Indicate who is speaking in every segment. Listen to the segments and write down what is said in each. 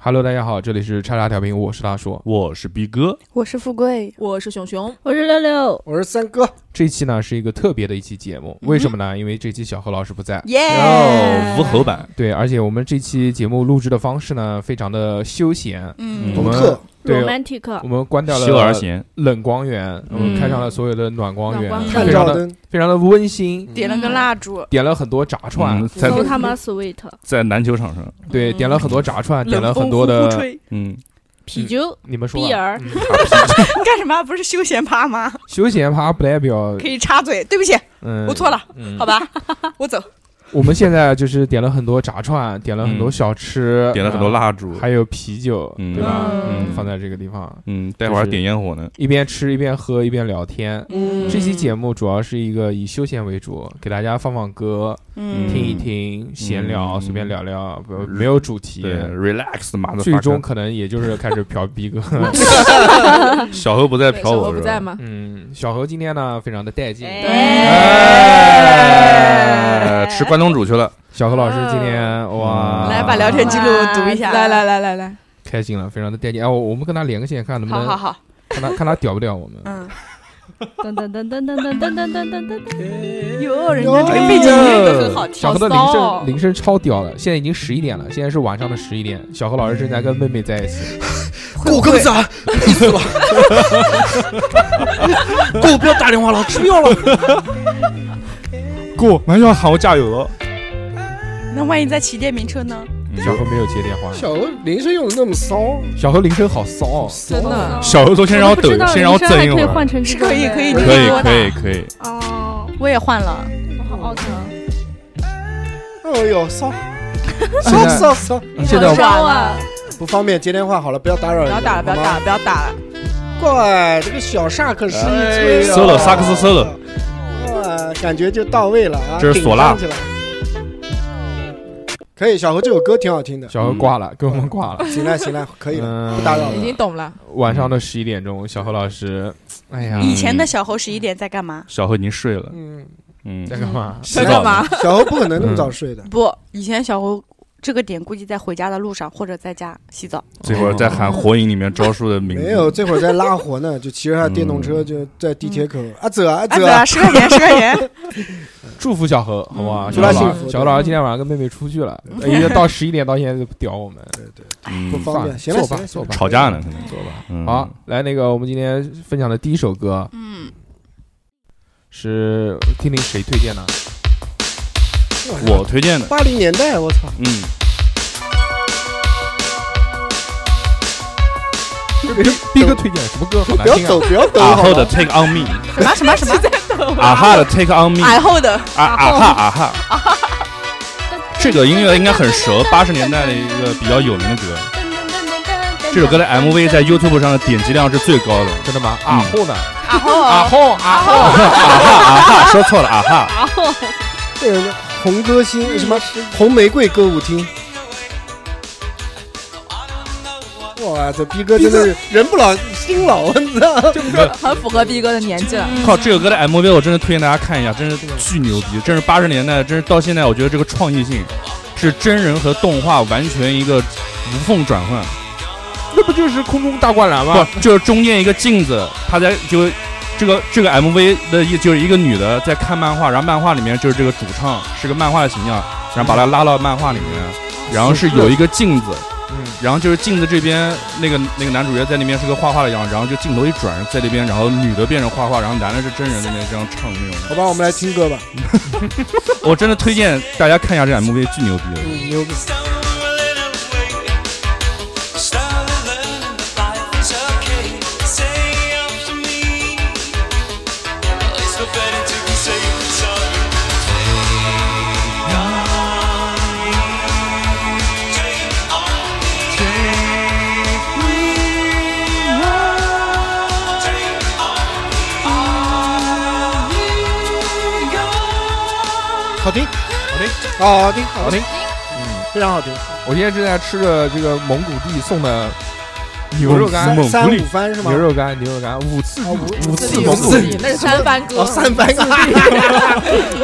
Speaker 1: Hello，大家好，这里是叉叉调频，我是大叔。
Speaker 2: 我是逼哥，
Speaker 3: 我是富贵，
Speaker 4: 我是熊熊，
Speaker 3: 我是六六，
Speaker 5: 我是三哥，
Speaker 1: 这一期呢是一个特别的一期节
Speaker 4: 嗯
Speaker 1: 目，为什么呢？因为这期小何老师不在。
Speaker 4: 耶
Speaker 2: 哦，无喉版，
Speaker 1: 对，而且我们这期节目录制的方式呢，非常的休闲。
Speaker 4: 嗯
Speaker 1: 我
Speaker 5: 独
Speaker 1: 们
Speaker 5: 特，
Speaker 1: 对，
Speaker 3: romantic，
Speaker 1: 我们关掉
Speaker 2: 修而
Speaker 1: 了
Speaker 2: 闲，
Speaker 1: 冷光源，我们
Speaker 2: 嗯
Speaker 1: 开上了所有的暖光源，
Speaker 4: 暖光源嗯
Speaker 5: 探
Speaker 1: 非常
Speaker 5: 照
Speaker 1: 的
Speaker 5: 灯，
Speaker 1: 非常的温馨。
Speaker 3: 点了个
Speaker 4: 蜡烛，
Speaker 1: 点了很多炸串，
Speaker 2: 嗯在
Speaker 3: so 他妈 sweet，
Speaker 2: 在篮球场上，
Speaker 1: 对，
Speaker 4: 嗯
Speaker 1: 点了很多炸串，点了
Speaker 4: 冷风
Speaker 1: 很多
Speaker 4: 呼呼
Speaker 1: 的，
Speaker 4: 吹
Speaker 2: 嗯，
Speaker 3: 啤酒，
Speaker 1: 你们说吧
Speaker 3: 碧儿
Speaker 1: 嗯
Speaker 4: 你干什么？不是休闲趴吗？
Speaker 1: 休闲趴不代表，
Speaker 4: 可以插嘴，对不起，
Speaker 1: 嗯，
Speaker 4: 我错了，
Speaker 1: 嗯，
Speaker 4: 好吧，我走。
Speaker 1: 我们现在就是点了很多炸串，点了很多
Speaker 2: 嗯
Speaker 1: 小吃，
Speaker 2: 点了很多
Speaker 1: 啊，
Speaker 2: 蜡烛，
Speaker 1: 还有啤酒，
Speaker 2: 嗯
Speaker 1: 对吧？
Speaker 2: 嗯
Speaker 1: 放在这个地方，
Speaker 2: 嗯，待会儿还
Speaker 1: 就是
Speaker 2: 点烟火呢，
Speaker 1: 一边吃一边喝一边聊天。
Speaker 5: 嗯
Speaker 1: 这期节目主要是一个以休闲为主，给大家放放歌，
Speaker 2: 嗯
Speaker 1: 听一听，闲聊，
Speaker 2: 嗯
Speaker 1: 随便聊聊，不没有主题嗯
Speaker 2: 对。，relax，妈的，
Speaker 1: 最终可能也就是开始嫖逼 哥。
Speaker 2: 小何不在
Speaker 4: 对
Speaker 2: 嫖
Speaker 4: 小
Speaker 2: 我
Speaker 4: 何
Speaker 2: 是
Speaker 4: 不在
Speaker 2: 吧？
Speaker 4: 吗？
Speaker 1: 嗯，小何今天呢非常的带劲，
Speaker 4: 哎
Speaker 2: 哎，吃关东煮去了，
Speaker 1: 小何老师今天哇，
Speaker 2: 嗯
Speaker 4: 哦来把聊天记录读一下，
Speaker 3: 来来
Speaker 4: 来来来，
Speaker 1: 开心了，非常的带劲。哎，我我们跟他连个线，看能不
Speaker 4: 好好
Speaker 1: 能
Speaker 4: 好，
Speaker 1: 看他看他屌不屌我们。
Speaker 4: 嗯，
Speaker 3: 噔噔噔噔噔噔噔噔噔噔噔，
Speaker 4: 哟，人
Speaker 5: 嗯
Speaker 4: 家这个背景音乐都很好听，
Speaker 1: 哎小
Speaker 4: 好
Speaker 1: 何的
Speaker 4: 骚
Speaker 1: 铃声
Speaker 4: 哦。
Speaker 1: 铃声超屌了，现在已经十一点了，现在是晚上的十一点。小何老师正在跟妹妹在一起，
Speaker 5: 狗干啥？ 累死了！狗不要打电话了， 吃不药了。
Speaker 2: 过，马上喊我加油了，
Speaker 4: 那万一在骑电瓶车呢？
Speaker 1: 小何没有接电话。
Speaker 5: 小何铃声用的那么骚，
Speaker 1: 小何铃声好骚哦，
Speaker 5: 真
Speaker 4: 的
Speaker 2: 小何说先让我抖，先让我
Speaker 3: 还
Speaker 2: 等一
Speaker 3: 可
Speaker 2: 会
Speaker 3: 以
Speaker 2: 儿
Speaker 3: 换，成这
Speaker 4: 是可以
Speaker 3: 种
Speaker 4: 可以
Speaker 3: 的
Speaker 2: 可以
Speaker 4: 多的
Speaker 2: 可以可以，
Speaker 3: 哦，
Speaker 4: 我也换了，
Speaker 3: 我好 out 啊，
Speaker 5: 哎呦，骚
Speaker 1: 现
Speaker 5: 骚
Speaker 1: 在
Speaker 5: 骚骚！
Speaker 1: 现在
Speaker 3: 好
Speaker 1: 我
Speaker 3: 骚啊，
Speaker 5: 不方便接电话，好了，不要打扰
Speaker 4: 不
Speaker 5: 人
Speaker 4: 要打
Speaker 5: 家。
Speaker 4: 了，不要打了，不要打了。
Speaker 5: 好吗。怪这个小煞可是一吹啊
Speaker 2: solo，萨克斯 solo
Speaker 5: 哇，感觉就到位了啊！
Speaker 2: 这是唢呐
Speaker 5: 顶上去了可以，小何这首歌挺好听的。
Speaker 1: 小何挂了，跟我们挂了。
Speaker 5: 行了行了，可以了，
Speaker 1: 嗯
Speaker 5: 不打扰
Speaker 4: 已
Speaker 5: 了。
Speaker 4: 经懂了。
Speaker 1: 晚上的十一点钟，小何老师，哎呀，
Speaker 4: 以前的小猴十一点在干嘛？
Speaker 2: 小何已经睡了，
Speaker 5: 嗯，
Speaker 2: 嗯
Speaker 1: 在，干嘛？
Speaker 2: 洗澡呢，？
Speaker 5: 小何不可能那么早睡的。
Speaker 4: 不，以前小猴这个点估计在回家的路上或者在家洗澡。
Speaker 2: 这会儿在喊《火影》里面招数的名字，
Speaker 5: 没有，这会儿在拉活呢，就骑着他电动
Speaker 2: 嗯
Speaker 5: 车就在地铁口，啊走啊
Speaker 4: 啊，
Speaker 5: 走
Speaker 4: 对啊，十块钱，十块 钱。
Speaker 1: 祝福小何，好不好？
Speaker 4: 嗯
Speaker 1: 小何老
Speaker 5: 嗯祝他幸福嗯
Speaker 1: 小何老师今天晚上跟妹妹出去了，哎一直到十一点到现在都不屌我们，
Speaker 2: 嗯
Speaker 5: 不方便，行了
Speaker 1: 坐吧
Speaker 5: 行了，
Speaker 1: 坐吧
Speaker 5: 行了
Speaker 2: 吵架呢，可能
Speaker 1: 坐吧。
Speaker 2: 嗯
Speaker 1: 好，来那个我们今天分享的第一首歌
Speaker 4: 嗯，
Speaker 1: 是听听谁推荐的？
Speaker 4: 啊
Speaker 2: 我推荐的，
Speaker 5: 八零年代，我操，
Speaker 2: 嗯，
Speaker 1: 逼哥推荐什么歌好难
Speaker 5: 嗯不要
Speaker 1: 听啊
Speaker 5: 走，？不要走，
Speaker 2: 阿
Speaker 5: 好
Speaker 2: 后的
Speaker 5: 吧
Speaker 2: Take on Me，
Speaker 4: 什么什么什 么？
Speaker 2: 阿哈的 Take on
Speaker 6: 哎
Speaker 2: Me，
Speaker 4: 矮后的
Speaker 2: 啊啊哈啊哈，这个音乐应该很熟，八十年代的一个比较有名的歌。这首歌的 MV 在 YouTube 上的点击量是最高的。
Speaker 1: 真的吗？啊后呢？
Speaker 4: 矮
Speaker 6: 哦
Speaker 4: 后
Speaker 1: 啊后啊后，
Speaker 2: 啊哈啊哈，说错了啊哈，
Speaker 5: 这个红歌星什么红玫瑰歌舞厅。哇，这逼哥真的是人不老心老，啊我 操！
Speaker 4: 很符合逼哥的年纪了。
Speaker 2: 靠！这首歌的 MV 我真的推荐大家看一下，真是巨牛逼，真是八十年代，真是到现在，我觉得这个创意性是真人和动画完全一个无缝转换。
Speaker 1: 那不就是空中大灌篮吗？
Speaker 2: 不，就是中间一个镜子，他在就这个这个 MV 的一就是一个女的在看漫画，然后漫画里面就是这个主唱是个漫画的形象，然后把她拉到漫画里面，然后是有一个镜子，
Speaker 1: 嗯，
Speaker 2: 然后就是镜子这边那个那个男主角在那边是个画画的样子，然后就镜头一转在这边，然后女的变成画画，然后男的是真人在那边这样唱那种。
Speaker 5: 好吧，我们来听歌吧。
Speaker 2: 我真的推荐大家看一下这 MV，巨牛逼的。
Speaker 5: 嗯，牛逼！好听，好听，好听，好听，嗯，非常好听。
Speaker 1: 我现在正在吃着这个蒙古弟送的牛肉干，
Speaker 2: 蒙古
Speaker 5: 三
Speaker 2: 力
Speaker 5: 五番是吗？
Speaker 1: 牛肉干，牛肉干，五次
Speaker 5: 哦五
Speaker 1: 五
Speaker 5: 次
Speaker 1: 次
Speaker 5: 地
Speaker 1: 蒙古
Speaker 5: 五次
Speaker 1: 弟，
Speaker 5: 地
Speaker 4: 那是三番
Speaker 5: 哦，
Speaker 4: 歌，
Speaker 5: 三 番四地，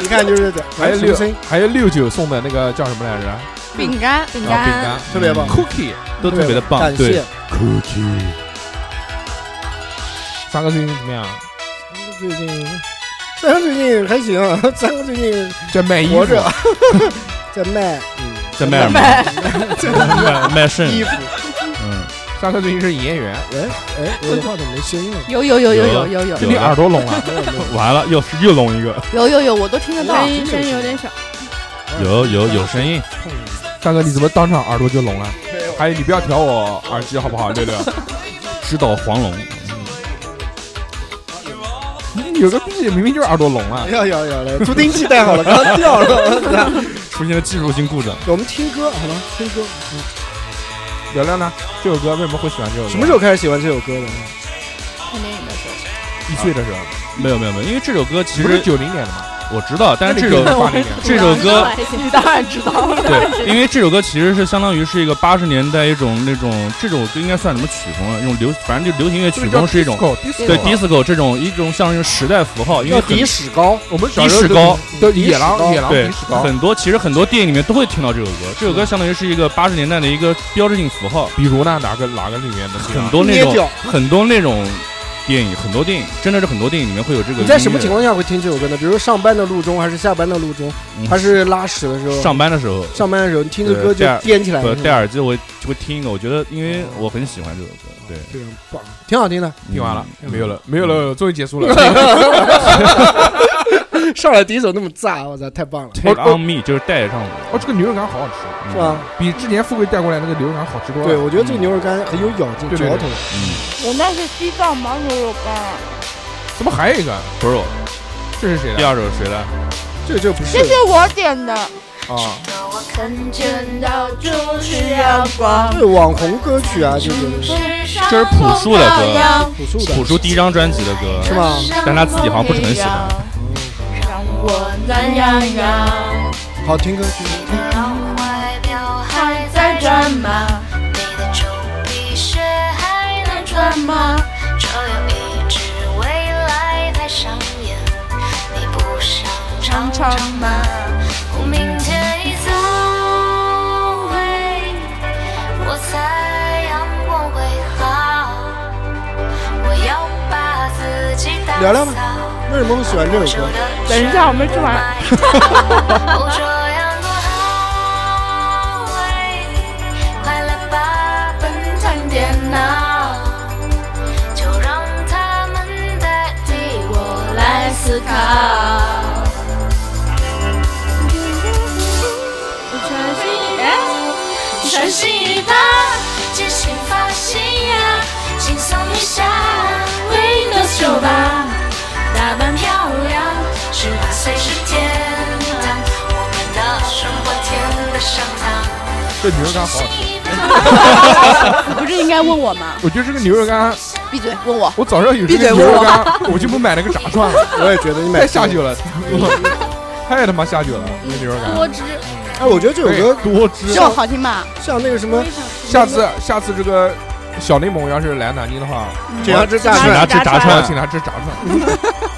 Speaker 5: 一看就是这，
Speaker 1: 还有
Speaker 5: 什么
Speaker 1: 六
Speaker 5: 声音？
Speaker 1: 还有六九送的那个叫什么来着？
Speaker 4: 饼干，
Speaker 3: 饼
Speaker 1: 然后饼干
Speaker 3: 干，
Speaker 5: 特别棒
Speaker 1: ，cookie，
Speaker 2: 都特别的棒，
Speaker 5: 感
Speaker 2: 对
Speaker 5: 谢，。
Speaker 1: 三哥最近怎么样？
Speaker 5: 最近，三个最近还行，三个最近
Speaker 1: 在卖衣
Speaker 5: 活
Speaker 1: 服，
Speaker 5: 着，在卖，嗯，
Speaker 2: 在卖什么？卖卖肾，
Speaker 5: 衣服。
Speaker 2: 嗯，
Speaker 1: 三哥最近是营业员，
Speaker 5: 哎哎，
Speaker 3: 嗯
Speaker 5: 我的话怎么没声音了？
Speaker 4: 有有有有
Speaker 2: 有
Speaker 4: 有有有
Speaker 1: 是你耳朵聋了？
Speaker 2: 完了，又又弄一个，
Speaker 4: 有有有，我都
Speaker 5: 哎
Speaker 4: 听得到
Speaker 3: 声。音声音有点小，
Speaker 2: 有有有声音，
Speaker 1: 三哥你怎么当场耳朵就聋了？
Speaker 5: 没有
Speaker 1: 还有你不要挑我耳机好不好，六六？
Speaker 2: 直捣黄龙，
Speaker 1: 你有个屁，明明就是耳朵聋啊了。
Speaker 5: 要要要来，助听器带 好了，刚掉了。
Speaker 2: 出现了技术性故障。
Speaker 5: 我们听歌好吗？听歌。
Speaker 1: 聊聊呢？这首歌为什么会喜欢这首歌？
Speaker 5: 什么时候开始喜欢这首歌的？
Speaker 4: 看电影的时候，
Speaker 1: 一岁的时候，
Speaker 2: 没有没有没有，因为这首歌其
Speaker 1: 你不是
Speaker 2: 实
Speaker 1: 九零年的吗？
Speaker 2: 我知道，但是这首
Speaker 1: 那你可以八零年。
Speaker 2: 这首歌
Speaker 4: 你当然知道了。
Speaker 2: 对，因为这首歌其实是相当于是一个八十年代一种那种这种应该算什么曲风啊？一种流，反正就流行乐曲风是一种 对 disco 这种一种像是时代符号，因为
Speaker 5: 叫
Speaker 2: 很
Speaker 5: 迪史高，
Speaker 1: 我们小
Speaker 2: 迪
Speaker 1: 时候
Speaker 2: 士
Speaker 1: 都
Speaker 2: 高，
Speaker 1: 都野狼野狼
Speaker 2: 对
Speaker 1: 迪士高，
Speaker 2: 很多其实很多电影里面都会听到这首歌。这首歌相当于是一个八十年代的一个标志性符号，
Speaker 1: 比如呢哪个哪个里面的
Speaker 2: 很多那
Speaker 5: 捏
Speaker 2: 种
Speaker 5: 脚。
Speaker 2: 很多那种电影，很多电影真的是很多电影里面会有这个。
Speaker 5: 你在什么情？况下会听这首歌呢？比如上班的路中，还是下班的路中，
Speaker 2: 嗯
Speaker 5: 还是拉屎的时候？
Speaker 2: 上班的时候，
Speaker 5: 上班的时候，你听这歌就
Speaker 2: 对戴
Speaker 5: 颠起来
Speaker 2: 我
Speaker 5: 了，
Speaker 2: 戴耳机我就会听一个，我觉得因为我很喜欢这首歌，对，
Speaker 5: 非常棒，挺好 听的。
Speaker 1: 听完了
Speaker 2: 嗯
Speaker 1: 没有了没有了，终于结束了。
Speaker 5: 上来第一首那么炸，我操，太棒了，哦
Speaker 2: Take on me 就是带上我，
Speaker 1: 哦，这个牛肉干好好吃，
Speaker 5: 是吧？？
Speaker 2: 嗯
Speaker 1: 比之前富贵带过来那个牛肉干好吃多了。
Speaker 5: 对，我觉得这牛肉干很有咬劲，
Speaker 1: 对对对
Speaker 5: 嚼头。
Speaker 2: 嗯，
Speaker 3: 我那是西藏牦牛肉干，
Speaker 1: 怎么还有一个？
Speaker 2: 不是我，
Speaker 1: 这是谁
Speaker 2: 第
Speaker 1: 的？
Speaker 2: 二首谁的？
Speaker 5: 这就不是
Speaker 3: 这，是我点的，
Speaker 1: 啊，
Speaker 7: 看见到处是阳光，
Speaker 5: 对网红歌曲
Speaker 4: 嗯
Speaker 5: 啊，这个是
Speaker 2: 这是朴树的歌
Speaker 5: 朴树的，
Speaker 2: 朴树第一张专辑的歌，
Speaker 5: 是吗？
Speaker 2: 但他自己好像不是很喜欢。
Speaker 7: 让我暖洋洋，
Speaker 5: 好听歌曲，
Speaker 7: 让怀表还在转吗？你的臭皮鞋还能穿吗？这有一只未来在上演，你不想尝尝吗？我明天一早会，我猜阳光会好，我要把自己打扫。
Speaker 5: 聊聊吧为什么会喜欢这首歌？
Speaker 3: 等一下我们吃完。
Speaker 7: 哦，这样多好哎！快来吧，笨蛋电脑，就让他们代替我来思考。
Speaker 3: 全新哎，
Speaker 7: 穿新衣吧，剪新发型呀，轻松一下，Windows 九八，打扮漂亮，十八岁是天堂，我们的生活甜得上糖。
Speaker 1: 这牛肉干好好吃。
Speaker 4: 你不是应该问我吗？
Speaker 1: 我觉得这个牛肉干，
Speaker 4: 闭嘴，问我。
Speaker 1: 我早上有这
Speaker 4: 闭嘴
Speaker 1: 个牛
Speaker 4: 问
Speaker 1: 肉
Speaker 4: 我
Speaker 1: 干，我就不买那个炸串 了，
Speaker 4: 嗯
Speaker 5: 我也觉得你 买
Speaker 1: 太下酒了，太他妈下酒了，
Speaker 4: 嗯
Speaker 1: 那个牛肉干。
Speaker 3: 多汁，
Speaker 5: 哎，我觉得这首歌
Speaker 1: 多汁
Speaker 4: 这好听吧？
Speaker 5: 像那个什
Speaker 4: 嗯
Speaker 5: 么，
Speaker 1: 下次下次这个小内蒙要是来南京的话，
Speaker 5: 警察之下
Speaker 2: 请
Speaker 5: 去，
Speaker 2: 他吃炸
Speaker 1: 我要
Speaker 2: 串，
Speaker 1: 请他吃炸串。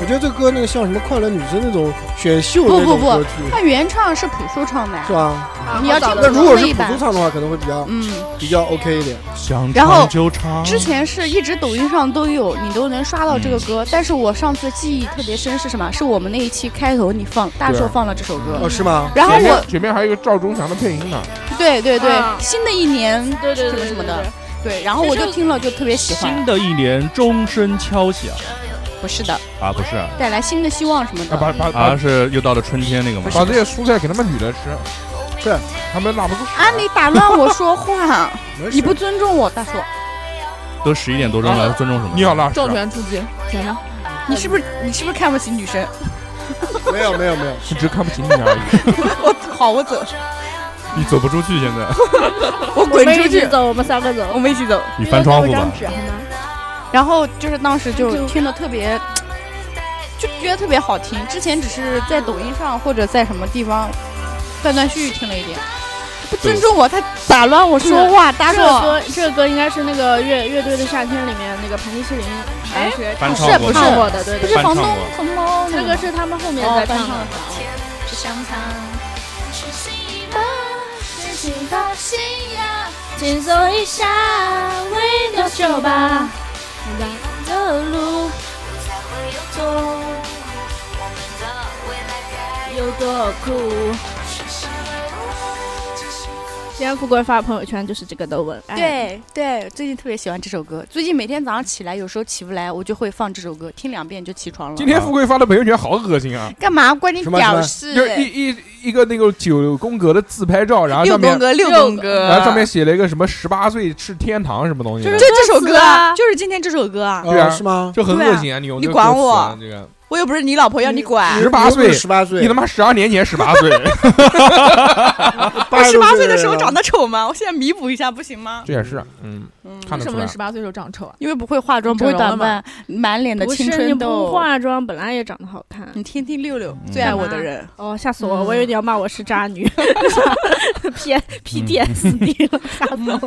Speaker 5: 我觉得这歌那个像什么快乐女声那种选秀
Speaker 4: 不
Speaker 5: 那
Speaker 4: 不
Speaker 5: 种
Speaker 4: 不
Speaker 5: 歌曲，
Speaker 4: 它原唱是朴树唱的呀
Speaker 5: 是。吧？
Speaker 4: 你要听
Speaker 5: 那如果是朴
Speaker 4: 一版
Speaker 5: 树，唱的话，可能会比较
Speaker 4: 嗯，
Speaker 5: 比较 OK 一点。
Speaker 2: 想
Speaker 4: 然后
Speaker 2: 唱就唱。
Speaker 4: 之前是一直抖音上都有，你都能刷到这个歌。但是我上次记忆特别深是什么？是我们那一期开头你放大
Speaker 1: 对
Speaker 4: 硕放了这首歌
Speaker 5: 哦，，是吗？
Speaker 4: 然后
Speaker 1: 前面
Speaker 4: 啊我
Speaker 1: 前面还有一个赵忠祥的配音呢，
Speaker 4: 对对对
Speaker 3: 啊，
Speaker 4: 新的一年
Speaker 3: 对对
Speaker 4: 什
Speaker 3: 对
Speaker 4: 么什么的
Speaker 3: 对，
Speaker 4: 对，然后我
Speaker 3: 这
Speaker 4: 就
Speaker 3: 就
Speaker 4: 听了就特别喜
Speaker 2: 新
Speaker 4: 欢。
Speaker 2: 的一年钟声敲响
Speaker 4: 不是的，
Speaker 2: 啊，不是啊，
Speaker 4: 带来新的希望什么
Speaker 1: 啊
Speaker 4: 的。
Speaker 1: 把把
Speaker 2: 啊
Speaker 1: 把
Speaker 2: 是又到了春天那个吗？
Speaker 1: 把这些蔬菜给他们女的吃，
Speaker 5: 是
Speaker 1: 他们拉不住。
Speaker 4: 啊！你打乱我 说话，
Speaker 5: 没事
Speaker 4: 你不尊重我，大叔，
Speaker 2: 都十一点多钟了，尊重什么？
Speaker 1: 你好拉屎啊，
Speaker 3: 重拳出击，天哪！
Speaker 4: 你是不是你是不是看不起女生？
Speaker 5: 没有没有没有，
Speaker 1: 你只是看不起你啊 而已。
Speaker 4: 我好，我走，
Speaker 2: 你走不出去，现在
Speaker 4: 我
Speaker 3: 我
Speaker 4: 滚
Speaker 3: 们
Speaker 4: 出
Speaker 3: 一起
Speaker 4: 去，
Speaker 3: 走，我们三个
Speaker 4: 我
Speaker 3: 走。
Speaker 4: 们一起走。
Speaker 2: 你翻窗户吧。
Speaker 4: 然后就是当时就听的特别，就觉得特别好听。之前只是在抖音上或者在什么地方断断续续听了一点，不尊重我，他打乱我说话，打
Speaker 3: 这
Speaker 4: 扰
Speaker 3: 个
Speaker 4: 我。
Speaker 3: 歌，这个歌应该是那个乐乐队的夏天里面那个盘尼西林
Speaker 4: 哎
Speaker 3: 大学
Speaker 2: 翻唱
Speaker 4: 是
Speaker 2: 过
Speaker 4: 不
Speaker 3: 唱
Speaker 4: 是
Speaker 3: 过的，对
Speaker 4: 不
Speaker 3: 对
Speaker 4: 是
Speaker 3: 对。
Speaker 2: 翻
Speaker 4: 房
Speaker 2: 唱
Speaker 4: 东
Speaker 2: 过
Speaker 4: 红包那
Speaker 3: 这
Speaker 4: 个
Speaker 3: 个是他们后面
Speaker 4: 哦
Speaker 3: 在
Speaker 4: 翻
Speaker 3: 唱
Speaker 4: 唱
Speaker 3: 的
Speaker 4: 的，
Speaker 7: 甜的是香糖。新发型呀，轻松一下，微调酒吧，迷茫的路不再会有痛苦，我们的未来该有多酷？是谁
Speaker 3: 今天富贵发朋友圈就是这个的文案，，
Speaker 4: 对对，最近特别喜欢这首歌。最近每天早上起来，有时候起不来，我就会放这首歌，听两遍就起床了。
Speaker 1: 今天富贵发的朋友圈好恶心啊！
Speaker 4: 干嘛关你
Speaker 5: 什么什么
Speaker 4: 屌
Speaker 1: 就是
Speaker 4: 事？
Speaker 1: 一一一个那个九宫格的自拍照，然后
Speaker 4: 六
Speaker 1: 上
Speaker 4: 宫
Speaker 1: 面，
Speaker 4: 格，六宫格，
Speaker 1: 然后上面写了一个什么十八岁是天堂什么东西的，
Speaker 4: 就这首
Speaker 3: 歌
Speaker 4: 歌
Speaker 3: 词啊
Speaker 4: 就是今天这首歌啊！
Speaker 1: 对啊
Speaker 5: 哦是吗？
Speaker 1: 就很
Speaker 4: 对啊
Speaker 1: 恶心啊！你用
Speaker 4: 你
Speaker 1: 这个
Speaker 4: 管
Speaker 1: 歌词啊
Speaker 4: 我
Speaker 1: 这个，
Speaker 4: 我又不是你老婆，要你管。
Speaker 1: 18岁
Speaker 5: 十八岁，
Speaker 1: 你他妈十二年前十 八岁，
Speaker 5: 八
Speaker 4: 十
Speaker 5: 十多
Speaker 4: 八
Speaker 5: 岁
Speaker 4: 岁的时候
Speaker 5: 人啊
Speaker 4: 长得丑吗？我现在弥补一下不行吗？
Speaker 1: 这也是，嗯，
Speaker 4: 嗯，
Speaker 1: 看得
Speaker 6: 为什
Speaker 1: 出
Speaker 6: 么
Speaker 1: 来
Speaker 6: 十。八岁时候长丑啊？
Speaker 4: 因为不会化妆，
Speaker 6: 你
Speaker 4: 不会
Speaker 6: 整容
Speaker 4: 打
Speaker 6: 了吗
Speaker 4: 扮，满脸的
Speaker 3: 不
Speaker 4: 青
Speaker 3: 是你
Speaker 4: 春
Speaker 3: 不
Speaker 4: 痘。
Speaker 3: 化妆本来也长得好看。
Speaker 4: 你听听六六
Speaker 2: 嗯
Speaker 4: 最爱我的人，
Speaker 3: 哦，吓死我了！我以为你要骂我是渣女，P P D S D 了，吓死我了！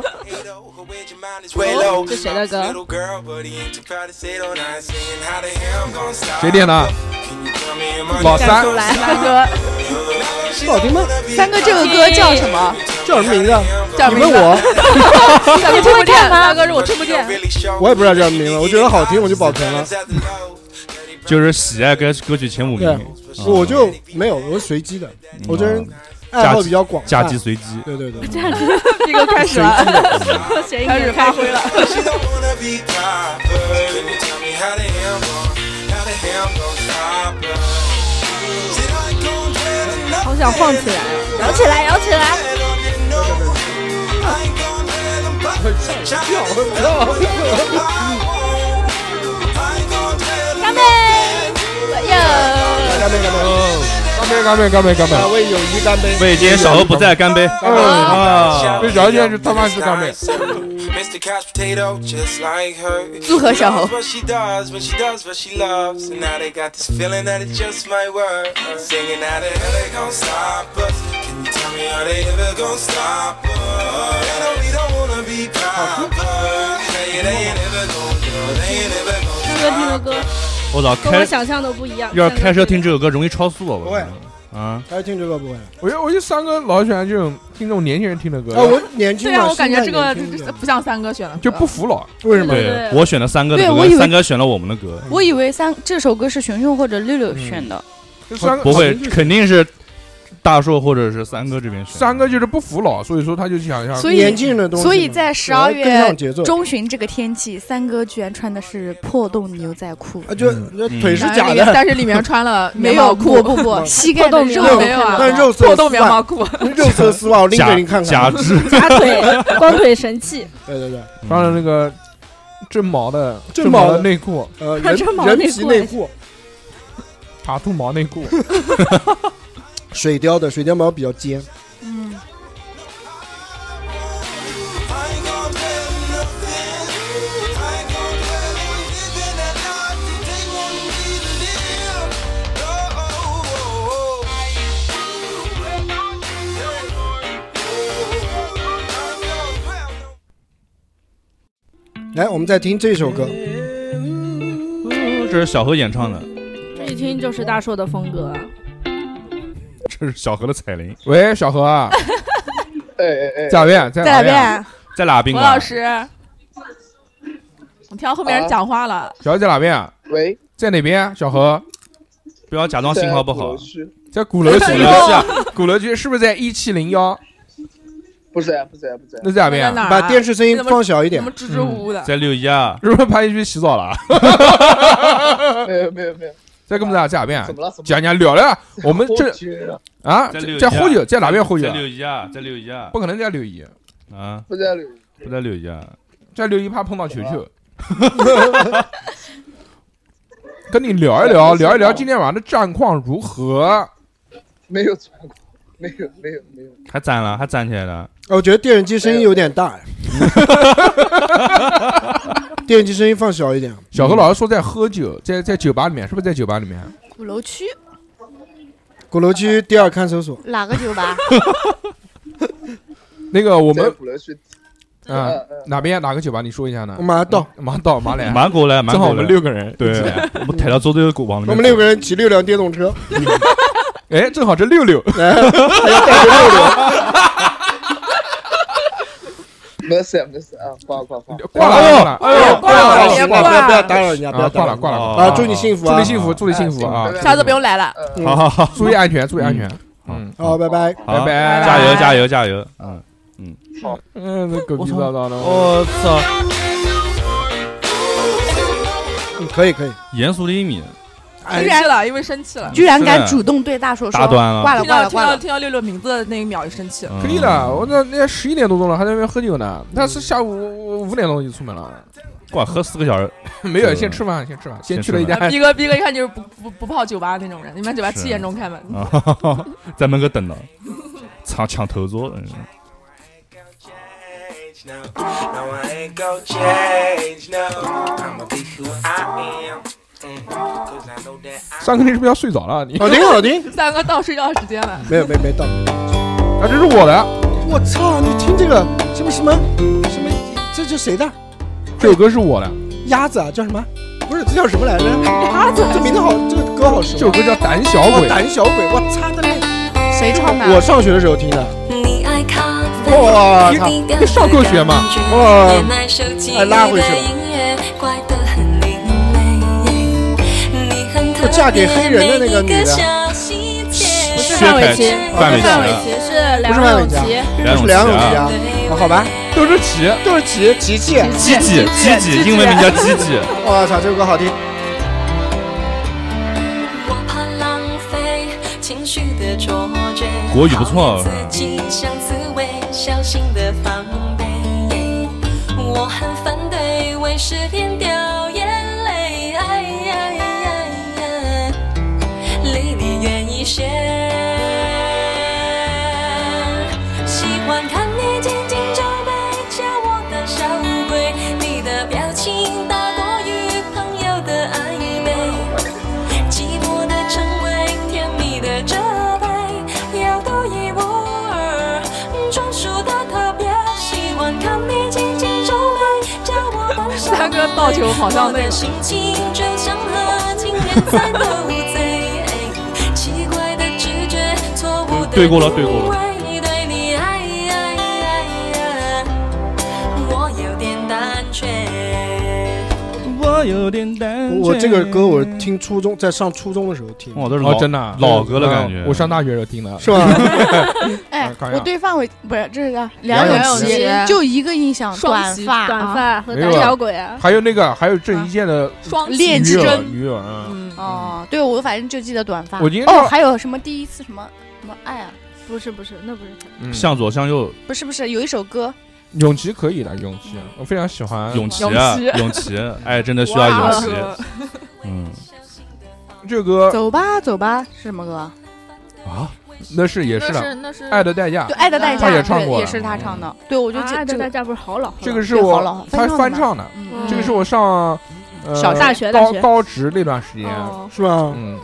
Speaker 8: 这谁的歌？
Speaker 1: 谁点的？啊老三
Speaker 4: 站出来，三哥，
Speaker 5: 不好听吗？
Speaker 4: 三哥这个歌叫什么？
Speaker 5: 叫什么名字？
Speaker 4: 叫
Speaker 5: 你
Speaker 4: 什
Speaker 5: 问
Speaker 4: 么？
Speaker 5: 我，
Speaker 6: 三哥听不见，大哥说我听不见。
Speaker 5: 我也不知道叫什么名字，我觉得好听我就保存了，
Speaker 2: 就是喜爱歌歌曲前五
Speaker 5: 对
Speaker 2: 名，
Speaker 5: 我就没有，我是随机的，我这人爱
Speaker 2: 嫁
Speaker 5: 好
Speaker 2: 鸡
Speaker 5: 比较广，
Speaker 2: 嫁鸡随鸡。
Speaker 5: 对对对，
Speaker 4: 这个开始了，开始发挥了。
Speaker 3: 好想晃起来啊！
Speaker 8: 摇起来，摇起来！
Speaker 1: 干
Speaker 5: 干杯干杯！
Speaker 8: 干杯！
Speaker 1: 杯，干杯，干杯，干
Speaker 5: 啊，
Speaker 1: 杯！
Speaker 5: 为友谊干杯！
Speaker 2: 为今天小何不在，干杯！
Speaker 3: 嗯
Speaker 2: 啊
Speaker 1: 这条件是他妈是干杯。
Speaker 8: 祝贺小侯。
Speaker 3: 这个听的歌
Speaker 2: 我操，
Speaker 3: 跟我
Speaker 2: 开
Speaker 3: 想象的不一样。
Speaker 2: 要是开车听这首歌容易超速，
Speaker 5: 不
Speaker 2: 我
Speaker 5: 会
Speaker 2: 感觉啊，
Speaker 5: 大家听这个不会？啊，
Speaker 1: 我觉得，我觉得三哥老喜欢这种听这种年轻人听的歌，
Speaker 5: 我年轻
Speaker 6: 对
Speaker 5: 嘛
Speaker 6: 啊，我感觉这个
Speaker 5: 心态年轻一点
Speaker 6: 不像三哥选的歌，
Speaker 1: 就不服老。
Speaker 5: 为什么？
Speaker 3: 对
Speaker 2: 我选了三哥的
Speaker 4: 对我以
Speaker 2: 歌，
Speaker 4: 为
Speaker 2: 三哥选了我们的歌，
Speaker 4: 我以为三这首歌是熊熊或者六六选的，
Speaker 1: 就三哥
Speaker 2: 不会，肯定是大硕或者是三哥这边选。
Speaker 1: 三哥就是不服老，所以说他就想想
Speaker 4: 所
Speaker 5: 年
Speaker 4: 以
Speaker 5: 轻人的东西嘛，
Speaker 4: 所以在十二
Speaker 5: 然后跟
Speaker 4: 月
Speaker 5: 上节奏，
Speaker 4: 中旬这个天气，三哥居然穿的是破洞牛仔裤，
Speaker 5: 啊，就
Speaker 1: 嗯
Speaker 5: 那腿是
Speaker 6: 但
Speaker 5: 假
Speaker 6: 里面
Speaker 5: 的，
Speaker 6: 但是里面穿 了
Speaker 4: 没
Speaker 6: 棉毛
Speaker 4: 有
Speaker 6: 裤
Speaker 4: 不，不不，膝盖的
Speaker 3: 洞
Speaker 4: 肉
Speaker 6: 没有
Speaker 4: 没有
Speaker 6: 啊
Speaker 5: 但肉色
Speaker 6: 破洞棉
Speaker 5: 丝袜
Speaker 6: 毛裤，
Speaker 5: 肉色丝啊 袜，我拎
Speaker 2: 假
Speaker 5: 给你看
Speaker 2: 假
Speaker 5: 看。
Speaker 2: 肢，
Speaker 3: 假腿，光腿神器，
Speaker 5: 对对对，
Speaker 1: 穿了那个正毛的
Speaker 5: 正
Speaker 1: 正毛
Speaker 5: 毛
Speaker 1: 的
Speaker 5: 的
Speaker 1: 内裤，
Speaker 5: 呃，
Speaker 3: 还
Speaker 5: 人
Speaker 3: 真毛
Speaker 5: 人
Speaker 3: 内
Speaker 5: 皮
Speaker 3: 裤
Speaker 5: 内
Speaker 3: 哎
Speaker 5: 裤，
Speaker 1: 塔兔毛内裤，
Speaker 5: 水貂的，水貂毛比较尖。
Speaker 4: 嗯，
Speaker 5: 来，我们再听这首歌，
Speaker 6: 嗯
Speaker 2: 这是小何演唱的，
Speaker 3: 这一听就是大硕的风格啊。
Speaker 2: 这是小何的彩铃，
Speaker 1: 喂，小何啊，
Speaker 9: 哎哎哎，
Speaker 1: 在哪边？在哪
Speaker 4: 再来一
Speaker 1: 边？
Speaker 4: 遍，
Speaker 2: 在哪宾啊
Speaker 6: 吴
Speaker 2: 馆
Speaker 6: 老？师，我听到后面人讲话了，
Speaker 1: 小何在哪边？啊
Speaker 9: 喂，
Speaker 1: 在哪边？小何
Speaker 2: 不要假装信号不好
Speaker 9: 在鼓楼。区
Speaker 1: 在鼓楼区
Speaker 2: 鼓
Speaker 6: 哎
Speaker 2: 楼
Speaker 6: 呦
Speaker 2: 区啊，
Speaker 1: 鼓楼区是不是在一七零幺？
Speaker 9: 不在不在不在，
Speaker 1: 那在哪
Speaker 6: 在
Speaker 1: 边？
Speaker 6: 哪儿啊？
Speaker 5: 把电视声音放小一
Speaker 6: 怎
Speaker 5: 点
Speaker 6: 么。支支吾吾的？
Speaker 2: 在六一啊，
Speaker 1: 是不是潘一去洗澡了？ 呃
Speaker 9: 没有没有没有，
Speaker 1: 在跟我们俩在哪
Speaker 9: 怎
Speaker 1: 边？
Speaker 9: 么了怎么了？
Speaker 1: 讲讲聊 聊，我们
Speaker 9: 我
Speaker 1: 这
Speaker 9: 去了
Speaker 1: 啊
Speaker 2: 在六一
Speaker 1: 在喝酒，在哪边喝酒
Speaker 2: 在
Speaker 1: 啊？
Speaker 2: 六一啊，在六一啊
Speaker 1: 不，可能在六一，
Speaker 2: 啊，
Speaker 9: 不在了。
Speaker 2: 不在六一啊，
Speaker 1: 在六一怕碰到球球。 跟你聊一聊，聊一聊今天晚上的战况如何？
Speaker 9: 没有传过，没有没有没有，
Speaker 2: 还攒了，还攒起来了。
Speaker 5: 哦我觉得电视机声音有 点大，电视机声音放小一点。
Speaker 1: 小何老师说在喝
Speaker 9: 嗯
Speaker 1: 酒，在在酒吧里面，是不是在酒吧里面？
Speaker 4: 鼓楼区
Speaker 5: 鼓楼区第二看守所，
Speaker 4: 哪个酒吧？
Speaker 1: 那个我
Speaker 9: 在
Speaker 1: 们
Speaker 9: 鼓楼区。
Speaker 1: 啊、
Speaker 9: 嗯嗯
Speaker 1: 哪边哪个酒吧？你说一下呢
Speaker 5: 我？马上到。
Speaker 1: 马上到，马来，
Speaker 2: 蛮过来，蛮
Speaker 1: 哎正好
Speaker 2: 过
Speaker 1: 我们
Speaker 2: 来。
Speaker 1: 六个人。
Speaker 2: 对，我们抬到周队往里面走。
Speaker 5: 我们六个人骑六辆电 动车，
Speaker 1: 哎，正好这六六，
Speaker 5: 来，还要带着六
Speaker 9: 没事没事啊，挂挂挂。
Speaker 1: 挂了，
Speaker 2: 哎呦，
Speaker 6: 挂了
Speaker 5: 挂
Speaker 6: 别
Speaker 5: 了，
Speaker 6: 挂
Speaker 5: 不要不要打扰人家，
Speaker 1: 挂
Speaker 5: 不要
Speaker 1: 了，
Speaker 5: 打
Speaker 1: 挂了，挂
Speaker 5: 扰人家
Speaker 2: 哦
Speaker 1: 了，
Speaker 5: 啊！祝你幸福
Speaker 1: 祝
Speaker 5: 啊！
Speaker 1: 你幸福，祝你幸福啊！
Speaker 6: 下次不用来了。
Speaker 9: 嗯
Speaker 2: 好好好，
Speaker 1: 注意安全，注意安全。嗯，
Speaker 5: 好，拜拜。
Speaker 2: 好
Speaker 1: 拜拜
Speaker 2: 加油加油加油！嗯，
Speaker 1: 嗯，那狗逼叨叨的，
Speaker 2: 我操，
Speaker 5: 嗯，可以可以。
Speaker 2: 严肃的一米，
Speaker 6: 生
Speaker 5: 哎
Speaker 6: 气了，因为生气了。
Speaker 4: 居然
Speaker 2: 是
Speaker 4: 敢
Speaker 2: 的
Speaker 4: 主动对大硕说
Speaker 2: 大端了
Speaker 4: 嗯挂了
Speaker 6: 听
Speaker 4: 挂
Speaker 6: 到
Speaker 4: 了
Speaker 6: 听
Speaker 4: 挂
Speaker 6: 到
Speaker 4: 了，
Speaker 6: 听到六六名字的那一秒就生
Speaker 2: 嗯
Speaker 6: 气了。
Speaker 1: 可以的。我那那十一点多钟了，还在那边喝酒呢。那是下午五点钟就出门了，
Speaker 2: 哇，喝四个小时，
Speaker 1: 没有，先吃饭，先吃饭，先去了一 家。
Speaker 6: 啊逼哥，逼哥一看就是不不不泡酒吧那种人，你们酒吧
Speaker 2: 是
Speaker 6: 七点钟开门。
Speaker 2: 啊哈哈哈 在门口等了，抢抢头座，嗯
Speaker 8: No, no, I ain't gonna change. No, I'ma be who I am. Mm, Cause I know that I
Speaker 1: 三哥，你是不是要睡着了？你
Speaker 5: 好听好听，
Speaker 6: 三哥到睡觉时间了，
Speaker 5: 啊没有没没到。
Speaker 1: 啊，这是我的，
Speaker 5: 我操，你听这个什么什么什么，这这谁的？
Speaker 1: 这首歌是我的，
Speaker 5: 鸭子啊，叫什么？不是，这叫什么来着？鸭子，这名字好，这个歌好熟
Speaker 1: 这。首歌叫《胆小
Speaker 5: 哦
Speaker 1: 鬼》。
Speaker 5: 胆小鬼，我操他妈！
Speaker 4: 谁唱的啊？
Speaker 5: 我上学的时候听的。
Speaker 7: 你爱咖啡，
Speaker 5: 哇
Speaker 7: 低
Speaker 5: 操！
Speaker 7: 调
Speaker 1: 你上过学吗
Speaker 7: 的感觉
Speaker 5: 哇
Speaker 9: 哦
Speaker 7: 别买手机里
Speaker 5: 哎
Speaker 7: 的
Speaker 5: 拉回去了
Speaker 7: 音乐，怪得很另类。你很特别，
Speaker 5: 哎嫁给黑人的那个女的
Speaker 7: 每一小细节
Speaker 3: 不是
Speaker 2: 薛
Speaker 3: 范玮
Speaker 2: 凯
Speaker 3: 琪，
Speaker 2: 范
Speaker 3: 不
Speaker 2: 玮琪
Speaker 3: 是范玮
Speaker 2: 啊，
Speaker 3: 琪，是
Speaker 5: 不是
Speaker 3: 梁
Speaker 5: 范
Speaker 3: 咏
Speaker 5: 玮琪啊
Speaker 3: 琪。
Speaker 2: 梁
Speaker 5: 是
Speaker 2: 咏
Speaker 5: 梁咏
Speaker 2: 琪
Speaker 5: 琪
Speaker 2: 啊，
Speaker 5: 啊，啊好吧，
Speaker 1: 窦是奇，
Speaker 5: 都是琪琪琪。
Speaker 2: 吉吉吉吉，英文名叫吉吉，
Speaker 5: 我操，这首歌好听。
Speaker 7: 我怕浪费情绪的错觉。
Speaker 2: 国语不错啊
Speaker 7: 讨厌自己像刺猬，小心的防备。我很反对为失恋掉眼泪。哎呀呀呀离你远一些。喜欢看你紧紧皱眉，叫我胆小鬼。你的表情大过于朋友的暧昧，寂寞的称谓，甜蜜的责备，要独一无二，专属的特别。喜欢看你紧紧皱眉，叫 我胆小鬼。
Speaker 6: 三哥抱球跑到那
Speaker 7: 我的
Speaker 6: 个
Speaker 7: 心情就像和情人在斗嘴，奇怪的直觉，错误的
Speaker 2: 对过了对过了
Speaker 7: 定位对你爱爱爱爱，我有点胆怯。
Speaker 2: 我有点胆
Speaker 5: 我这个歌我是听初中，在上初中的时候听，
Speaker 2: 哇，都是
Speaker 1: 哦，
Speaker 2: 老
Speaker 1: 真的啊
Speaker 2: 老歌了感觉
Speaker 1: 我上大学时候听的，
Speaker 5: 是吧？
Speaker 4: 哎
Speaker 1: 看一，下
Speaker 4: 我对范玮不是这是叫
Speaker 1: 梁
Speaker 4: 咏
Speaker 1: 咏
Speaker 6: 琪
Speaker 4: 就一个印象，
Speaker 3: 双
Speaker 4: 短
Speaker 6: 喜
Speaker 4: 发，
Speaker 3: 短
Speaker 4: 啊，
Speaker 3: 发和
Speaker 1: 没
Speaker 3: 胆
Speaker 1: 有啊
Speaker 3: 小鬼啊，
Speaker 1: 还有那个，还有郑伊健的
Speaker 6: 双
Speaker 1: 女
Speaker 6: 击
Speaker 4: 恋之
Speaker 1: 友
Speaker 4: 争
Speaker 1: 女友啊。
Speaker 6: 嗯，
Speaker 4: 哦，对我反正就记得短发。
Speaker 1: 我今天
Speaker 4: 哦，还有什么第一次什么什么爱啊？
Speaker 3: 不是不是，那不是他。
Speaker 1: 嗯
Speaker 2: 向左向右，
Speaker 4: 不是不是，有一首歌，
Speaker 1: 永琪可以的，永琪，啊我非常喜欢
Speaker 2: 永琪
Speaker 6: 勇
Speaker 2: 啊
Speaker 6: 气
Speaker 2: 勇气，哎，真的需要
Speaker 6: 哇哦
Speaker 2: 勇气，
Speaker 6: 哥
Speaker 2: 嗯
Speaker 1: 这歌，
Speaker 4: 走吧走吧是什么歌？
Speaker 2: 啊，
Speaker 1: 那是也是的，
Speaker 6: 那是
Speaker 1: 爱的代价
Speaker 4: 就《爱的代价
Speaker 1: 他也》，唱过
Speaker 4: 对，也
Speaker 1: 了
Speaker 4: 是他唱的。对，我
Speaker 3: 我
Speaker 4: 就记
Speaker 3: 爱的
Speaker 4: 这
Speaker 3: 代
Speaker 4: 个，
Speaker 3: 价不是好老，好
Speaker 1: 这
Speaker 3: 老
Speaker 1: 个是
Speaker 4: 对好
Speaker 1: 我
Speaker 4: 老
Speaker 1: 他
Speaker 4: 翻唱的
Speaker 1: 翻
Speaker 4: 嘛
Speaker 1: 唱的，
Speaker 4: 嗯，
Speaker 1: 这个是我上呃
Speaker 4: 小
Speaker 3: 大学大
Speaker 1: 高
Speaker 3: 学
Speaker 1: 高职那段时间，
Speaker 6: 哦
Speaker 5: 是吧？
Speaker 1: 嗯，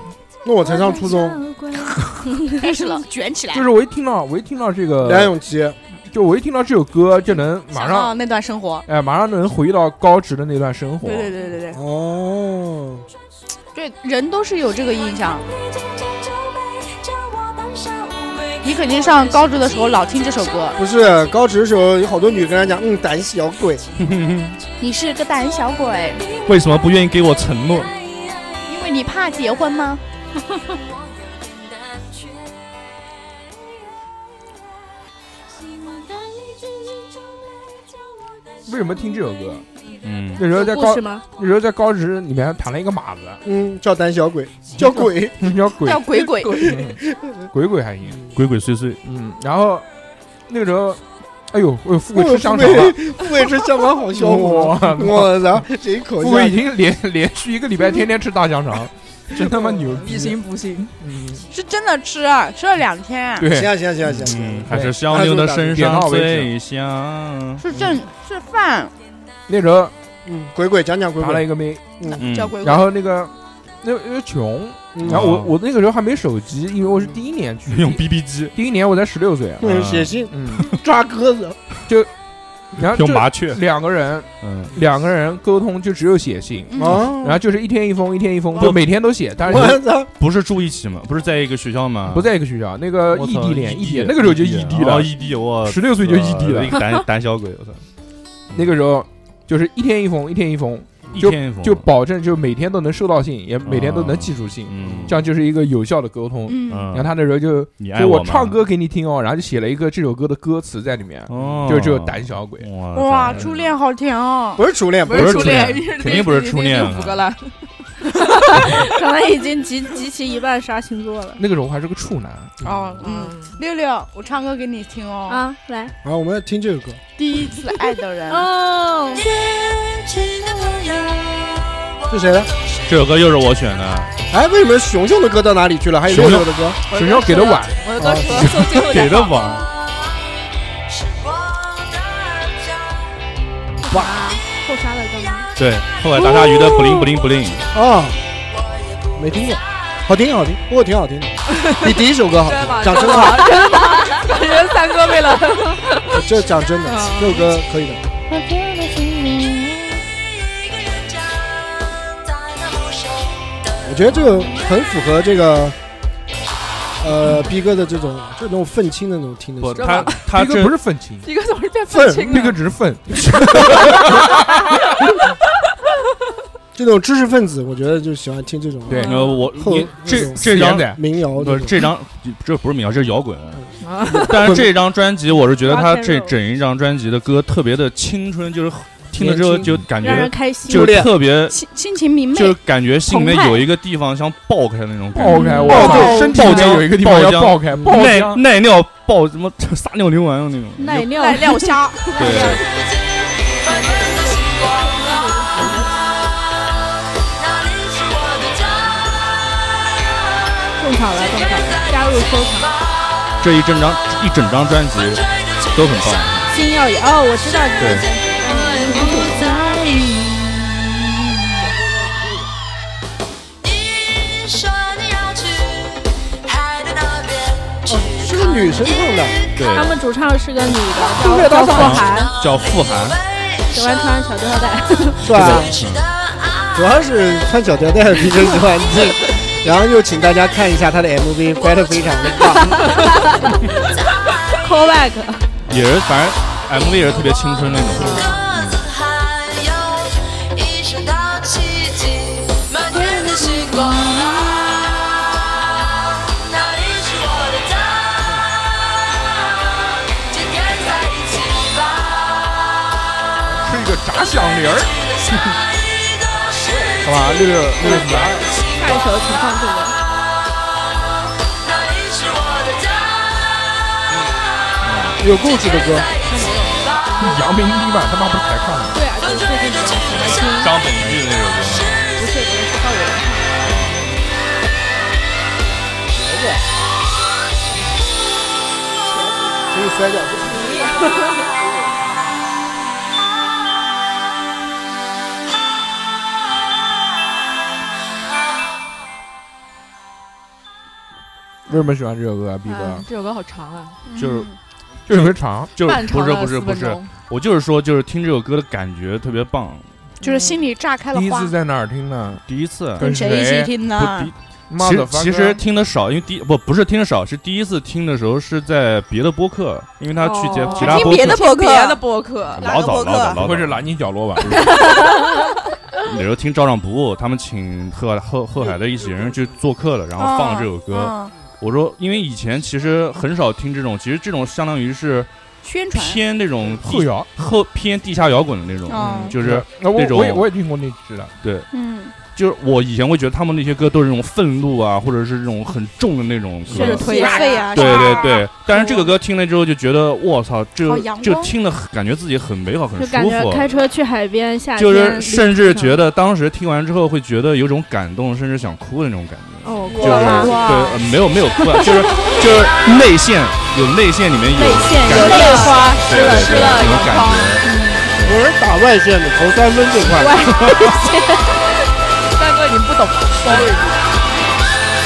Speaker 5: 那我才上初中，。
Speaker 4: 开 始了，卷起来
Speaker 1: 就。是我一听到我一听到这
Speaker 5: 梁
Speaker 1: 个，
Speaker 5: 咏琪，
Speaker 1: 就我一听到这首歌就能马
Speaker 4: 想到
Speaker 1: 上
Speaker 4: 那段生活，
Speaker 1: 哎马上能回忆到高职的那段生活，
Speaker 4: 对对对对
Speaker 5: 哦，
Speaker 4: 对，对人都是有这个印象。你肯定上高中的时候老听这首歌，
Speaker 5: 不是高职的时候有好多女跟他讲，嗯，胆小鬼，
Speaker 4: 你是个胆小鬼，
Speaker 2: 为什么不愿意给我承诺？
Speaker 4: 因为你怕结婚吗？
Speaker 1: 为什么听这首歌？
Speaker 2: 嗯，
Speaker 1: 那时候在
Speaker 3: 故
Speaker 1: 高
Speaker 3: 事吗？
Speaker 1: 那时候在高职里面谈了一个马子，
Speaker 5: 嗯，叫胆小鬼，叫鬼，
Speaker 1: 叫鬼
Speaker 4: 叫鬼鬼，
Speaker 1: 嗯鬼鬼还行，
Speaker 2: 鬼鬼祟祟，
Speaker 1: 嗯，然后那个时候，哎呦，我富贵
Speaker 5: 我
Speaker 1: 吃香肠了。
Speaker 5: 我也是相反好效果，我操，这一口
Speaker 1: 富贵已
Speaker 5: 气，
Speaker 1: 经连连续一个礼拜天天吃大香肠，真他妈牛
Speaker 6: 比
Speaker 1: 逼！
Speaker 6: 心不行，
Speaker 1: 嗯，
Speaker 4: 是真的吃，吃了两天，
Speaker 5: 行
Speaker 1: 对，
Speaker 5: 啊行啊行啊行啊
Speaker 2: 嗯
Speaker 5: 行，
Speaker 2: 还是小妞的身
Speaker 1: 点到
Speaker 2: 上
Speaker 1: 为止
Speaker 2: 最香，
Speaker 4: 是正是饭，
Speaker 1: 那时候
Speaker 5: 嗯，鬼鬼讲讲鬼
Speaker 1: 谈了
Speaker 5: 鬼，
Speaker 1: 一个妹，
Speaker 2: 嗯
Speaker 4: 叫鬼鬼
Speaker 1: 然。后那个那那穷，
Speaker 5: 嗯
Speaker 1: 然后我
Speaker 2: 哦
Speaker 1: 我那个时候还没手机，因为我是第一年去，
Speaker 2: 用 BB 机，
Speaker 1: 第一年我才十六 岁，
Speaker 5: 嗯写信
Speaker 1: 嗯，
Speaker 5: 抓鸽子，
Speaker 1: 然后
Speaker 2: 用
Speaker 1: 这
Speaker 2: 麻雀，
Speaker 1: 两个人
Speaker 2: 嗯，
Speaker 1: 两个人沟通就只有写信，
Speaker 4: 嗯，
Speaker 5: 啊
Speaker 1: 然，后就是一天一封，一天一封，
Speaker 2: 哇
Speaker 1: 就每天都写，但是
Speaker 5: 我操，
Speaker 2: 不是住一起吗？不是在一个学校吗？
Speaker 1: 不在一个学校，那个
Speaker 2: 我
Speaker 1: 异
Speaker 2: 操
Speaker 1: 地恋，异
Speaker 2: 地
Speaker 1: 地，那个时候就异
Speaker 2: 异
Speaker 1: 地了，
Speaker 2: 异地，我
Speaker 1: 十六岁就异地
Speaker 2: 呃
Speaker 1: 了
Speaker 2: 一，个胆胆小鬼，我操，
Speaker 1: 那个时候就是一天一封，一天一封，
Speaker 2: 一天一封
Speaker 1: 就保证就每天都能收到信，也每天都能记住信，
Speaker 2: 嗯
Speaker 1: 这样就是一个有效的沟通。
Speaker 3: 嗯，
Speaker 1: 然后他那时候就
Speaker 2: 你爱
Speaker 1: 就
Speaker 2: 我
Speaker 1: 我
Speaker 2: 吗
Speaker 1: 唱歌给你听哦，然后就写了一个这首歌的歌词在里面，
Speaker 2: 哦
Speaker 1: 就就胆小鬼。
Speaker 4: 哇，初恋好甜哦，
Speaker 5: 不是初恋，
Speaker 6: 不
Speaker 2: 不
Speaker 6: 是
Speaker 2: 是初
Speaker 6: 恋，
Speaker 2: 恋肯定不是初恋啊
Speaker 6: 五个了，
Speaker 3: 可能已经集集齐一半啥星座 了。
Speaker 1: 那个时候我还是个处男，
Speaker 4: 哦，嗯，
Speaker 6: 嗯，
Speaker 4: 六六，我唱歌给你听哦。
Speaker 3: 啊，来
Speaker 5: 啊，我们要听这个歌，
Speaker 4: 第一次爱的 人，
Speaker 3: 哦，
Speaker 5: 是谁的？
Speaker 2: 这首歌又是我选的，
Speaker 5: 哎，为什么熊熊的歌到哪里去了？还有
Speaker 2: 熊
Speaker 5: 六
Speaker 2: 熊啊
Speaker 5: 六的歌，
Speaker 1: 首先我给的晚，
Speaker 6: 我的歌除了送最后
Speaker 2: 给
Speaker 6: 两
Speaker 2: 的
Speaker 6: 行
Speaker 2: 网，
Speaker 3: 后沙的歌吗？
Speaker 2: 对，后来大鲨鱼的 bling bling bling，
Speaker 1: 哦
Speaker 5: 啊，没听过，好听好听，不过挺好听 的，比第一首歌好
Speaker 6: 真吗
Speaker 5: 听。讲真话，
Speaker 6: 感觉三哥为了
Speaker 5: 啊这讲真的，
Speaker 6: 嗯
Speaker 5: 这首歌可以的。我觉得这个很符合这个，呃逼哥的这种这种愤青的那种听的
Speaker 2: 不，
Speaker 5: 声音。
Speaker 2: 他他
Speaker 1: 一个
Speaker 2: 这
Speaker 1: 不是愤青，
Speaker 6: 一个总是变愤青啊
Speaker 1: 那个
Speaker 6: 了，
Speaker 1: 只是愤，
Speaker 5: 这种知识分子，我觉得就喜欢听这种
Speaker 1: 对
Speaker 2: 呃我
Speaker 5: 后
Speaker 2: 你
Speaker 5: 那
Speaker 2: 这
Speaker 5: 种
Speaker 2: 这
Speaker 1: 两
Speaker 2: 张
Speaker 1: 仔
Speaker 5: 民谣
Speaker 2: 不
Speaker 5: 这
Speaker 2: 是
Speaker 5: 种。
Speaker 2: 这张这不是民谣，这是摇滚。
Speaker 1: 嗯
Speaker 6: 啊
Speaker 2: 但是这张专辑，我是觉得他
Speaker 3: Rock and
Speaker 2: 这
Speaker 3: roll
Speaker 2: 整一张专辑的歌特别的青春，就是听了之后
Speaker 5: 年轻
Speaker 2: 就感
Speaker 3: 让
Speaker 2: 觉
Speaker 3: 人开心。
Speaker 2: 就是特别，
Speaker 4: 心心情明
Speaker 2: 就是
Speaker 4: 媚，
Speaker 2: 感觉心里面
Speaker 4: 澎湃
Speaker 2: 有一个地方想爆开那种感觉
Speaker 1: 爆开，
Speaker 3: 嗯
Speaker 1: 我
Speaker 2: 爆
Speaker 1: 靠
Speaker 2: 浆
Speaker 1: 身体里面有一个地方要爆
Speaker 2: 爆
Speaker 1: 开，爆
Speaker 2: 耐
Speaker 1: 浆，
Speaker 2: 耐尿爆什么 撒尿牛丸的那种。
Speaker 3: 奶尿
Speaker 6: 来料 虾，
Speaker 2: 对，
Speaker 3: 中场了，中场了，加入收藏。
Speaker 2: 这一整张一整张专辑都很棒。
Speaker 3: 星耀也哦，我知道你
Speaker 2: 对
Speaker 5: 哦是个女生 唱的，
Speaker 2: 对，
Speaker 3: 他们主唱是个女
Speaker 5: 音乐
Speaker 3: 的，
Speaker 5: 大
Speaker 3: 叫叫傅
Speaker 5: 赏
Speaker 3: 涵，
Speaker 2: 啊叫傅涵，
Speaker 3: 喜欢穿小吊带。
Speaker 5: 是吧？
Speaker 2: 嗯
Speaker 5: 主要是穿小吊带的比较喜欢 听，然后又请大家看一下他的 MV，拍的非常的棒。
Speaker 3: callback，
Speaker 2: 也是反正 MV 也是特别青春那种。
Speaker 1: 是一个炸响铃儿，好吧，六六六六什么？
Speaker 3: 下一首请放这个。
Speaker 5: 有故事的歌，
Speaker 1: 扬名立万，他妈不是才看吗？
Speaker 3: 对啊，就是最近比较喜欢听，
Speaker 2: 张本煜那首歌，
Speaker 3: 不是不是，到我了。
Speaker 5: 给你摔掉。
Speaker 1: 为什么喜欢这首歌啊，逼
Speaker 6: 哎
Speaker 1: 哥？
Speaker 6: 这首歌好长啊，
Speaker 2: 就是
Speaker 1: 就是特别长，
Speaker 2: 就是
Speaker 6: 漫
Speaker 2: 不
Speaker 6: 长
Speaker 2: 是
Speaker 6: 了
Speaker 2: 不是
Speaker 6: 四
Speaker 2: 不
Speaker 6: 分
Speaker 2: 是，
Speaker 6: 钟
Speaker 2: 我就是说就是听这首歌的感觉特别棒。
Speaker 4: 就是心里炸开了
Speaker 1: 第一
Speaker 4: 花
Speaker 1: 次。在哪儿听的？
Speaker 2: 第一次
Speaker 1: 跟
Speaker 4: 谁嗯一起
Speaker 1: 谁？
Speaker 4: 听啊
Speaker 2: 不
Speaker 4: 呢？
Speaker 2: 第
Speaker 1: 妈
Speaker 2: 其
Speaker 1: 的
Speaker 2: 实，其实听的少，因为第一不不是听的少，是第一次听的时候是在别的播客，因为他去其
Speaker 6: 哦
Speaker 2: 其他
Speaker 4: 听
Speaker 2: 播
Speaker 4: 别
Speaker 2: 客
Speaker 4: 的播客，
Speaker 6: 别的播客，
Speaker 2: 老早老早
Speaker 1: 不
Speaker 2: 老
Speaker 1: 会是
Speaker 2: 早，
Speaker 1: 南京角 落吧？
Speaker 2: 有时候听照常不误，他们请后后后海的一些人去做客了，然后放了这首歌。
Speaker 4: 嗯，
Speaker 2: 我说，因为以前其实很少听这种，其实这种相当于是
Speaker 4: 宣传。
Speaker 2: 偏那种地
Speaker 1: 后摇，
Speaker 2: 后偏地下摇滚的那种，
Speaker 4: 嗯
Speaker 2: 就是
Speaker 1: 啊那我
Speaker 2: 那种
Speaker 1: 我也我也听过那支的，
Speaker 4: 嗯，
Speaker 2: 就是我以前会觉得他们那些歌都是那种愤怒啊，或者是这种很重的那种歌，
Speaker 4: 是颓废啊，
Speaker 2: 对对对，但是这个歌听了之后就觉得，我操，这
Speaker 4: 好
Speaker 2: 个
Speaker 4: 阳光
Speaker 2: 这个听了很感觉自己很美好，很
Speaker 3: 就
Speaker 2: 舒
Speaker 3: 感觉
Speaker 2: 服，
Speaker 3: 开车去海边，夏天
Speaker 2: 就是甚至觉
Speaker 3: 得
Speaker 2: 得当时听完之后会觉得有种感动，甚至想哭的那种感觉。
Speaker 3: 哦，
Speaker 2: 就是
Speaker 3: 过了
Speaker 2: 对，呃没有没有哭，啊，就是就是内线有内线里面有
Speaker 3: 泪腺
Speaker 2: 感
Speaker 3: 有
Speaker 2: 觉
Speaker 3: 泪花，
Speaker 2: 对对对，那种感觉。
Speaker 5: 有人打外线的，投三分这块，
Speaker 6: 三哥你不懂，sorry，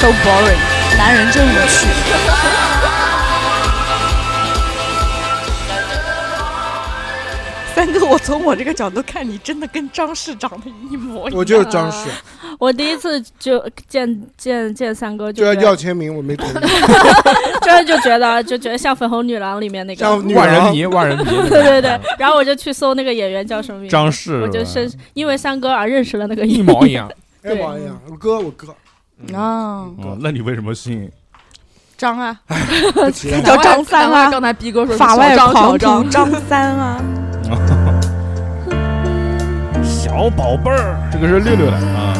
Speaker 4: ，so boring，男人真无趣。三哥，我从我这个角度看，你真的跟张氏长得一模一样。
Speaker 5: 我就是张氏，
Speaker 3: 我第一次就见见见三哥就
Speaker 5: 就要
Speaker 3: 觉得
Speaker 5: 要签名，我没同意。
Speaker 3: 真的就觉得就觉得像《粉红女郎》里面那个，
Speaker 5: 像女
Speaker 1: 啊
Speaker 5: 啊
Speaker 2: 万人
Speaker 5: 郎
Speaker 2: 迷，万 人迷
Speaker 3: 对对对，然后我就去搜那个演员叫什么名字，
Speaker 2: 张氏，嗯
Speaker 3: 我就是
Speaker 2: 吧
Speaker 3: 深因为三哥啊而认识了那个
Speaker 1: 一
Speaker 3: 演
Speaker 1: 毛
Speaker 3: 员
Speaker 1: 一样。
Speaker 5: 哎呀妈呀，我哥我 哥
Speaker 4: 啊，
Speaker 2: 哦，那你为什么信？
Speaker 4: 张啊，
Speaker 5: 不提了。
Speaker 6: 叫
Speaker 4: 张三啊
Speaker 6: 刚才逼哥说是
Speaker 4: 法
Speaker 6: 小
Speaker 4: 外
Speaker 6: 张小
Speaker 4: 狂
Speaker 6: 张
Speaker 4: 徒
Speaker 6: 张三啊，
Speaker 2: 小宝贝儿，这个是六六的啊，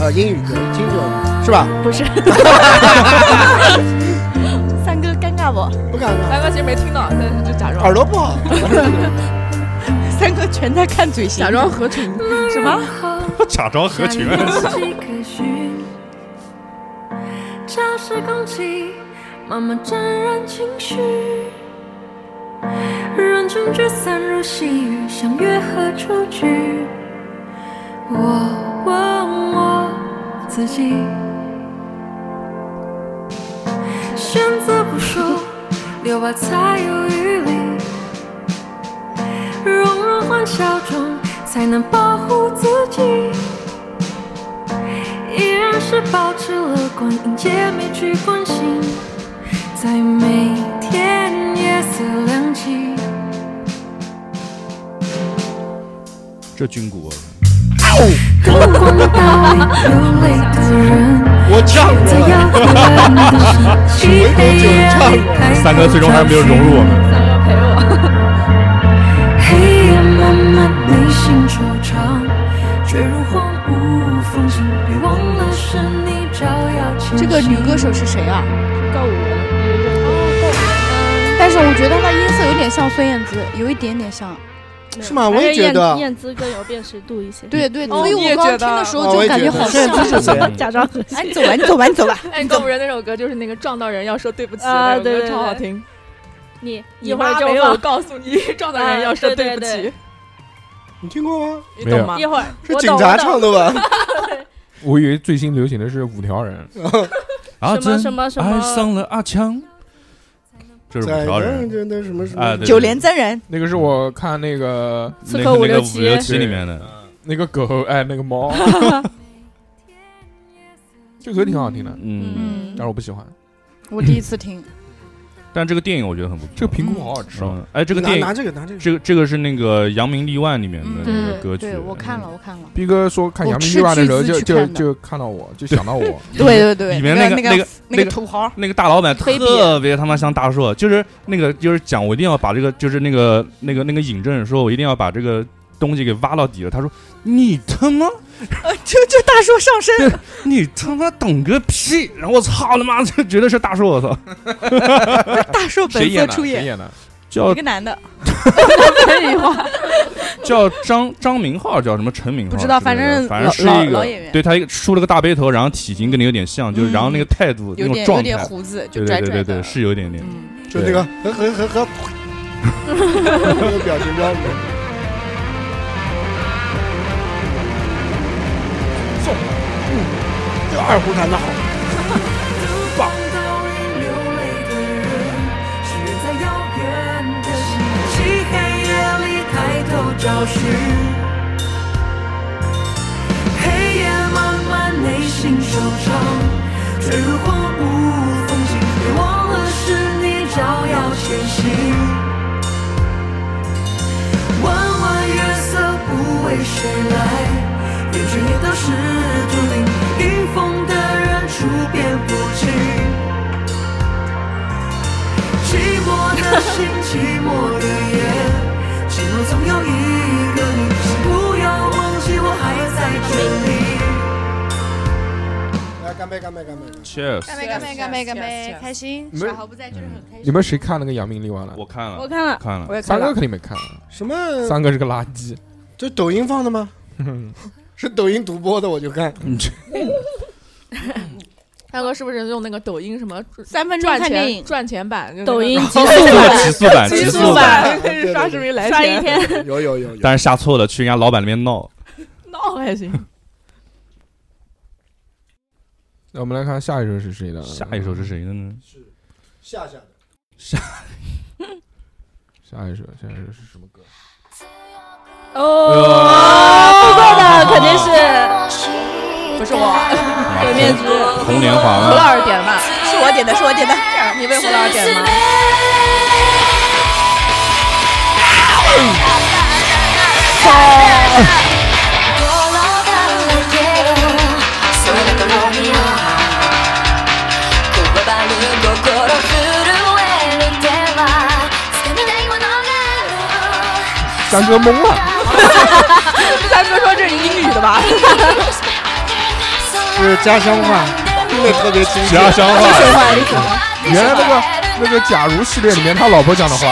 Speaker 5: 啊，英语歌，听着是吧？
Speaker 3: 不是，
Speaker 4: 三哥尴尬不？
Speaker 5: 不敢了，
Speaker 6: 三哥哎其实没听到，但是就假装
Speaker 5: 耳朵不好。
Speaker 4: 三哥全在看嘴型
Speaker 6: 假，装合 群，什么？
Speaker 2: 假装合群。
Speaker 7: 几个虚，潮湿空气慢慢沾染情绪，人群聚散如细雨，相约何处聚？我问我自己，选择不说，留白才有余力，融入欢笑中，才能保护自己。依然是保持乐观，迎接每句关心，在每天夜色亮起。
Speaker 2: 这军鼓，
Speaker 7: 透过你大流泪的人，
Speaker 5: 我唱
Speaker 7: 在
Speaker 5: 过了，
Speaker 7: 摇滚的时期
Speaker 5: 回头
Speaker 7: 被
Speaker 6: 哎
Speaker 5: 就唱过
Speaker 7: 人爱
Speaker 2: 三哥最终还是没有融入我们。
Speaker 6: 三哥陪我，
Speaker 7: 黑夜慢慢内心惆怅，坠入荒芜风景，别忘了是你照耀前行。
Speaker 4: 这个女歌手是谁啊？哦
Speaker 6: 告五人，
Speaker 4: 但是我觉得她音色有点像孙燕姿，有一点点像。
Speaker 5: 是吗
Speaker 3: 还
Speaker 5: 我也
Speaker 3: 是
Speaker 5: 觉
Speaker 3: 燕
Speaker 5: 得
Speaker 3: 燕姿更有辨识度一些。，
Speaker 4: 对对，
Speaker 6: 哦
Speaker 4: 所以
Speaker 6: 你
Speaker 4: 我
Speaker 6: 也
Speaker 4: 刚
Speaker 6: 觉得
Speaker 4: 刚听的时
Speaker 5: 哦
Speaker 4: 候
Speaker 5: 我
Speaker 4: 就
Speaker 5: 也
Speaker 4: 感
Speaker 5: 觉
Speaker 4: 好
Speaker 5: 得孙
Speaker 4: 像
Speaker 5: 燕。姿是谁啊？
Speaker 3: 假装合
Speaker 4: 哎，
Speaker 3: 群。
Speaker 4: 你走吧，你走吧，你走吧。
Speaker 6: 哎，告五人那首歌就是那个撞到人要说对不起，
Speaker 3: 啊
Speaker 6: 那首歌
Speaker 3: 对对
Speaker 6: 超好
Speaker 3: 对
Speaker 6: 听。
Speaker 3: 你一
Speaker 6: 你
Speaker 3: 会儿
Speaker 6: 妈
Speaker 5: 啊
Speaker 3: 就
Speaker 6: 没有
Speaker 3: 放，
Speaker 6: 告诉 你撞到人要说啊对不起，
Speaker 5: 你听过吗？
Speaker 6: 你
Speaker 2: 没有
Speaker 6: 懂吗
Speaker 3: 一？会儿
Speaker 5: 是
Speaker 3: 我
Speaker 5: 警
Speaker 3: 懂
Speaker 5: 察
Speaker 3: 我懂
Speaker 5: 唱的吧？
Speaker 1: 我以为最新流行的是五 条人，
Speaker 2: 啊，
Speaker 3: 什么
Speaker 2: 真
Speaker 3: 什么什么
Speaker 2: 爱上了阿强，这是五
Speaker 5: 在
Speaker 2: 条人
Speaker 5: 真的什么什
Speaker 2: 啊，
Speaker 5: 么
Speaker 2: 对
Speaker 4: 九连真人，
Speaker 1: 那个是我看那个
Speaker 3: 刺
Speaker 2: 那
Speaker 3: 客
Speaker 2: 个那
Speaker 3: 伍六
Speaker 2: 个
Speaker 3: 七
Speaker 2: 五六七里面的，
Speaker 1: 那个狗， 哎，那个 猫，这歌挺好听的，
Speaker 2: 嗯，
Speaker 4: 嗯
Speaker 1: 但，是我不喜欢。
Speaker 4: 我第一次听，
Speaker 2: 但这个电影我觉得很不错。
Speaker 1: 这个苹果好好吃哦，
Speaker 2: 嗯，哎，这个
Speaker 5: 拿
Speaker 2: 电
Speaker 5: 拿
Speaker 2: 影，
Speaker 5: 这个拿这个，
Speaker 2: 这个这个是那个《扬名立万》里面的那
Speaker 4: 嗯
Speaker 2: 个歌曲，
Speaker 4: 对我看了，我看了，
Speaker 1: 逼哥说看《
Speaker 4: 我
Speaker 1: 扬名
Speaker 4: 斥
Speaker 1: 立万》的
Speaker 4: 巨
Speaker 1: 时候，
Speaker 4: 资
Speaker 1: 就
Speaker 4: 去
Speaker 1: 就
Speaker 4: 看的
Speaker 1: 就看到我，就想到我，
Speaker 4: 对对对，
Speaker 2: 嗯里面
Speaker 4: 那
Speaker 2: 那个
Speaker 4: 个
Speaker 2: 那
Speaker 4: 那
Speaker 2: 个
Speaker 4: 土豪，
Speaker 2: 那个大老板
Speaker 4: 黑笔
Speaker 2: 特别他妈像大硕，就是那个就是讲我一定要把这个就是那个那个那个尹正说我一定要把这个东西给挖到底了。他说你他妈
Speaker 4: 就就大叔上身，
Speaker 2: 你他妈懂个屁！然后我操他妈就觉得是大硕， 我操，啊
Speaker 4: 大叔
Speaker 1: 谁
Speaker 4: 本色
Speaker 1: 演的？
Speaker 4: 出
Speaker 1: 谁
Speaker 4: 演，
Speaker 1: 演的？
Speaker 2: 叫
Speaker 4: 一个男的，
Speaker 2: 哦
Speaker 6: 废话，
Speaker 2: 叫张张明浩，叫什么陈明浩之类的，
Speaker 4: 不知道反正
Speaker 2: 反正
Speaker 4: 老
Speaker 2: 是
Speaker 4: 老
Speaker 2: 一
Speaker 4: 老
Speaker 2: 个
Speaker 4: 演员，
Speaker 2: 对他一个梳了个大背头，然后体型跟你有点像，就是
Speaker 4: 嗯
Speaker 2: 然后那个态度那
Speaker 4: 有
Speaker 2: 种
Speaker 4: 点有
Speaker 2: 状
Speaker 4: 点
Speaker 2: 态，
Speaker 4: 胡子，就
Speaker 2: 对
Speaker 4: 拽
Speaker 2: 对
Speaker 4: 拽
Speaker 2: 对
Speaker 4: 的，
Speaker 2: 对对，是有一点点。
Speaker 4: 嗯，
Speaker 5: 就那个呵呵呵呵，那个表情包里面。送，嗯，这二胡弹的好。
Speaker 7: 找寻，黑夜漫漫，内心惆怅，坠入荒芜风景，别忘了是你照耀前行。弯弯月色不为谁来，编织也都是注定。迎风的人处变不惊，寂寞的心，寂寞的夜，寂寞总有一个你。请不要忘记我还在这里。
Speaker 5: 来，干杯，干杯，干杯！
Speaker 2: Cheers，
Speaker 4: 干杯干杯干杯干杯
Speaker 6: Yes, yes, yes，
Speaker 4: 开心，
Speaker 1: 没
Speaker 4: 小豪不在就是很开心。
Speaker 1: 你们谁看那个《扬名立万》了？
Speaker 2: 我看
Speaker 3: 我
Speaker 2: 了
Speaker 3: 看了，
Speaker 2: 看了，
Speaker 4: 我也
Speaker 1: 三哥
Speaker 4: 看了，
Speaker 1: 肯定没看，啊
Speaker 5: 什么？
Speaker 1: 三哥是个垃圾。
Speaker 5: 这抖音放 的吗？是抖音独播的，我就看。
Speaker 6: 大哥是不是用那个抖音什么
Speaker 4: 三分钟
Speaker 6: 赚
Speaker 4: 看电
Speaker 6: 钱
Speaker 4: 影，
Speaker 6: 赚钱版？就那个
Speaker 3: 抖音 极速
Speaker 2: 极速
Speaker 3: 版
Speaker 2: 版，极速版，
Speaker 6: 极
Speaker 2: 极
Speaker 6: 速
Speaker 2: 速
Speaker 6: 版
Speaker 2: 版。
Speaker 5: 对对对
Speaker 6: 刷视频
Speaker 2: 哎
Speaker 6: 来
Speaker 3: 刷
Speaker 6: 钱
Speaker 3: 一天，
Speaker 5: 有有有有。
Speaker 2: 但是下错了，去人家老板那边闹。
Speaker 6: 闹还行。
Speaker 1: 那我们来看下一首是谁的？
Speaker 2: 下一首是谁的呢？
Speaker 5: 下下的，
Speaker 1: 下一首，下一首是什么歌？
Speaker 3: 哦，不过的肯定是
Speaker 7: 是
Speaker 6: 不是我，
Speaker 2: 啊
Speaker 6: 鬼灭之刃
Speaker 2: 红红莲华
Speaker 6: 胡老
Speaker 2: 吗？
Speaker 6: 二 点的吧？是我点的，是我点的。你为胡老二点的吗？
Speaker 1: 三哥懵了，
Speaker 6: 三哥说这是英语的吧？
Speaker 5: 是家乡话，听得特别清楚。
Speaker 2: 家乡哎话，
Speaker 1: 原来那个那个假如系列里面他老婆讲的话，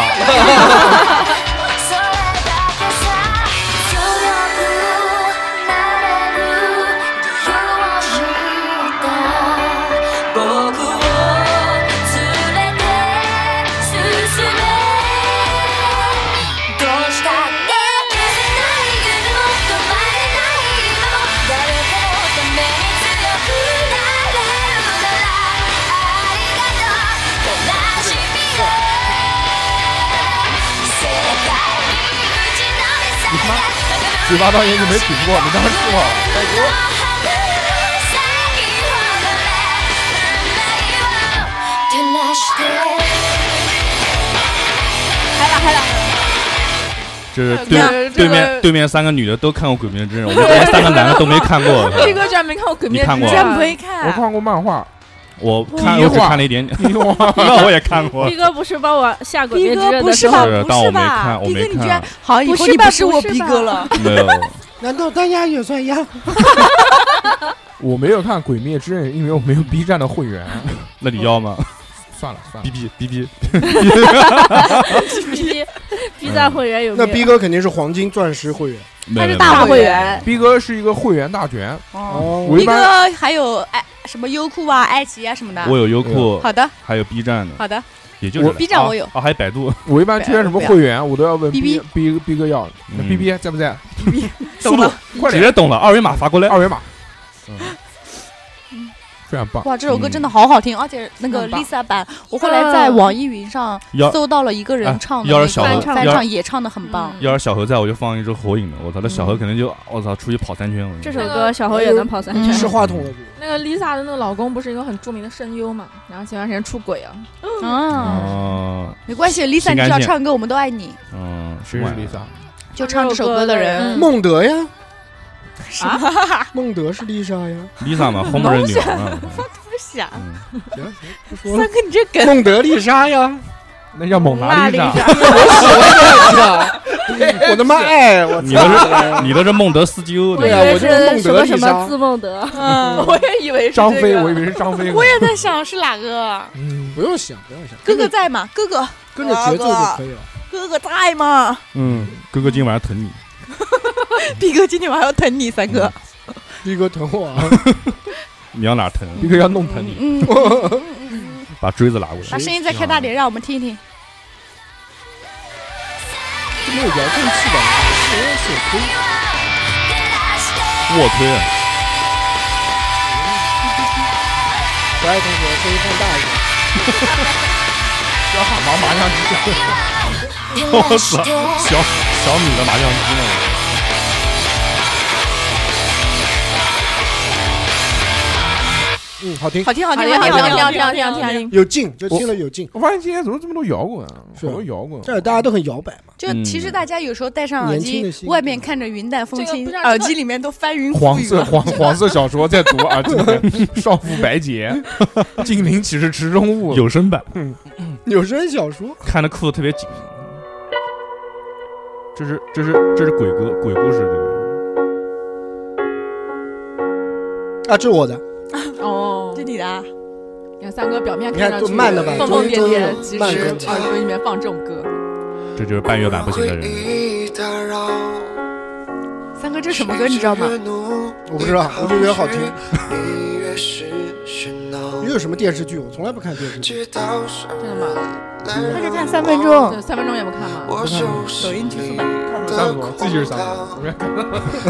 Speaker 1: 嘴巴当年就没挺过，你当时说好
Speaker 2: 就是对对面对面三个女的都看过《鬼灭之刃》，我们这边三个男的都没看过。
Speaker 6: 力哥居然没看过《鬼灭之刃
Speaker 2: 你》，
Speaker 3: 看过吗居然没
Speaker 1: 我
Speaker 6: 看。
Speaker 1: 看过漫画，
Speaker 2: 我看我只看了一点点，
Speaker 1: 你我
Speaker 2: 那我也看过
Speaker 3: 逼，哥不是帮我下鬼灭
Speaker 6: 逼
Speaker 3: 之
Speaker 6: 哥
Speaker 3: 刃
Speaker 6: 不
Speaker 3: 的时
Speaker 6: 是
Speaker 3: 候
Speaker 6: 吧？，
Speaker 2: 是但
Speaker 6: 不
Speaker 2: 我
Speaker 6: 是
Speaker 2: 没
Speaker 6: 吧
Speaker 2: 看？我
Speaker 6: 逼
Speaker 2: 没
Speaker 6: 哥，你居
Speaker 2: 看
Speaker 6: 然好，以
Speaker 3: 不
Speaker 6: 后
Speaker 3: 是
Speaker 6: 你
Speaker 3: 吧
Speaker 6: 不是
Speaker 3: 不
Speaker 6: 我
Speaker 3: 是
Speaker 6: 逼
Speaker 3: 吧
Speaker 6: 哥 了。
Speaker 2: 没有。
Speaker 5: 难道单鸭也算鸭？
Speaker 1: 我没有看《鬼灭之刃》，因为我没有 B 站的会员。
Speaker 2: 那你要吗？
Speaker 1: 算了算
Speaker 2: 哔
Speaker 1: 了，
Speaker 2: 哔哔哔，
Speaker 3: 逼逼赞会员有没
Speaker 5: 那
Speaker 3: 有？
Speaker 5: 逼哥肯定是黄金钻石会员。
Speaker 2: 没有没有
Speaker 3: 大
Speaker 6: 会
Speaker 3: 会
Speaker 6: 员
Speaker 3: 员，
Speaker 1: 逼哥是一个会员大全，
Speaker 4: 哦，
Speaker 5: 哦
Speaker 1: 我一
Speaker 4: 一
Speaker 1: 般
Speaker 4: 个还有哎什么优酷啊、爱奇艺啊什么的。
Speaker 2: 我有优酷，
Speaker 4: 好的，
Speaker 2: 还有 B 站的，
Speaker 4: 好的，
Speaker 2: 也就是
Speaker 1: 我
Speaker 4: B 站我有
Speaker 2: 啊，啊还有百度，
Speaker 1: 我一般缺什么会员，我都要问
Speaker 4: 哔
Speaker 1: 逼
Speaker 4: 哔
Speaker 1: 逼逼哥要。那
Speaker 2: 嗯
Speaker 1: 逼逼在不在？
Speaker 2: 速度
Speaker 1: 快
Speaker 2: 直
Speaker 1: 点，
Speaker 2: 接懂了，二维码发过来。
Speaker 1: 二维码。非常棒，
Speaker 4: 哇，这首
Speaker 2: 嗯
Speaker 4: 歌真的好好听，而且那个
Speaker 6: 很棒
Speaker 4: Lisa 版，我后来
Speaker 6: 嗯
Speaker 4: 在网易云上
Speaker 2: 要
Speaker 4: 搜到了一个人唱的
Speaker 2: 哎要
Speaker 4: 那
Speaker 2: 是小
Speaker 4: 个
Speaker 3: 何
Speaker 4: 翻
Speaker 2: 要
Speaker 4: 唱，也唱的很 棒。
Speaker 2: 要是小何在我就放一首火影的，我操，那小何
Speaker 4: 嗯
Speaker 2: 肯定就我操出去跑三圈。我跟你
Speaker 3: 这
Speaker 2: 说
Speaker 3: 首歌小侯也能跑三
Speaker 4: 嗯
Speaker 5: 吃
Speaker 3: 圈。
Speaker 5: 话筒了，
Speaker 6: 那个 Lisa 的那个老公不是一个很著名的声优嘛，然后前段时间出轨啊，
Speaker 4: 啊，
Speaker 2: 哦，
Speaker 4: 没关系，Lisa，
Speaker 2: 心甘
Speaker 4: 你只要
Speaker 2: 情
Speaker 4: 唱歌，我们都爱你。
Speaker 2: 嗯，
Speaker 1: 谁是 Lisa？
Speaker 4: 就唱这首歌的人，
Speaker 6: 嗯
Speaker 5: 孟德呀，
Speaker 6: 啊，
Speaker 5: 孟德是丽莎呀。
Speaker 2: Lisa 嘛，后面是女王嘛。
Speaker 4: 不想
Speaker 2: 嗯
Speaker 5: 行行，不说
Speaker 4: 三
Speaker 5: 了。
Speaker 4: 哥，你这梗
Speaker 5: 孟德丽莎 呀，
Speaker 1: 那叫蒙娜丽莎。
Speaker 5: 我的妈哎，我
Speaker 2: 你的是你的是孟德斯基欧
Speaker 5: 对啊
Speaker 2: 的，
Speaker 5: 我
Speaker 3: 以
Speaker 5: 就
Speaker 3: 为
Speaker 5: 是
Speaker 3: 什么什
Speaker 5: 孟德丽莎
Speaker 3: 么自梦德，
Speaker 6: 嗯 我也以为 是
Speaker 1: 张
Speaker 6: 这
Speaker 1: 飞，
Speaker 6: 个
Speaker 1: 我以为是张飞。
Speaker 4: 我也在想是哪个？
Speaker 1: 嗯，
Speaker 5: 不用想，不用想，
Speaker 4: 哥哥在吗？哥哥，
Speaker 5: 跟着节奏就可以了。
Speaker 4: 哥哥在吗？
Speaker 2: 嗯，哥哥今晚上疼你，
Speaker 4: 毕哥今天晚上要疼你，三
Speaker 2: 嗯
Speaker 4: 哥。
Speaker 5: 逼哥疼我啊！
Speaker 2: 你要哪疼？
Speaker 1: 逼哥要弄疼你。
Speaker 4: 嗯，
Speaker 2: 把锥子拿过来。
Speaker 4: 把声音再开大点，
Speaker 2: 啊
Speaker 4: 让我们听一听。
Speaker 5: 这没有遥控器的，没有手推。
Speaker 2: 卧推，
Speaker 5: 小爱同学声音放大一点。
Speaker 1: 小海王麻将机讲，
Speaker 2: 我操，小小米的麻将机呢？
Speaker 5: 嗯，好听，
Speaker 4: 好听，好
Speaker 6: 好
Speaker 4: 听，
Speaker 6: 听
Speaker 4: 听，好
Speaker 6: 好听好
Speaker 4: 听，
Speaker 6: 听
Speaker 4: 好
Speaker 6: 好
Speaker 4: 听，
Speaker 6: 听
Speaker 4: 好
Speaker 6: 好
Speaker 4: 听。
Speaker 6: 听，
Speaker 5: 有劲，就听了有劲。
Speaker 1: 我发现今天怎么这么多摇滚啊？
Speaker 5: 是
Speaker 1: 好多摇滚。
Speaker 5: 这大家都很摇摆嘛，
Speaker 4: 就其实大家有时候戴上耳
Speaker 5: 嗯年轻的
Speaker 4: 机，
Speaker 5: 心
Speaker 4: 外面看着云淡风
Speaker 6: 这个
Speaker 4: 轻
Speaker 6: 不，让
Speaker 4: 耳机里面都翻云覆
Speaker 1: 黄
Speaker 4: 雨
Speaker 1: 色
Speaker 4: 了。
Speaker 1: 黄黄色小说在读啊，这个 少妇白洁，精灵岂是池中物？
Speaker 2: 有声版，
Speaker 5: 有声小说。
Speaker 2: 看的裤子特别紧。这是这是这是鬼歌鬼故事的，
Speaker 5: 啊，这是我的，
Speaker 6: 哦
Speaker 4: 这，你的啊，
Speaker 6: 你看三哥表面
Speaker 5: 你看
Speaker 6: 上去
Speaker 5: 都慢了吧
Speaker 6: 疯疯癫
Speaker 5: 终于
Speaker 6: 癫，
Speaker 5: 终
Speaker 6: 其
Speaker 5: 于
Speaker 6: 实
Speaker 5: 慢
Speaker 6: 耳
Speaker 5: 更加
Speaker 6: 朵里面放这种歌，
Speaker 2: 这就是半月板不行的人。
Speaker 8: 人。
Speaker 4: 三哥这是什么歌你知道吗？？
Speaker 5: 我不知道，我就觉得好听。。
Speaker 8: 你越是喧闹，
Speaker 5: 又有什么电视剧？我从来不看电视剧。
Speaker 8: 知道什么
Speaker 6: 真的吗？
Speaker 8: 那
Speaker 4: 就看三分钟。
Speaker 6: 对，三分钟也不看吗？
Speaker 8: 我收拾
Speaker 4: 抖音极速
Speaker 1: 三国，自己是三国，我
Speaker 8: 国。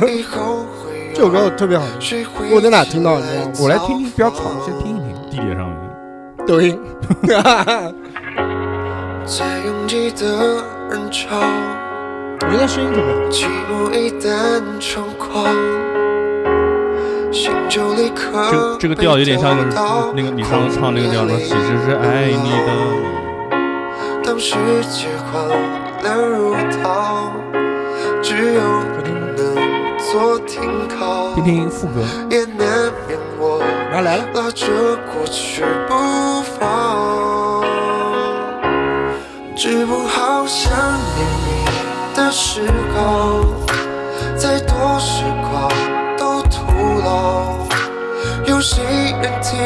Speaker 1: 来
Speaker 8: 以后会有
Speaker 5: 这首歌我特别好听，
Speaker 8: 谁会
Speaker 5: 我在哪听到的
Speaker 8: 来
Speaker 1: 我来听听，不要吵，先听一听。
Speaker 2: 地铁上面，
Speaker 5: 抖音。
Speaker 8: 在拥挤的人潮，
Speaker 5: 我觉得声音特别好。
Speaker 8: 寂寞一旦猖狂，
Speaker 5: 嗯
Speaker 2: 这个这个调有点像就是那个你上次唱那个调说其实是爱你的，
Speaker 8: 当世界快乐如刀，只有你能做停靠，
Speaker 1: 听听副歌，
Speaker 8: 也难免我
Speaker 5: 拿来了，
Speaker 8: 拉着过去不放，只不好想念你的时候，再多时光都徒劳。有谁能替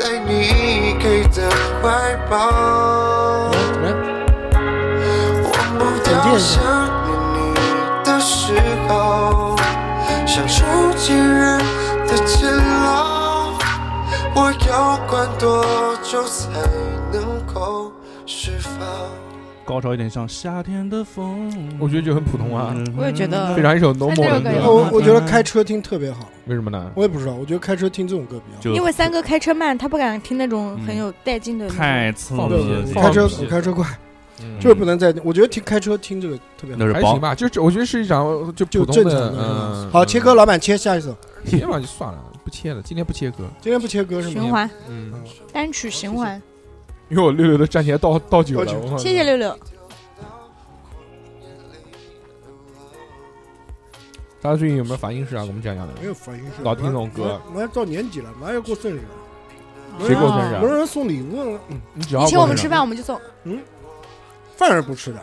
Speaker 8: 代你给的怀抱？
Speaker 5: 怎么样？
Speaker 8: 忘不掉想念你的时候，像受情人的煎熬，我要关多久才能够释放？
Speaker 2: 高潮有点像夏天的风。嗯
Speaker 1: 我觉得就很普通啊，
Speaker 5: 嗯
Speaker 4: 我也觉得
Speaker 1: 非常一首 normal 的
Speaker 6: 那这个也
Speaker 1: 歌，啊
Speaker 5: 我我觉得开车听特别好，
Speaker 1: 为什么呢？
Speaker 5: 我也不知道，我觉得开车听这种歌比较好。
Speaker 2: 就
Speaker 3: 因为三哥开车慢，他不敢听那种
Speaker 5: 嗯
Speaker 3: 很有带劲的。
Speaker 2: 太刺激
Speaker 1: 放
Speaker 5: 对，
Speaker 2: 了
Speaker 1: 屁
Speaker 2: 这
Speaker 5: 我，开车
Speaker 2: 个
Speaker 5: 我开车快，
Speaker 1: 嗯
Speaker 5: 就是不能再，我觉得听开车听这个特别好
Speaker 2: 那，是
Speaker 1: 还
Speaker 2: 包
Speaker 1: 行，吧，就是我觉得是一场就
Speaker 5: 就
Speaker 1: 普通
Speaker 5: 正常
Speaker 1: 的，
Speaker 5: 的。
Speaker 1: 嗯，
Speaker 5: 好，切歌，老板切下一首，
Speaker 1: 切嘛就算了，不切了，今天不切歌，
Speaker 5: 今天不切歌是吗？
Speaker 3: 循环
Speaker 1: 嗯，
Speaker 3: 单曲循环，
Speaker 1: 因为我六六都站起来倒倒酒
Speaker 5: 倒
Speaker 1: 了，
Speaker 5: 酒
Speaker 1: 我靠
Speaker 3: 谢谢六六。
Speaker 1: 大家最近有没有烦心事啊？给我们讲讲
Speaker 5: 没
Speaker 1: 的。
Speaker 5: 有反应是
Speaker 1: 老听这种歌，
Speaker 5: 我要到年纪了，马上要过生日了，没
Speaker 1: 谁
Speaker 5: 人
Speaker 1: 过生日啊
Speaker 5: 没？人送礼物了，嗯
Speaker 1: 你只要
Speaker 4: 以前我们
Speaker 1: 过生
Speaker 4: 吃
Speaker 1: 日
Speaker 4: 饭我们就送，
Speaker 5: 饭是不吃的，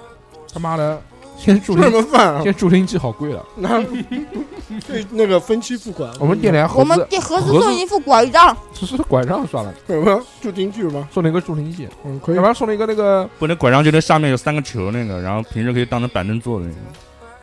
Speaker 1: 他妈的，先助
Speaker 5: 吃什
Speaker 1: 听，
Speaker 5: 么 饭啊？
Speaker 1: 先助听器好贵了。
Speaker 5: 那对那个分期付款，
Speaker 1: 我们电台合
Speaker 4: 我们
Speaker 1: 资
Speaker 4: 给盒子
Speaker 1: 盒子
Speaker 4: 送一副拐杖，
Speaker 1: 只是拐杖算了，
Speaker 5: 什么助听剧吗？
Speaker 1: 送了一个助听器，
Speaker 5: 嗯，可以
Speaker 1: 要不。然送了一个那个
Speaker 2: 不能拐杖，就那下面有三个球那个，然后平时可以当成板凳坐的那个。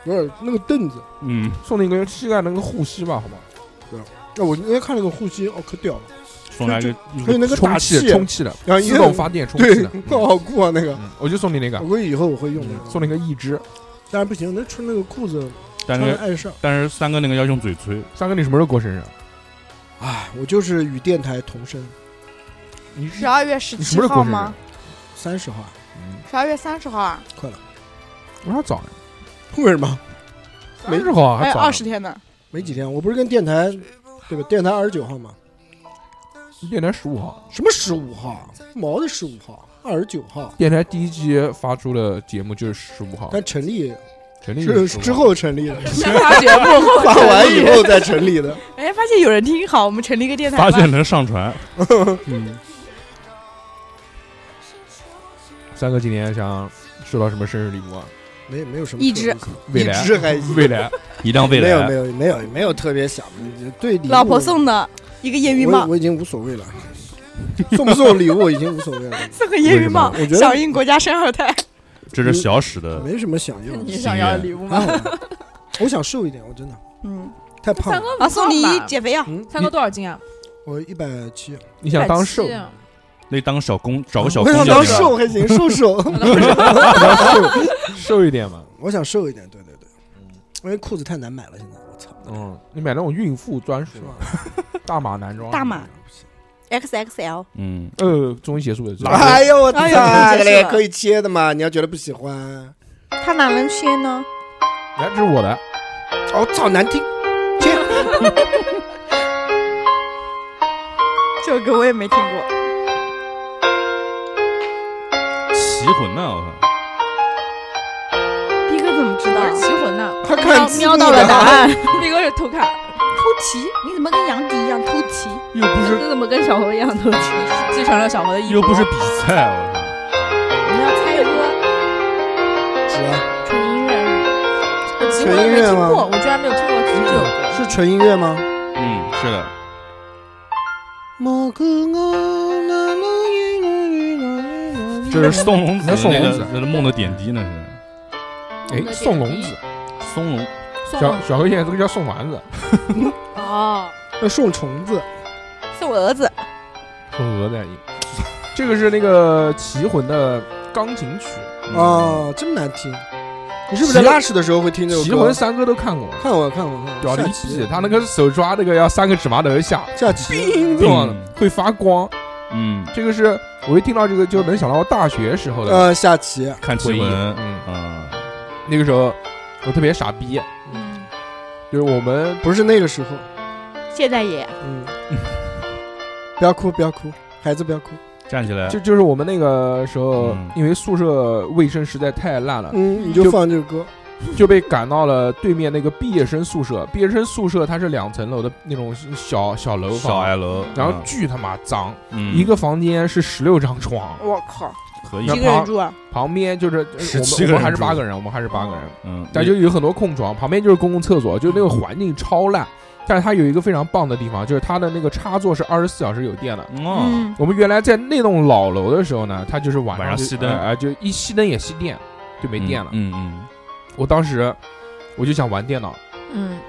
Speaker 5: 不是那个凳子，
Speaker 2: 嗯，
Speaker 1: 送了一个膝盖能够护膝吧，好吗？
Speaker 5: 哎，我那天看那个护膝，哦，可屌了，
Speaker 2: 送来一个
Speaker 5: 还有那个
Speaker 1: 充
Speaker 5: 打
Speaker 1: 气
Speaker 5: 气
Speaker 1: 的，，充气的，
Speaker 5: 然后
Speaker 1: 自动发电充气
Speaker 5: 对
Speaker 1: 的，，
Speaker 5: 那 好酷啊，那个。
Speaker 1: 嗯我就送你那个
Speaker 5: 我，估计以后我会用那
Speaker 1: 嗯
Speaker 5: 个，
Speaker 1: 送了一个一只。
Speaker 5: 但是不行，那穿那个裤子
Speaker 2: 但
Speaker 5: 穿着
Speaker 2: 是
Speaker 5: 碍事儿。
Speaker 2: 但是三哥那个要用嘴吹，
Speaker 1: 三哥，你什么时候过生日啊？
Speaker 5: 唉，我就是与电台同生，
Speaker 1: 你
Speaker 4: 十二月十
Speaker 1: 你什
Speaker 4: 七
Speaker 1: 么时候
Speaker 4: 号
Speaker 1: 过生日
Speaker 4: 吗？？
Speaker 5: 三十号啊，
Speaker 1: 嗯，
Speaker 4: 十二月三十号啊，
Speaker 5: 快了。
Speaker 1: 我还早呢，
Speaker 5: 为什么？
Speaker 1: 没日好
Speaker 4: 还
Speaker 1: 还
Speaker 4: 有
Speaker 1: 啊早
Speaker 4: 二
Speaker 1: 呢
Speaker 4: 十，天呢。
Speaker 5: 没几天，我不是跟电台，对吧？电台二十九号嘛，
Speaker 1: 电台十五号，
Speaker 5: 什么十五号？毛的十五号，二十九号。
Speaker 1: 电台第一期发出的节目就是十五号，
Speaker 5: 但成立
Speaker 1: 成立
Speaker 5: 是
Speaker 1: 15号
Speaker 5: 之后成立的，
Speaker 4: 先发节目后
Speaker 5: 发完以后再成立的。
Speaker 4: 哎，发现有人听，好，我们成立一个电台吧
Speaker 2: 发。现能上传。
Speaker 1: 嗯，三哥今年想收到什么生日礼物啊？
Speaker 5: 没没有什么
Speaker 4: 一
Speaker 5: 特
Speaker 4: 只
Speaker 1: 未
Speaker 5: 别想
Speaker 1: 来
Speaker 5: 一只还
Speaker 1: 未来，
Speaker 2: 一辆未
Speaker 5: 没有没
Speaker 2: 来，啊
Speaker 5: 有没有没有特别想对礼物
Speaker 4: 老婆送的一个
Speaker 5: 我
Speaker 4: 烟
Speaker 5: 已
Speaker 4: 雨帽，
Speaker 5: 我已经无所谓了， 送不送礼物我已经无所谓了，
Speaker 4: 送个烟雨帽
Speaker 5: 为什么我觉，得
Speaker 4: 响应国家生二胎。
Speaker 2: 这是小史的
Speaker 5: 没什么想要的
Speaker 2: 心。愿。
Speaker 4: 物
Speaker 5: 还？好吧我想瘦一点，我真的
Speaker 4: 嗯，
Speaker 5: 太胖
Speaker 6: 三
Speaker 5: 了。
Speaker 6: 哥
Speaker 4: 啊，送你
Speaker 6: 一
Speaker 4: 减肥药，
Speaker 5: 嗯，
Speaker 6: 三哥多少斤啊？
Speaker 5: 我一百七，
Speaker 1: 你想当
Speaker 4: 啊
Speaker 1: 瘦？
Speaker 6: 170
Speaker 2: 那当小公，找个小
Speaker 5: 我
Speaker 2: 公
Speaker 5: 想
Speaker 2: 教
Speaker 5: 当
Speaker 2: 练。
Speaker 5: 瘦还 行，瘦瘦，
Speaker 1: 瘦一点嘛。
Speaker 5: 我想瘦一点，对对对，因为裤子太难买了，现在我操，
Speaker 1: 嗯，你买那种孕妇专属
Speaker 5: 是吧？
Speaker 1: 的大码男装。
Speaker 3: 大码。XXL，
Speaker 2: 嗯，
Speaker 1: 呃，中医邪术也知道。
Speaker 5: 哎呦我操，
Speaker 4: 哎呀
Speaker 5: 这
Speaker 4: 真
Speaker 5: 个
Speaker 4: 是
Speaker 5: 也可以切的嘛，你要觉得不喜欢，
Speaker 3: 他哪能切呢？
Speaker 1: 哎来，这是我的。
Speaker 5: 哦操，难听，切，
Speaker 4: 这首歌我也没听过。
Speaker 2: 棋魂呢？我靠，
Speaker 3: 逼哥怎么知道
Speaker 6: 我？是棋魂呐，
Speaker 5: 他看字
Speaker 3: 瞄到了答案，
Speaker 6: 那个是偷看，
Speaker 3: 偷题？你怎么跟杨迪一样偷题？
Speaker 1: 又不是
Speaker 3: 你怎么跟小猴一样偷题？
Speaker 6: 继承了小猴的衣
Speaker 2: 又
Speaker 6: 服。
Speaker 2: 不是比赛，我靠。
Speaker 3: 我们要猜一个
Speaker 5: 是啊，
Speaker 3: 纯音乐，
Speaker 6: 我棋魂都没听过，我居然没有听过这首歌。
Speaker 5: 是纯音乐吗？
Speaker 2: 嗯，是的，这是宋龙子
Speaker 1: 那宋
Speaker 2: 那
Speaker 1: 龙
Speaker 2: 个
Speaker 1: 子
Speaker 2: 那个梦的点滴呢是。
Speaker 1: 哎，宋龙子，
Speaker 2: 松龙
Speaker 6: 送
Speaker 1: 小小何现在都叫宋丸子、
Speaker 4: 哦，
Speaker 5: 那送呃虫子，
Speaker 4: 送我儿子。
Speaker 1: 宋鹅在音。这个是那个棋魂的钢琴曲，
Speaker 5: 哦，这么难听，你是不是
Speaker 1: 棋
Speaker 5: 在拉屎的时候会听这首
Speaker 1: 棋
Speaker 5: 歌
Speaker 1: 魂？三哥都看过。
Speaker 5: 看我看我看
Speaker 1: 屌
Speaker 5: 我，
Speaker 1: 的
Speaker 5: 下
Speaker 1: 一
Speaker 5: 棋
Speaker 1: 批，啊他那个手抓那个要三个指麻头下，
Speaker 5: 下棋，
Speaker 1: 这样的会发光。
Speaker 2: 嗯，
Speaker 1: 这个是我一听到这个就能想到我大学时候的
Speaker 5: 呃，下棋，
Speaker 2: 看棋
Speaker 1: 回忆。
Speaker 2: 魂，
Speaker 1: 嗯，
Speaker 2: 嗯，
Speaker 1: 那
Speaker 4: 嗯
Speaker 1: 个时候我特别傻逼，就是我们
Speaker 5: 不是那个时候，
Speaker 4: 现在也
Speaker 5: 嗯，不要哭，不要哭，孩子不要哭。
Speaker 2: 站起来
Speaker 1: 就，就是我们那个时候
Speaker 2: 嗯，
Speaker 1: 因为宿舍卫生实在太烂了，
Speaker 5: 嗯，你就
Speaker 1: 就
Speaker 5: 放这个歌。
Speaker 1: 就被赶到了对面那个毕业生宿舍。毕业生宿舍它是两层楼的那种小小楼
Speaker 2: 小矮
Speaker 1: 房，
Speaker 2: 楼，
Speaker 1: 然后巨他妈脏，
Speaker 2: 嗯
Speaker 1: 一个房间是十六张床，
Speaker 4: 我靠，
Speaker 2: 可以
Speaker 1: 那，
Speaker 4: 一个人住啊？
Speaker 1: 旁边就是呃
Speaker 2: 17
Speaker 1: 我们我
Speaker 2: 个
Speaker 1: 们还
Speaker 2: 人
Speaker 1: 是
Speaker 2: 住
Speaker 1: 八个人，我们还是八个人，
Speaker 2: 嗯，
Speaker 1: 但就有很多空床，旁边就是公共厕所，就那个环境超烂。但是它有一个非常棒的地方，就是它的那个插座是二十四小时有电的。
Speaker 2: 哦，
Speaker 1: 我们原来在那栋老楼的时候呢，它就是晚
Speaker 2: 晚上
Speaker 1: 就
Speaker 2: 熄灯
Speaker 1: 哎、哎就一熄灯也熄电，就没电了。
Speaker 2: 嗯嗯，
Speaker 1: 我当时我就想玩电脑，
Speaker 6: 嗯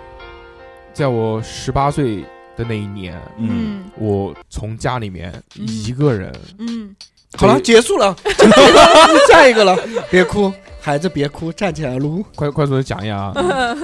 Speaker 1: 在我十八岁的那一年，
Speaker 2: 嗯，
Speaker 1: 我从家里面一个人，
Speaker 6: 嗯，
Speaker 5: 好了，结束了， 下一个了，别哭，孩子别哭，站起来撸。
Speaker 1: 快快速的讲一下啊，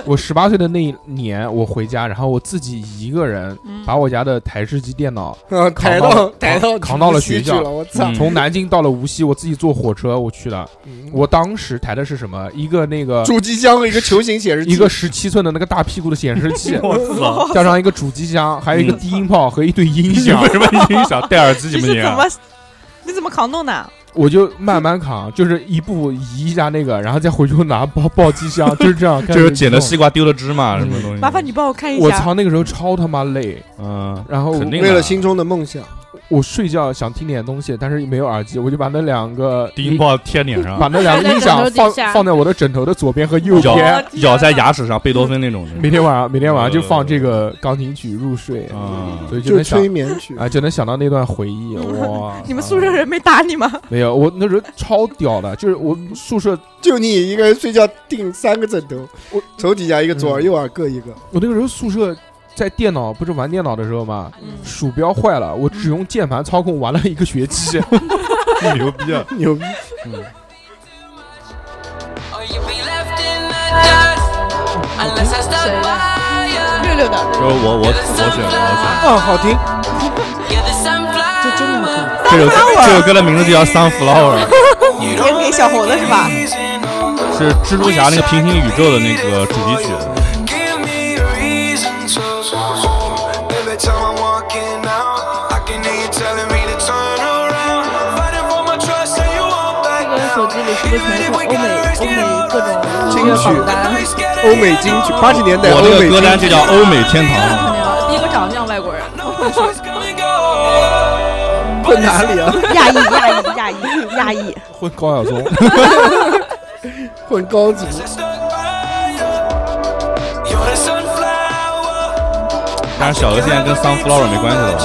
Speaker 1: 我十八岁的那一年，我回家，然后我自己一个人把我家的台式机电脑。
Speaker 5: 嗯，抬
Speaker 1: 扛到
Speaker 5: 到
Speaker 1: 扛
Speaker 5: 抬到
Speaker 1: 扛到了
Speaker 5: 无锡
Speaker 1: 学校
Speaker 5: 去了，我操！
Speaker 2: 嗯，
Speaker 1: 从南京到了无锡，我自己坐火车我去了。
Speaker 5: 嗯
Speaker 1: 我当时抬的是什么？一个那个
Speaker 5: 主机箱和一个球形显示器，
Speaker 1: 一个十七寸的那个大屁股的显示器
Speaker 10: 嗯
Speaker 2: 我操，
Speaker 1: 加上一个主机箱，还有一个
Speaker 2: 嗯
Speaker 1: 低音炮和一对音
Speaker 2: 你
Speaker 1: 响
Speaker 2: 为，什么音响戴耳机
Speaker 10: 你
Speaker 2: 你
Speaker 10: 是
Speaker 2: 们也
Speaker 10: 怎么你怎么扛动的？
Speaker 1: 我就慢慢扛，就是一步移一下那个，然后再回去拿爆爆机箱， 就是这样。
Speaker 2: 就是捡了西瓜丢了芝麻什么东西，
Speaker 10: 麻烦你帮我看一
Speaker 1: 我
Speaker 10: 下。
Speaker 1: 操，那个时候超他妈累，
Speaker 2: 嗯，
Speaker 1: 然后
Speaker 2: 肯定
Speaker 5: 为
Speaker 2: 的
Speaker 5: 了心中的梦想，
Speaker 1: 我睡觉想听点东西，但是没有耳机，我就把那两个
Speaker 2: 第一炮啊贴脸
Speaker 1: 把
Speaker 2: 上，
Speaker 1: 那两个音 响
Speaker 3: 放在枕头
Speaker 1: 放
Speaker 3: 底下
Speaker 1: 放在我的枕头的左边和右边
Speaker 2: 咬。
Speaker 10: 嗯
Speaker 2: 咬在牙齿上，贝多芬那种
Speaker 1: 每
Speaker 2: 的，
Speaker 1: 天晚上，每天晚上就放这个钢琴曲入睡，
Speaker 2: 啊
Speaker 1: 所以就
Speaker 5: 就
Speaker 1: 能想
Speaker 5: 催眠曲。
Speaker 1: 啊，就能想到那段回忆。哇，
Speaker 10: 你们宿舍人没打你吗？
Speaker 1: 没有？我那时候超屌的，就是我宿舍，
Speaker 5: 就你一个人睡觉，定三个枕头，
Speaker 1: 我
Speaker 5: 头底下一个，左耳
Speaker 1: 嗯
Speaker 5: 右耳各一个。
Speaker 1: 我那个时候宿舍在电脑不是玩电脑的时候嘛，鼠标坏了，我只用键盘操控玩了一个学期。
Speaker 2: 牛逼啊！
Speaker 5: 牛逼！
Speaker 3: 啊
Speaker 4: 六六的，
Speaker 2: 就是我我我选我
Speaker 1: 啊
Speaker 5: 嗯，好听。这真的好听。
Speaker 2: 选这首歌这首歌的名字就叫《Sunflower》，
Speaker 10: 也给小猴的是吧？
Speaker 2: 是蜘蛛侠那个平行宇宙的那个主题曲。
Speaker 8: Give me a reason to. Every time I'm walking out, I can hear you telling me to turn around. Fighting for my trust, and you won't
Speaker 6: 这个
Speaker 8: back down.
Speaker 6: 手机里是不是全是欧美欧美各种
Speaker 5: 嗯
Speaker 6: 音乐榜单？
Speaker 5: 金曲欧美金曲，八十年代
Speaker 2: 我
Speaker 5: 欧
Speaker 2: 这
Speaker 5: 美
Speaker 2: 个歌单
Speaker 5: 金曲
Speaker 2: 就叫《欧美天堂》。
Speaker 6: 第一个长得像外国人，
Speaker 5: 混哪里啊？
Speaker 3: 亚裔亚裔亚裔亚裔，
Speaker 1: 混高晓松，
Speaker 5: 混高级。
Speaker 8: You're the sunflower.
Speaker 2: 但是小鹅现在跟 Sunflower 没关系了，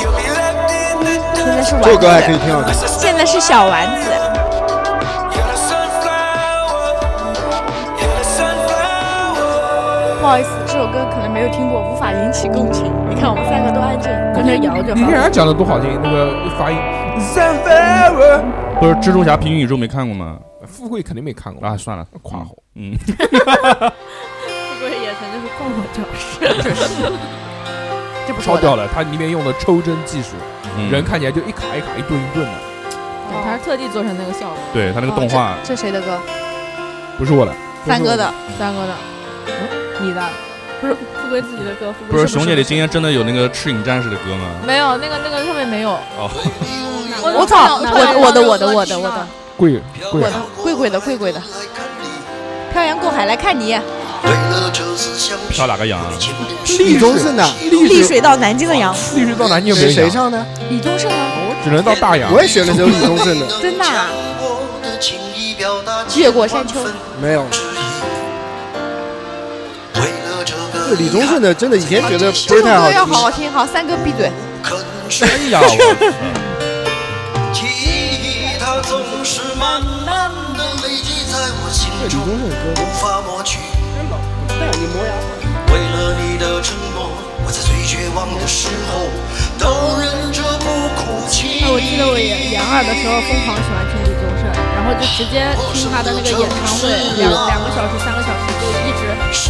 Speaker 8: You'll be left in
Speaker 4: 现在
Speaker 8: the
Speaker 4: 是
Speaker 5: 这首歌还
Speaker 4: 丸
Speaker 5: 可以
Speaker 4: 子，
Speaker 5: 听啊好听。
Speaker 8: dust.
Speaker 4: 现在是小丸子，
Speaker 8: You're the sunflower. You're the sunflower.
Speaker 4: 不好意思，这首歌可能没有听过，无法引起共情。你看我们三个都安静，
Speaker 3: 跟着摇就
Speaker 1: 你
Speaker 3: 好
Speaker 1: 看。人家讲的多好听，那个发音。
Speaker 2: 不是蜘蛛侠平行宇宙没看过吗？
Speaker 1: 富贵肯定没看过
Speaker 2: 啊，，算了，
Speaker 1: 夸我。
Speaker 2: 嗯，
Speaker 3: 富贵也曾经是逛过教室，
Speaker 4: 这不是
Speaker 1: 超
Speaker 4: 我的。
Speaker 1: 屌了，它里面用的抽帧技术，人
Speaker 2: 嗯人
Speaker 1: 看起来就一卡一卡、一顿一顿的。
Speaker 6: 对，他是特地做成那个效果。
Speaker 2: 对他那个动画，
Speaker 4: 这谁的歌？
Speaker 1: 不是我的，
Speaker 4: 三哥的。
Speaker 6: 三哥的，嗯，你的，不是富贵自己的歌，富贵
Speaker 2: 不是熊姐，你
Speaker 6: 的
Speaker 2: 今天真的有那个赤影战士的歌吗？
Speaker 6: 没有那个那个上面没有。
Speaker 2: 哦，
Speaker 4: 我操！我我的我的我的我的
Speaker 1: 贵贵啊
Speaker 4: 我。的贵贵的贵贵的，漂洋过海来看你，
Speaker 2: 飘哪个羊啊？
Speaker 5: 李宗盛的，
Speaker 10: 丽水到南京的羊，
Speaker 1: 历史到南京没
Speaker 5: 谁
Speaker 1: 有
Speaker 5: 啊谁
Speaker 1: 养，
Speaker 5: 唱的？
Speaker 4: 李宗盛啊，
Speaker 1: 只能到大洋
Speaker 5: 我。也选了首李宗盛的，
Speaker 4: 真的啊越过山丘，
Speaker 5: 没有。这李宗盛的真的以前觉得不
Speaker 4: 这
Speaker 5: 是
Speaker 4: 首
Speaker 5: 太
Speaker 4: 歌要好
Speaker 5: 好
Speaker 4: 好听。好，三哥闭嘴。
Speaker 2: 哎呀，我
Speaker 5: 听。这李宗盛的歌，
Speaker 8: 为了你的承诺，我在最绝望的时候都忍着不哭泣。
Speaker 3: 我记得我研研二的时候疯狂喜欢听李宗盛，然后就直接听他的那个演唱会，两两个小时、三个小时就一直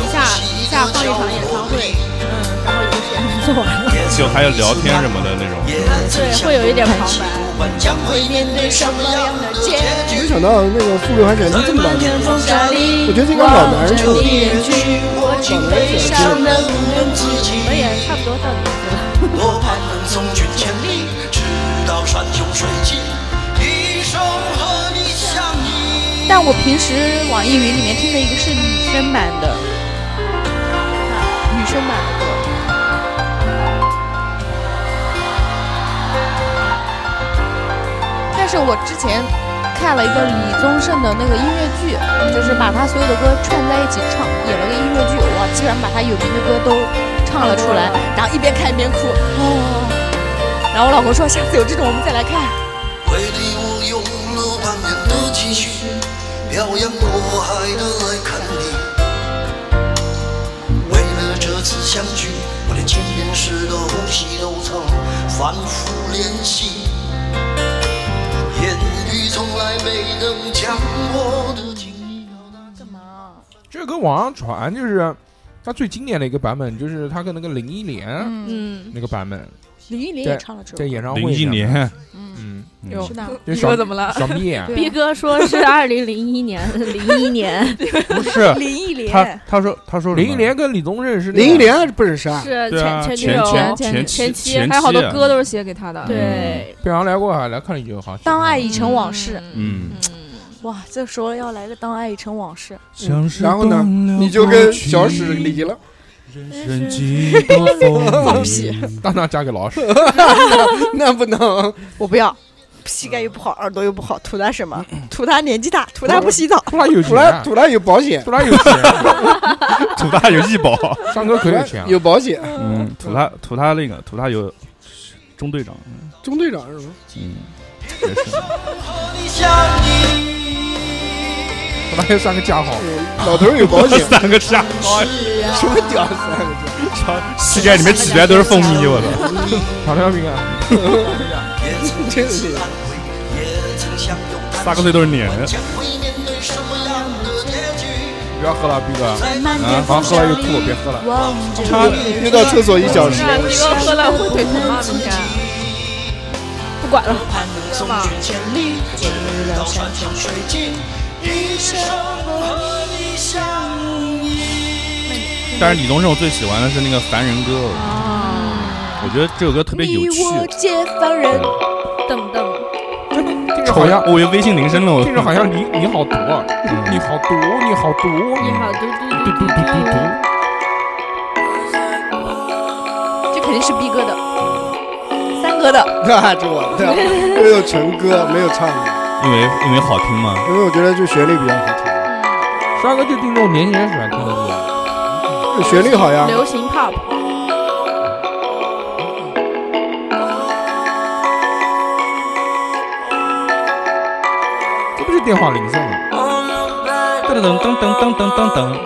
Speaker 3: 一下一下放一场演唱会，嗯，然后一个实验室做完 了。
Speaker 2: 就还有聊天什么的那种，
Speaker 3: 对，会有一点旁白。
Speaker 5: 没想到那个富贵还选了这么老的歌。我觉得这个老男人唱，
Speaker 8: 我去悲伤，能不能自己？
Speaker 11: 我也差不多到年纪了。
Speaker 8: 我盼能送君千里，直到山穷水尽，一生和你相依。
Speaker 4: 但我平时网易云里面听的一个是女生版的，女生版的歌。但是我之前看了一个李宗盛的那个音乐剧，就是把他所有的歌串在一起唱，演了个音乐剧，哇，基本上把他有名的歌都唱了出来，然后一边看一边哭， 哦。然后我老公说，下次有这种我们再来看。
Speaker 8: 为你我用了半年的积蓄，漂洋过海的来看你。为了这次相聚，我连见面时的呼吸都曾反复练习。言语从来没能将我的情意表达
Speaker 4: 干嘛？
Speaker 1: 这个歌网上传就是它最经典的一个版本，就是它跟那个林忆莲
Speaker 4: 嗯，
Speaker 6: 嗯，
Speaker 1: 那个版本，
Speaker 4: 林忆莲也唱了这首
Speaker 1: 在
Speaker 4: 歌。
Speaker 1: 演唱
Speaker 2: 零
Speaker 1: 会
Speaker 2: 一
Speaker 1: 上，
Speaker 2: 年，
Speaker 1: 嗯，
Speaker 2: 嗯
Speaker 3: 是的，
Speaker 1: 就
Speaker 3: 你
Speaker 1: 小
Speaker 3: 说怎么了？
Speaker 1: 小蜜啊，
Speaker 3: 对
Speaker 12: 逼哥说是二零零一年，零一年
Speaker 2: 不是
Speaker 6: 林忆
Speaker 2: 他
Speaker 6: 莲，
Speaker 2: 他说他说什么
Speaker 1: 林忆莲跟李宗盛是那个
Speaker 5: 林忆莲不认识啊？
Speaker 12: 是
Speaker 2: 对啊
Speaker 12: 前女
Speaker 2: 前
Speaker 12: 友
Speaker 2: 前
Speaker 3: 前啊
Speaker 2: 前
Speaker 12: 妻
Speaker 2: 前
Speaker 3: 还有好多
Speaker 2: 妻啊
Speaker 3: 歌都是写给他的。
Speaker 12: 对，
Speaker 1: 北洋来过海来看你就好。
Speaker 4: 当爱已成往事，
Speaker 2: 嗯，
Speaker 6: 哇，这时候要来个《当爱已成往事》，
Speaker 5: 嗯然后呢你就跟小史离了，
Speaker 2: 人生几多风雨
Speaker 6: 放屁，
Speaker 1: 当当嫁给老鼠，嗯
Speaker 5: 那不能。
Speaker 6: 我不要， 膝盖又不好，耳朵又不好，图他什么？图他年纪大，图他不洗澡。
Speaker 1: 突然有
Speaker 5: 突然
Speaker 1: 钱，
Speaker 5: 突然有保险
Speaker 1: 突，然有钱，
Speaker 2: 土大有医 保，
Speaker 1: 上哥可有钱了，
Speaker 5: 有保险。
Speaker 2: 嗯，土大土大那个土大有中队长，
Speaker 5: 中队长是吗？
Speaker 2: 嗯，也是，，
Speaker 1: 突然又上个家豪，
Speaker 5: 老头儿有保险
Speaker 2: 三个傻瓜，
Speaker 5: 什么屌丝啊？我
Speaker 2: 膝盖里面起来都是蜂蜜，我操！
Speaker 1: 糖尿病啊，
Speaker 5: 这真是
Speaker 2: 三个队都是脸，
Speaker 1: 不要喝了，逼哥，
Speaker 2: 啊，
Speaker 1: 然后喝了又吐，别喝了。
Speaker 5: 他又到厕所一小时，
Speaker 3: 那逼哥喝了会腿疼 吗？明天不管了，
Speaker 8: 送君千里，直到山穷水尽，一生和你相依。
Speaker 2: 但是李宗盛我最喜欢的是那个《凡人歌》，我觉得这首歌特别有趣。
Speaker 6: 皆凡人，
Speaker 12: 等等，
Speaker 1: 听着
Speaker 2: 瞅
Speaker 1: 好
Speaker 2: 一下，
Speaker 1: 像，
Speaker 2: 我有微信铃声了，我
Speaker 1: 听着好像你你好毒，啊，你好毒，你好毒，
Speaker 12: 你好，嘟嘟嘟嘟嘟嘟，
Speaker 4: 这肯定是逼哥的。
Speaker 6: 三哥的，
Speaker 5: 那这我的没有陈歌，没有唱的，
Speaker 2: 因为因为好听嘛，
Speaker 5: 因为我觉得就旋律比较好听，
Speaker 1: 三哥就听这种年轻人喜欢听的歌，
Speaker 5: 就旋律好呀。
Speaker 12: 流行 pop，
Speaker 1: 这不是电话铃声吗？
Speaker 2: 噔噔噔噔噔噔噔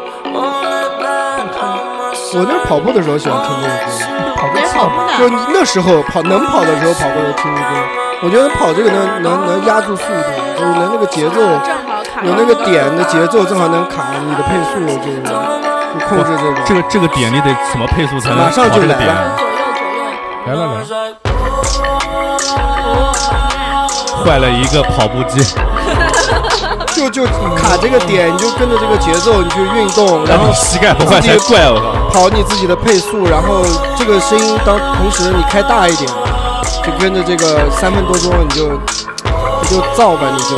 Speaker 5: 我那跑步的时候喜欢听这个
Speaker 1: 跑个操吧，
Speaker 5: 歌，就那时候跑能跑的时候跑步的时候听这个歌，我觉得跑这个能能能压住速度，就是能那个节奏
Speaker 12: 正好卡
Speaker 5: 有那个点的节奏正好能卡你的配速，就是就控制这个。
Speaker 2: 这个这个点你得什么配速才能
Speaker 5: 马上
Speaker 2: 跑
Speaker 5: 就
Speaker 2: 这个
Speaker 5: 来
Speaker 2: 点？
Speaker 12: 左右左右，
Speaker 1: 来了来了，
Speaker 2: 坏了一个跑步机，
Speaker 5: 就就卡这个点，你就跟着这个节奏，你去运动，然
Speaker 2: 让
Speaker 5: 后
Speaker 2: 你膝盖不坏才怪我靠！
Speaker 5: 跑你自己的配速，然后这个声音当同时你开大一点，就跟着这个三分多钟，你就你就造吧，你就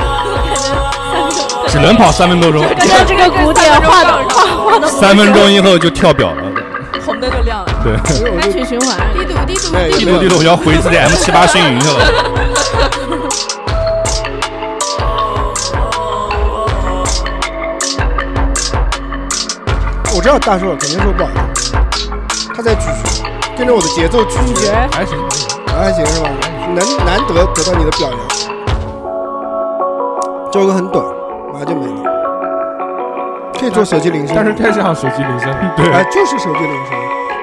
Speaker 2: 只能跑三分多钟，
Speaker 12: 刚刚这个鼓点画的画画的
Speaker 2: 三分钟以后就跳表了。
Speaker 3: 红灯就亮了。
Speaker 2: 对，
Speaker 12: 单曲循环，
Speaker 3: 滴嘟滴嘟，
Speaker 5: 哎
Speaker 2: 地图地图，我要回自己 M 七八星云去了。
Speaker 5: 我知道大硕肯定说不好，他在举手，跟着我的节奏举手，
Speaker 1: 还行，还行
Speaker 5: 还行是吧？难难得得到你的表扬，这首歌很短，马上就没了，可以做手机铃声，
Speaker 1: 但是太像手机铃声了，
Speaker 5: 哎就是手机铃声。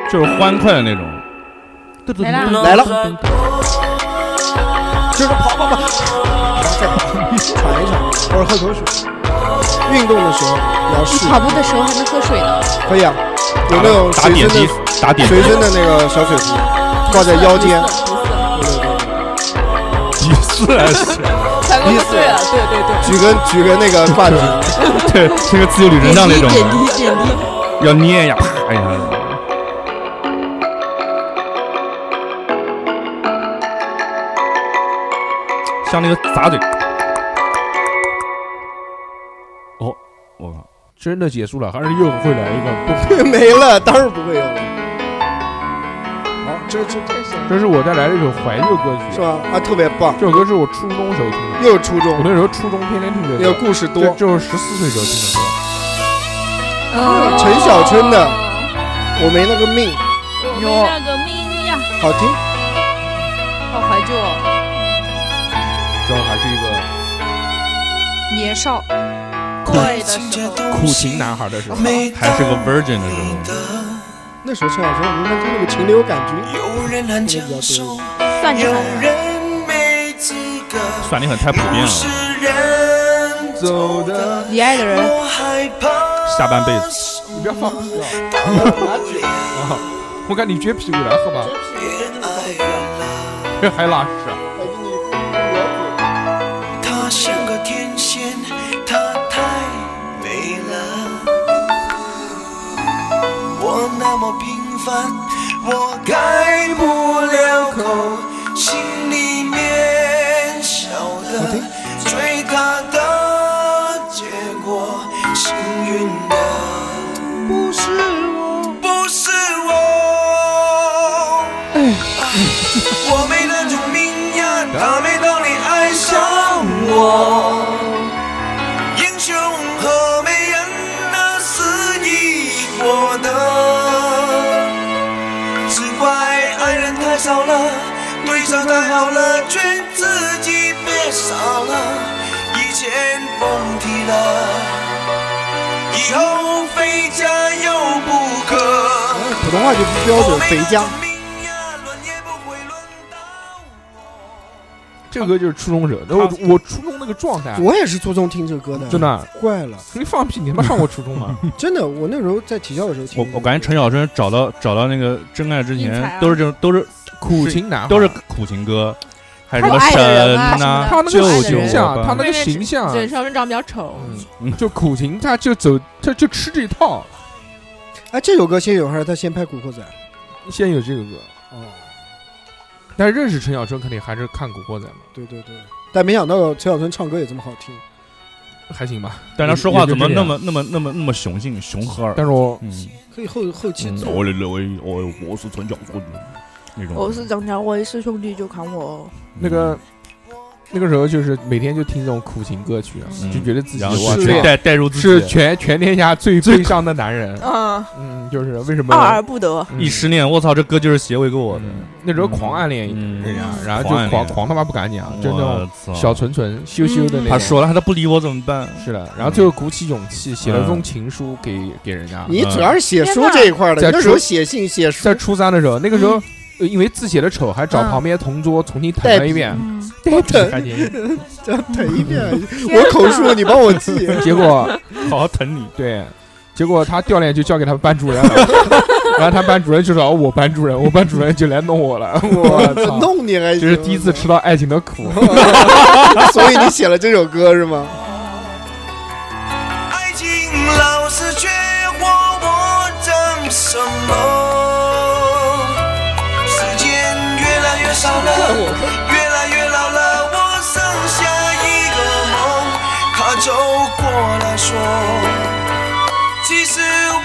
Speaker 2: 就是欢快的那种。
Speaker 12: 来啦。
Speaker 5: 来了，就是跑跑跑， 再跑，喘一喘，或者喝口水。运动的时候也要
Speaker 4: 你
Speaker 5: 试，
Speaker 4: 跑步的时候还能喝水呢。
Speaker 5: 可以啊，有那种
Speaker 2: 打
Speaker 5: 随
Speaker 2: 点
Speaker 5: 身
Speaker 2: 滴
Speaker 5: 的，
Speaker 2: 打点滴
Speaker 5: 随，身的那个小水壶，挂在腰间。对对对
Speaker 2: 第四还是？啊
Speaker 3: 三哥对了，对对对，
Speaker 5: 举个举个那个挂机，
Speaker 2: 对，这个自由女神像那种。
Speaker 6: 点滴点滴，
Speaker 2: 要捏呀，啪一下。像那个砸嘴。哦，我靠，
Speaker 1: 真的结束了，还是又会来一个？不
Speaker 5: 没了，当然不会有了。好，这这这谁？
Speaker 1: 这是我带来的一首怀旧歌曲，
Speaker 5: 是吧？啊，特别棒。
Speaker 1: 这首歌是我初中时候听的，
Speaker 5: 又是初中
Speaker 1: 我那时候初中天天听这
Speaker 5: 那
Speaker 1: 个，
Speaker 5: 个故事多
Speaker 1: 这这是十四岁时候听的歌。
Speaker 5: 陈小春的，我没那个命，
Speaker 3: 有那个命呀，
Speaker 5: 好听。
Speaker 4: 好怀旧哦，
Speaker 1: 之后还是一个
Speaker 4: 年少。
Speaker 1: 对苦情男孩的时候，
Speaker 2: 还是个 virgin 的时候，
Speaker 5: 那时候陈小春，我们听那个情流感觉，这个比较多。
Speaker 4: 算你狠
Speaker 2: 算力很太普遍了。
Speaker 1: 走的
Speaker 4: 你爱的人，
Speaker 2: 下半辈子，
Speaker 1: 你不要放屁啊！啊，我看你撅屁股来，喝吧， 还拉屎啊？
Speaker 8: 他像个天仙，他太美了。我那么平凡，我开不了口，心里面晓得，追她的结果，幸运的不是我，不是我。我没那种命呀，他没道理爱上我。英雄和美人那是一国的，只怪爱人太少了，对手太好了，劝自己别傻了，以前甭提了，以后非家又不可。
Speaker 5: 普通话就不标准，肥家。
Speaker 1: 这个歌就是初中时候，那我我初中那个状态，啊
Speaker 5: 我也是初中听这歌的，
Speaker 1: 真的啊
Speaker 5: 坏了，
Speaker 1: 你放屁，你他妈上过初中啊吗？
Speaker 5: 真的，我那时候在体校的时候听
Speaker 2: 我我感觉陈小春找到找到那个真爱之
Speaker 1: 英才啊
Speaker 2: 前，都是这种都是
Speaker 1: 苦情男孩
Speaker 2: 都是苦情歌，还有
Speaker 1: 他有
Speaker 2: 什么
Speaker 1: 爱的
Speaker 2: 神
Speaker 1: 人啊
Speaker 2: 呐、
Speaker 1: 他那个
Speaker 2: 舅舅
Speaker 1: 形象
Speaker 2: 吧
Speaker 1: 他那个形象嗯
Speaker 6: 对，小春长得比较丑，
Speaker 1: 就苦情，他就走，他就吃这套。
Speaker 5: 哎，这首歌先有还是他先拍《古惑仔》？
Speaker 1: 先有这个歌，
Speaker 5: 哦，
Speaker 1: 但认识陈小春肯定还是看《古惑仔》嘛，
Speaker 5: 对对对，但没想到陈小春唱歌也这么好听。
Speaker 1: 还行吧。
Speaker 2: 但是他说话
Speaker 1: 也就
Speaker 2: 怎么
Speaker 1: 这
Speaker 2: 那
Speaker 1: 样
Speaker 2: 么那么那么那么雄性熊孩儿？
Speaker 1: 但是我
Speaker 2: 嗯，
Speaker 5: 可以后后期
Speaker 2: 嗯
Speaker 5: 做
Speaker 2: 我我我我是陈小春那种，嗯
Speaker 13: 我是张家辉，是兄弟就砍我。
Speaker 1: 那
Speaker 5: 嗯
Speaker 1: 个那个时候就是每天就听这种苦情歌曲啊，
Speaker 2: 嗯
Speaker 1: 就觉得自己
Speaker 2: 然后
Speaker 1: 哇
Speaker 2: 是
Speaker 1: 塞
Speaker 2: 带带入自己
Speaker 1: 是全全天下最悲伤的男人。
Speaker 13: 嗯，
Speaker 1: 嗯，就是为什么
Speaker 13: 二
Speaker 5: 啊
Speaker 13: 而不得。
Speaker 1: 嗯
Speaker 2: 一失恋，我操，这歌就是邪味给我的。嗯
Speaker 1: 那时候狂暗恋
Speaker 5: 哎
Speaker 1: 人家，然后就
Speaker 2: 狂暗
Speaker 1: 狂
Speaker 2: 恋
Speaker 1: 狂他妈不敢讲，就那
Speaker 2: 我
Speaker 1: 种
Speaker 2: 操
Speaker 1: 小纯纯羞羞的那
Speaker 5: 嗯
Speaker 1: 种。
Speaker 2: 他说了，他不理我怎么办？
Speaker 1: 是的，然后最后鼓起勇气写了封情书给给人家。
Speaker 5: 嗯你主要是写书这一块的，
Speaker 1: 嗯在
Speaker 5: 你那时候
Speaker 1: 初
Speaker 5: 写信写书
Speaker 1: 在初三的时候，那个时候呃因为字写的丑，还找
Speaker 5: 嗯
Speaker 1: 旁边同桌重新誊
Speaker 5: 代
Speaker 1: 了一
Speaker 5: 笔
Speaker 1: 遍，
Speaker 5: 我等
Speaker 1: 还行。
Speaker 5: 再等一遍，我口述你帮我记。
Speaker 1: 结果
Speaker 2: 好好疼你。
Speaker 1: 对，结果他掉链就交给他们班主任了，然后他班主任就找我班主任，我班主任就来弄 我了，我操！
Speaker 5: 弄你还
Speaker 1: 这
Speaker 5: 行
Speaker 1: 是第一次吃到爱情的苦，
Speaker 5: 所以你写了这首歌是吗？
Speaker 8: 爱情老是缺我，我争什么？时间越来越少了，越来越老了，我剩下一个梦。他走过来说，其实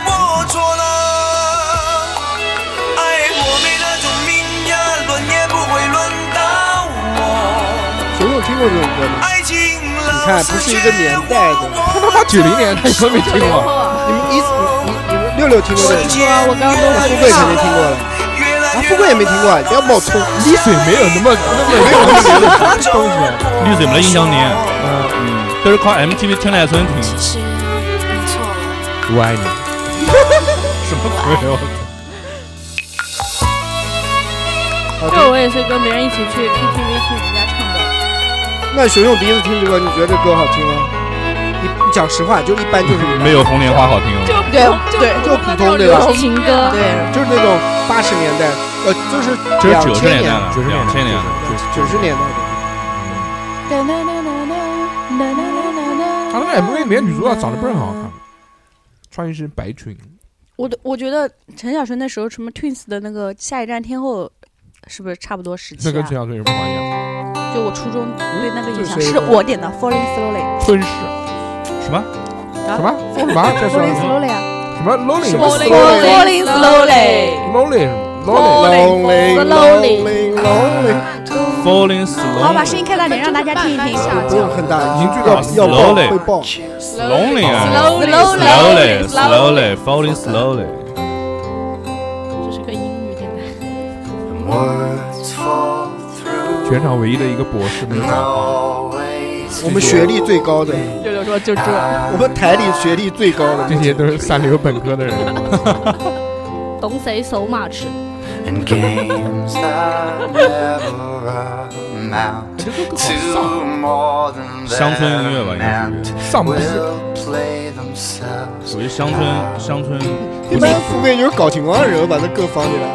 Speaker 8: 我错了。爱我没那种命呀，轮也不会轮到我。
Speaker 5: 谁有听过这首歌吗？
Speaker 8: 爱情
Speaker 5: 你看，不是一个年代的。
Speaker 1: 他他妈九零年他歌没
Speaker 5: 哎
Speaker 1: 听过，
Speaker 5: 你们一你你你们六六听过这首歌？
Speaker 8: 我
Speaker 5: 刚刚都富贵肯定听过了，啊，富贵也没听过，啊，不要冒充。
Speaker 1: 丽水没有那么那么那么那么东西。
Speaker 2: 绿嘴么印象你，嗯，都是靠 MTV 春来春听。
Speaker 1: 我爱你，
Speaker 2: 什么鬼？啊我
Speaker 3: 这我也是跟别人一起去 KTV 听人家唱的，
Speaker 5: 那熊熊第一次听这歌，你觉得这歌好听吗？你你讲实话，就一般就是一般
Speaker 2: 没有红莲花好听哦。
Speaker 13: 对
Speaker 5: 对，就普通对吧？
Speaker 14: 情歌，
Speaker 5: 对，就是那种八十年代，呃，就是
Speaker 2: 这是
Speaker 5: 两
Speaker 2: 九十
Speaker 5: 千
Speaker 2: 年代
Speaker 5: 年，
Speaker 2: 的，两千年的。
Speaker 5: 九十年代的。
Speaker 1: 哎啊他那个 MV 里面女主角长得不是很好看，穿一身白裙，
Speaker 13: 我的我觉得陈小春那时候什么 Twins 的那个下一站天后，是不是差不多时期、啊？
Speaker 1: 那跟陈小春有什么关系啊？
Speaker 13: 就我初中对那个影响
Speaker 1: 这谁
Speaker 13: 是我点的 Falling Slowly。
Speaker 1: 吞噬
Speaker 2: 什么
Speaker 1: 什么什么再说
Speaker 13: Falling
Speaker 1: 一遍
Speaker 13: Slowly 啊，
Speaker 1: 什么 lonely
Speaker 13: Slowly Slowly Slowly
Speaker 1: lonely lonely 什么 lonely
Speaker 13: Slowly
Speaker 2: Falling
Speaker 13: 好，把
Speaker 2: Slowly
Speaker 13: 声音开大点，让大家听一听。
Speaker 5: 不用很大，已经最
Speaker 2: 啊
Speaker 5: 大，要爆
Speaker 2: slowly
Speaker 5: 会爆。
Speaker 2: Slowly 啊
Speaker 13: Slowly
Speaker 2: Slowly Falling Slowly
Speaker 14: 这是个英语电台。
Speaker 1: 全场唯一的一个博士没有讲话，
Speaker 5: 我们学历最高的，
Speaker 6: 六六说就这，
Speaker 5: 我们台里学历最高的，
Speaker 1: 这些都是三流本科的人。
Speaker 14: 懂谁手马吃？
Speaker 8: and games that never amount to more than
Speaker 2: 乡村音乐吧，应该
Speaker 8: meant
Speaker 1: 丧逼
Speaker 8: will play themselves
Speaker 2: 属于乡村乡村
Speaker 5: 一般富贵就是搞情况的人，把它各放起来。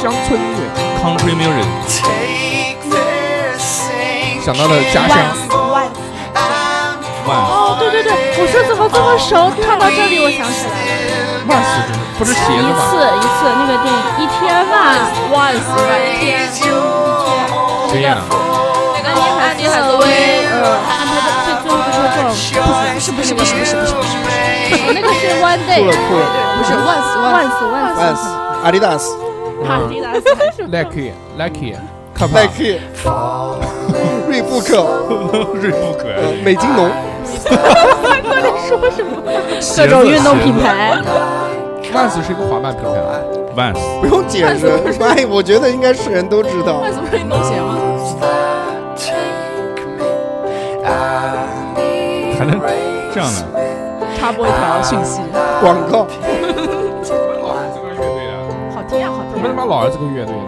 Speaker 1: 乡村音乐，
Speaker 2: country music，
Speaker 8: Take this
Speaker 1: 想到了家乡。
Speaker 2: 万
Speaker 3: 哦，对对对，我说怎么这么熟？看到这里我想起来了，
Speaker 1: 万斯真的不是鞋
Speaker 14: 一
Speaker 1: 子吧？
Speaker 14: 次一次那个电影一天吧，
Speaker 3: 万死吧一天，一天。
Speaker 1: 谁演的？
Speaker 3: 那个安妮海瑟薇，呃，
Speaker 14: 看他的最最后不是这种，
Speaker 13: 不是不是不是不是不是不是，
Speaker 14: 那个是 One
Speaker 5: 吐了
Speaker 14: Day，
Speaker 5: 吐了，
Speaker 6: 不是万死万
Speaker 14: 万死万死，
Speaker 5: 万斯，阿迪达斯，
Speaker 14: 帕迪达斯还是
Speaker 1: Lucky Lucky，看吧
Speaker 5: 耐，克，瑞布克，
Speaker 2: 瑞不可
Speaker 5: 呃美津浓，
Speaker 2: 各
Speaker 13: 各种运动品牌，
Speaker 1: 万斯是一个滑板品牌啊，
Speaker 2: 万斯
Speaker 5: 不用解释。哎，我觉得应该是人都知道。
Speaker 6: 万死不是运动鞋吗？
Speaker 8: that take me I need
Speaker 2: 还能这样的
Speaker 6: 插播一条讯息，
Speaker 5: 广告，
Speaker 1: 这个乐队的，
Speaker 6: 好听呀，好
Speaker 1: 怎么他
Speaker 6: 听。
Speaker 1: 妈老是这个乐队呢？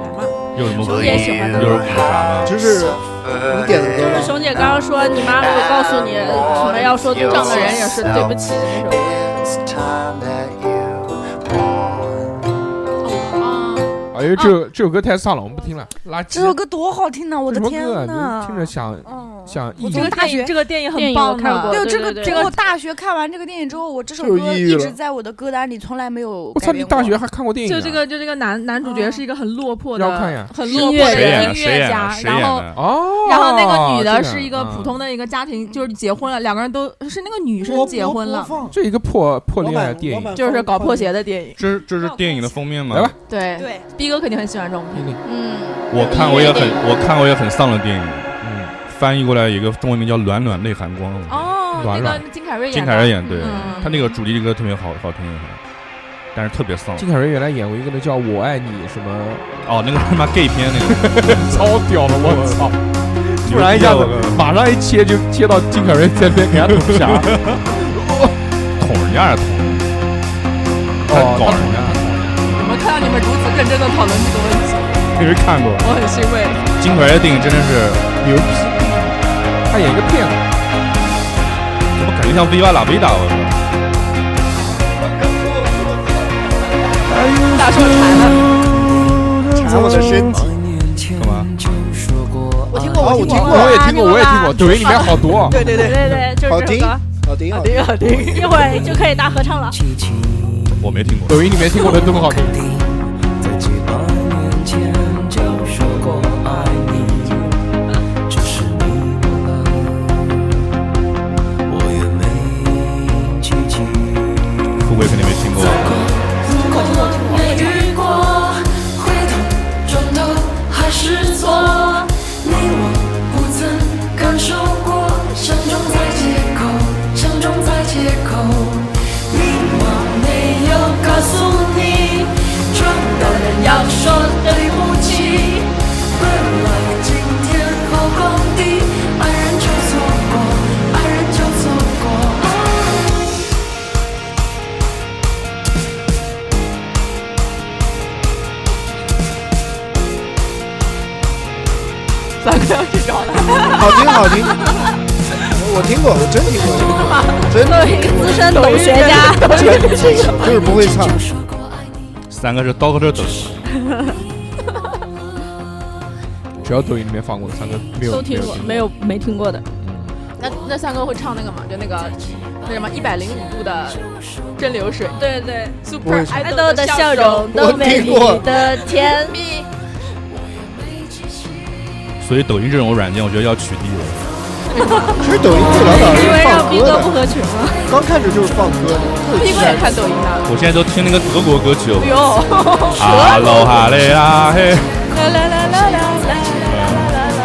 Speaker 2: 有什么
Speaker 6: 我也喜欢
Speaker 2: 有什么啥吗？
Speaker 5: 就是你点的歌吗？
Speaker 3: 熊姐刚刚说你妈如果告诉你什么要说这样的人也是对不起那种。
Speaker 8: It's time that you born
Speaker 1: 哎呦，这首
Speaker 6: 哦
Speaker 1: 这首歌太丧了，我们不听了，垃圾。
Speaker 13: 这首歌多好听呐！我的
Speaker 1: 这什么
Speaker 13: 天
Speaker 1: 歌啊
Speaker 13: 呐
Speaker 1: 你！听着想
Speaker 13: 嗯，
Speaker 1: 想抑
Speaker 13: 我
Speaker 1: 郁
Speaker 13: 从，大学
Speaker 6: 这个电影
Speaker 14: 电
Speaker 6: 很
Speaker 14: 影我
Speaker 6: 棒
Speaker 14: 看过
Speaker 4: 啊
Speaker 6: 的，
Speaker 14: 对
Speaker 13: 对哎这
Speaker 14: 对
Speaker 13: 个
Speaker 14: 对
Speaker 13: 这
Speaker 14: 对
Speaker 13: 个我大学看完这个电影之后，我这首
Speaker 5: 就
Speaker 13: 歌
Speaker 5: 抑郁
Speaker 13: 一
Speaker 5: 了
Speaker 13: 直在我的歌单里，从来没有
Speaker 1: 我
Speaker 13: 改
Speaker 1: 操，你
Speaker 13: 变
Speaker 1: 大
Speaker 13: 过
Speaker 1: 学还看过电影
Speaker 6: 就
Speaker 1: 啊？
Speaker 6: 这个就这个男男主角是一个很落魄
Speaker 1: 让我
Speaker 6: 的
Speaker 1: 看一眼，
Speaker 6: 很落魄
Speaker 14: 谁演
Speaker 6: 的
Speaker 2: 的？
Speaker 6: 音
Speaker 2: 谁
Speaker 6: 乐
Speaker 2: 演的？
Speaker 6: 家，
Speaker 2: 谁演啊
Speaker 6: 然后
Speaker 2: 的？
Speaker 1: 哦，
Speaker 6: 然后那个女的
Speaker 1: 这啊
Speaker 6: 是一个
Speaker 2: 嗯
Speaker 6: 普通的一个家庭，就是结婚了，两个人都是那个女生
Speaker 5: 播
Speaker 6: 结婚了，，
Speaker 5: 播
Speaker 1: 这一个破破
Speaker 5: 播
Speaker 1: 恋
Speaker 5: 放
Speaker 1: 爱电影，
Speaker 6: 就是搞破。鞋的电影。
Speaker 2: 这这是电影的封面吗？
Speaker 1: 来吧，
Speaker 6: 对
Speaker 13: 对，
Speaker 6: 逼哥肯定很喜欢这种片。
Speaker 13: 嗯，
Speaker 2: 我看过一个很我看过一个很丧的电影，
Speaker 1: 嗯，
Speaker 2: 翻译过来一个中文名叫《暖暖内涵光》，
Speaker 6: 哦，
Speaker 1: 暖
Speaker 6: 那
Speaker 1: 暖
Speaker 6: 个金凯瑞演的，
Speaker 2: 金凯瑞演对，
Speaker 6: 嗯
Speaker 2: 他那个主题歌特别好好听，但是特别丧。
Speaker 1: 金凯瑞原来演过一个那叫《我爱你》什么，
Speaker 2: 哦，那个他妈 gay 片那个，
Speaker 1: 超屌的，我操！ 突然一下子
Speaker 2: 牛逼啊，
Speaker 1: 马上一切就切到金凯瑞这边给他捅瞎，
Speaker 2: 我捅人家是捅，还
Speaker 1: 哦，
Speaker 2: 搞人家。
Speaker 6: 我们看到你们如此认真的讨论这个问题，
Speaker 2: 确实看过
Speaker 6: 我很欣慰。
Speaker 2: 金凯瑞的电影，真的是
Speaker 1: 牛逼！他演一个骗子，
Speaker 2: 怎么感觉像 Viva La Vida？我
Speaker 1: 嗯
Speaker 2: 操！
Speaker 6: 大叔馋了，
Speaker 5: 缠我的身体，
Speaker 2: 干嘛？
Speaker 13: 我听过，
Speaker 5: 啊
Speaker 13: 我
Speaker 5: 我
Speaker 13: 听
Speaker 5: 听
Speaker 13: 过，
Speaker 5: 过
Speaker 1: 我也听过，我
Speaker 6: 啊
Speaker 1: 也听过，抖音里面好多。
Speaker 10: 对对对，
Speaker 14: 对对，就是
Speaker 5: 好
Speaker 14: 这
Speaker 5: 听
Speaker 14: 首歌，
Speaker 5: 好听好听。
Speaker 6: 挺好听。
Speaker 14: 一会儿就可以大合唱了。
Speaker 2: 我没听过。
Speaker 1: 抖音里面听过的这么好听，
Speaker 2: 富贵肯定没听过。
Speaker 6: 咱快要睡着了，
Speaker 5: 好听好听，我我听过，我真听过，真
Speaker 14: 作为一个资深懂学家，
Speaker 5: 的就是不会唱。
Speaker 2: 三个是刀和这等，
Speaker 1: 只要抖音里面放过的三个没有
Speaker 14: 都听过，没
Speaker 1: 有
Speaker 14: 有没听过的。
Speaker 6: 嗯那那三哥会唱那个吗？就那个那什么一百零五度的蒸馏水。
Speaker 3: 对对
Speaker 6: ，Super
Speaker 5: 我也是
Speaker 6: Idol
Speaker 14: 的
Speaker 6: 笑
Speaker 14: 笑容都没你的甜 蜜。
Speaker 2: 所以抖音这种软件，我觉得要取缔了。
Speaker 5: 其实抖音最老早
Speaker 14: 因
Speaker 5: 是
Speaker 14: 为让
Speaker 5: 放
Speaker 14: 逼哥
Speaker 5: 歌的，
Speaker 14: 不合群吗？
Speaker 5: 刚开始就是放歌的。
Speaker 6: 逼哥也看抖音的。
Speaker 2: 我现在都听那个德国歌曲了
Speaker 6: 哎。呦，
Speaker 2: 哈喽哈嘞啊嘿，
Speaker 6: 啦啦啦啦啦啦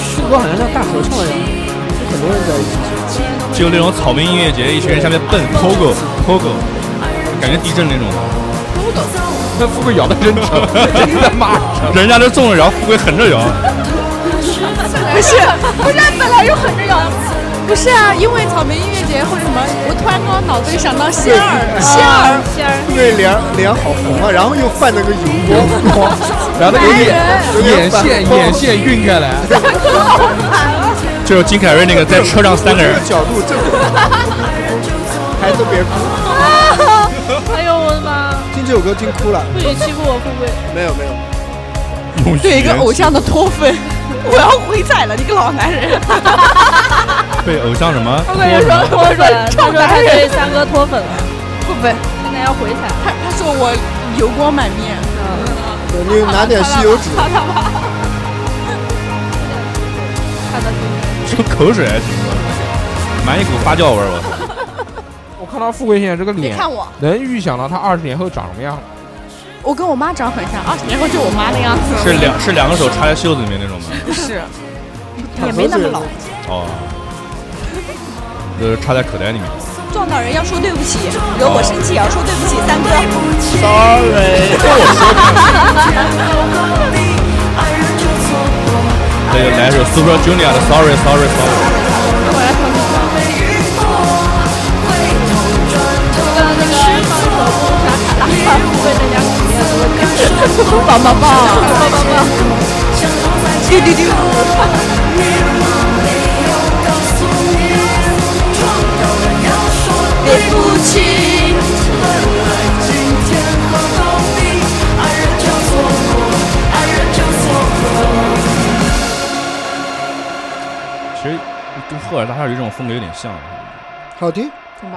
Speaker 5: 旭哥好像像大合唱一样，就很多人在一起
Speaker 2: 就那种草莓音乐节，一群人下面蹦 pogo pogo，感觉地震那种。
Speaker 1: 那富贵摇的真诚，真的妈，
Speaker 2: 人家都纵着摇，富贵横着摇。
Speaker 6: 不是，不是，本来就横着摇。不是啊，因为草莓音乐节或者什么，我突然刚刚脑子里想到仙 儿，仙儿，仙儿，
Speaker 5: 因为脸脸好红啊，然后又泛那个油光光，
Speaker 1: 然后那个眼
Speaker 5: 有点
Speaker 1: 眼线
Speaker 5: 反
Speaker 1: 眼线晕开来，
Speaker 2: 就是金凯瑞那个在车上三个人
Speaker 5: 这，角度正孩子别哭，
Speaker 3: 哎呦我的妈！
Speaker 5: 听这首歌听哭了。
Speaker 3: 不许欺负我富贵！
Speaker 5: 没有没有，
Speaker 10: 对一个偶像的脱粉，我要回踩了，你个老男人！
Speaker 2: 被偶像什么？
Speaker 10: 我跟你说
Speaker 3: 脱粉，他说他对三哥脱粉了，
Speaker 10: 不不，
Speaker 3: 现在要回 踩。
Speaker 10: 他他说我油光满面，
Speaker 5: 你拿点吸油纸，
Speaker 2: 这个口水还挺多，满一股发酵味儿吧。
Speaker 1: 我看到富贵现在这个脸，
Speaker 4: 看我
Speaker 1: 能预想到他二十年后长什么样了。
Speaker 4: 我跟我妈长很像，二十年后就我妈那样子。
Speaker 2: 是两是两个手插在袖子里面那种吗？
Speaker 4: 不是，
Speaker 5: 也
Speaker 4: 没那么老。
Speaker 2: 哦，就是插在口袋里面。
Speaker 10: 撞到人要说对不起，惹我生气也要说对不起，三哥。
Speaker 2: 那就来一首 Super Junior 的 Sorry Sorry Sorry。
Speaker 10: 棒棒棒！棒棒棒！丢丢丢！对不起。
Speaker 2: 其实跟赫尔大厦有这种风格有点像。
Speaker 5: 好听。
Speaker 6: 怎么？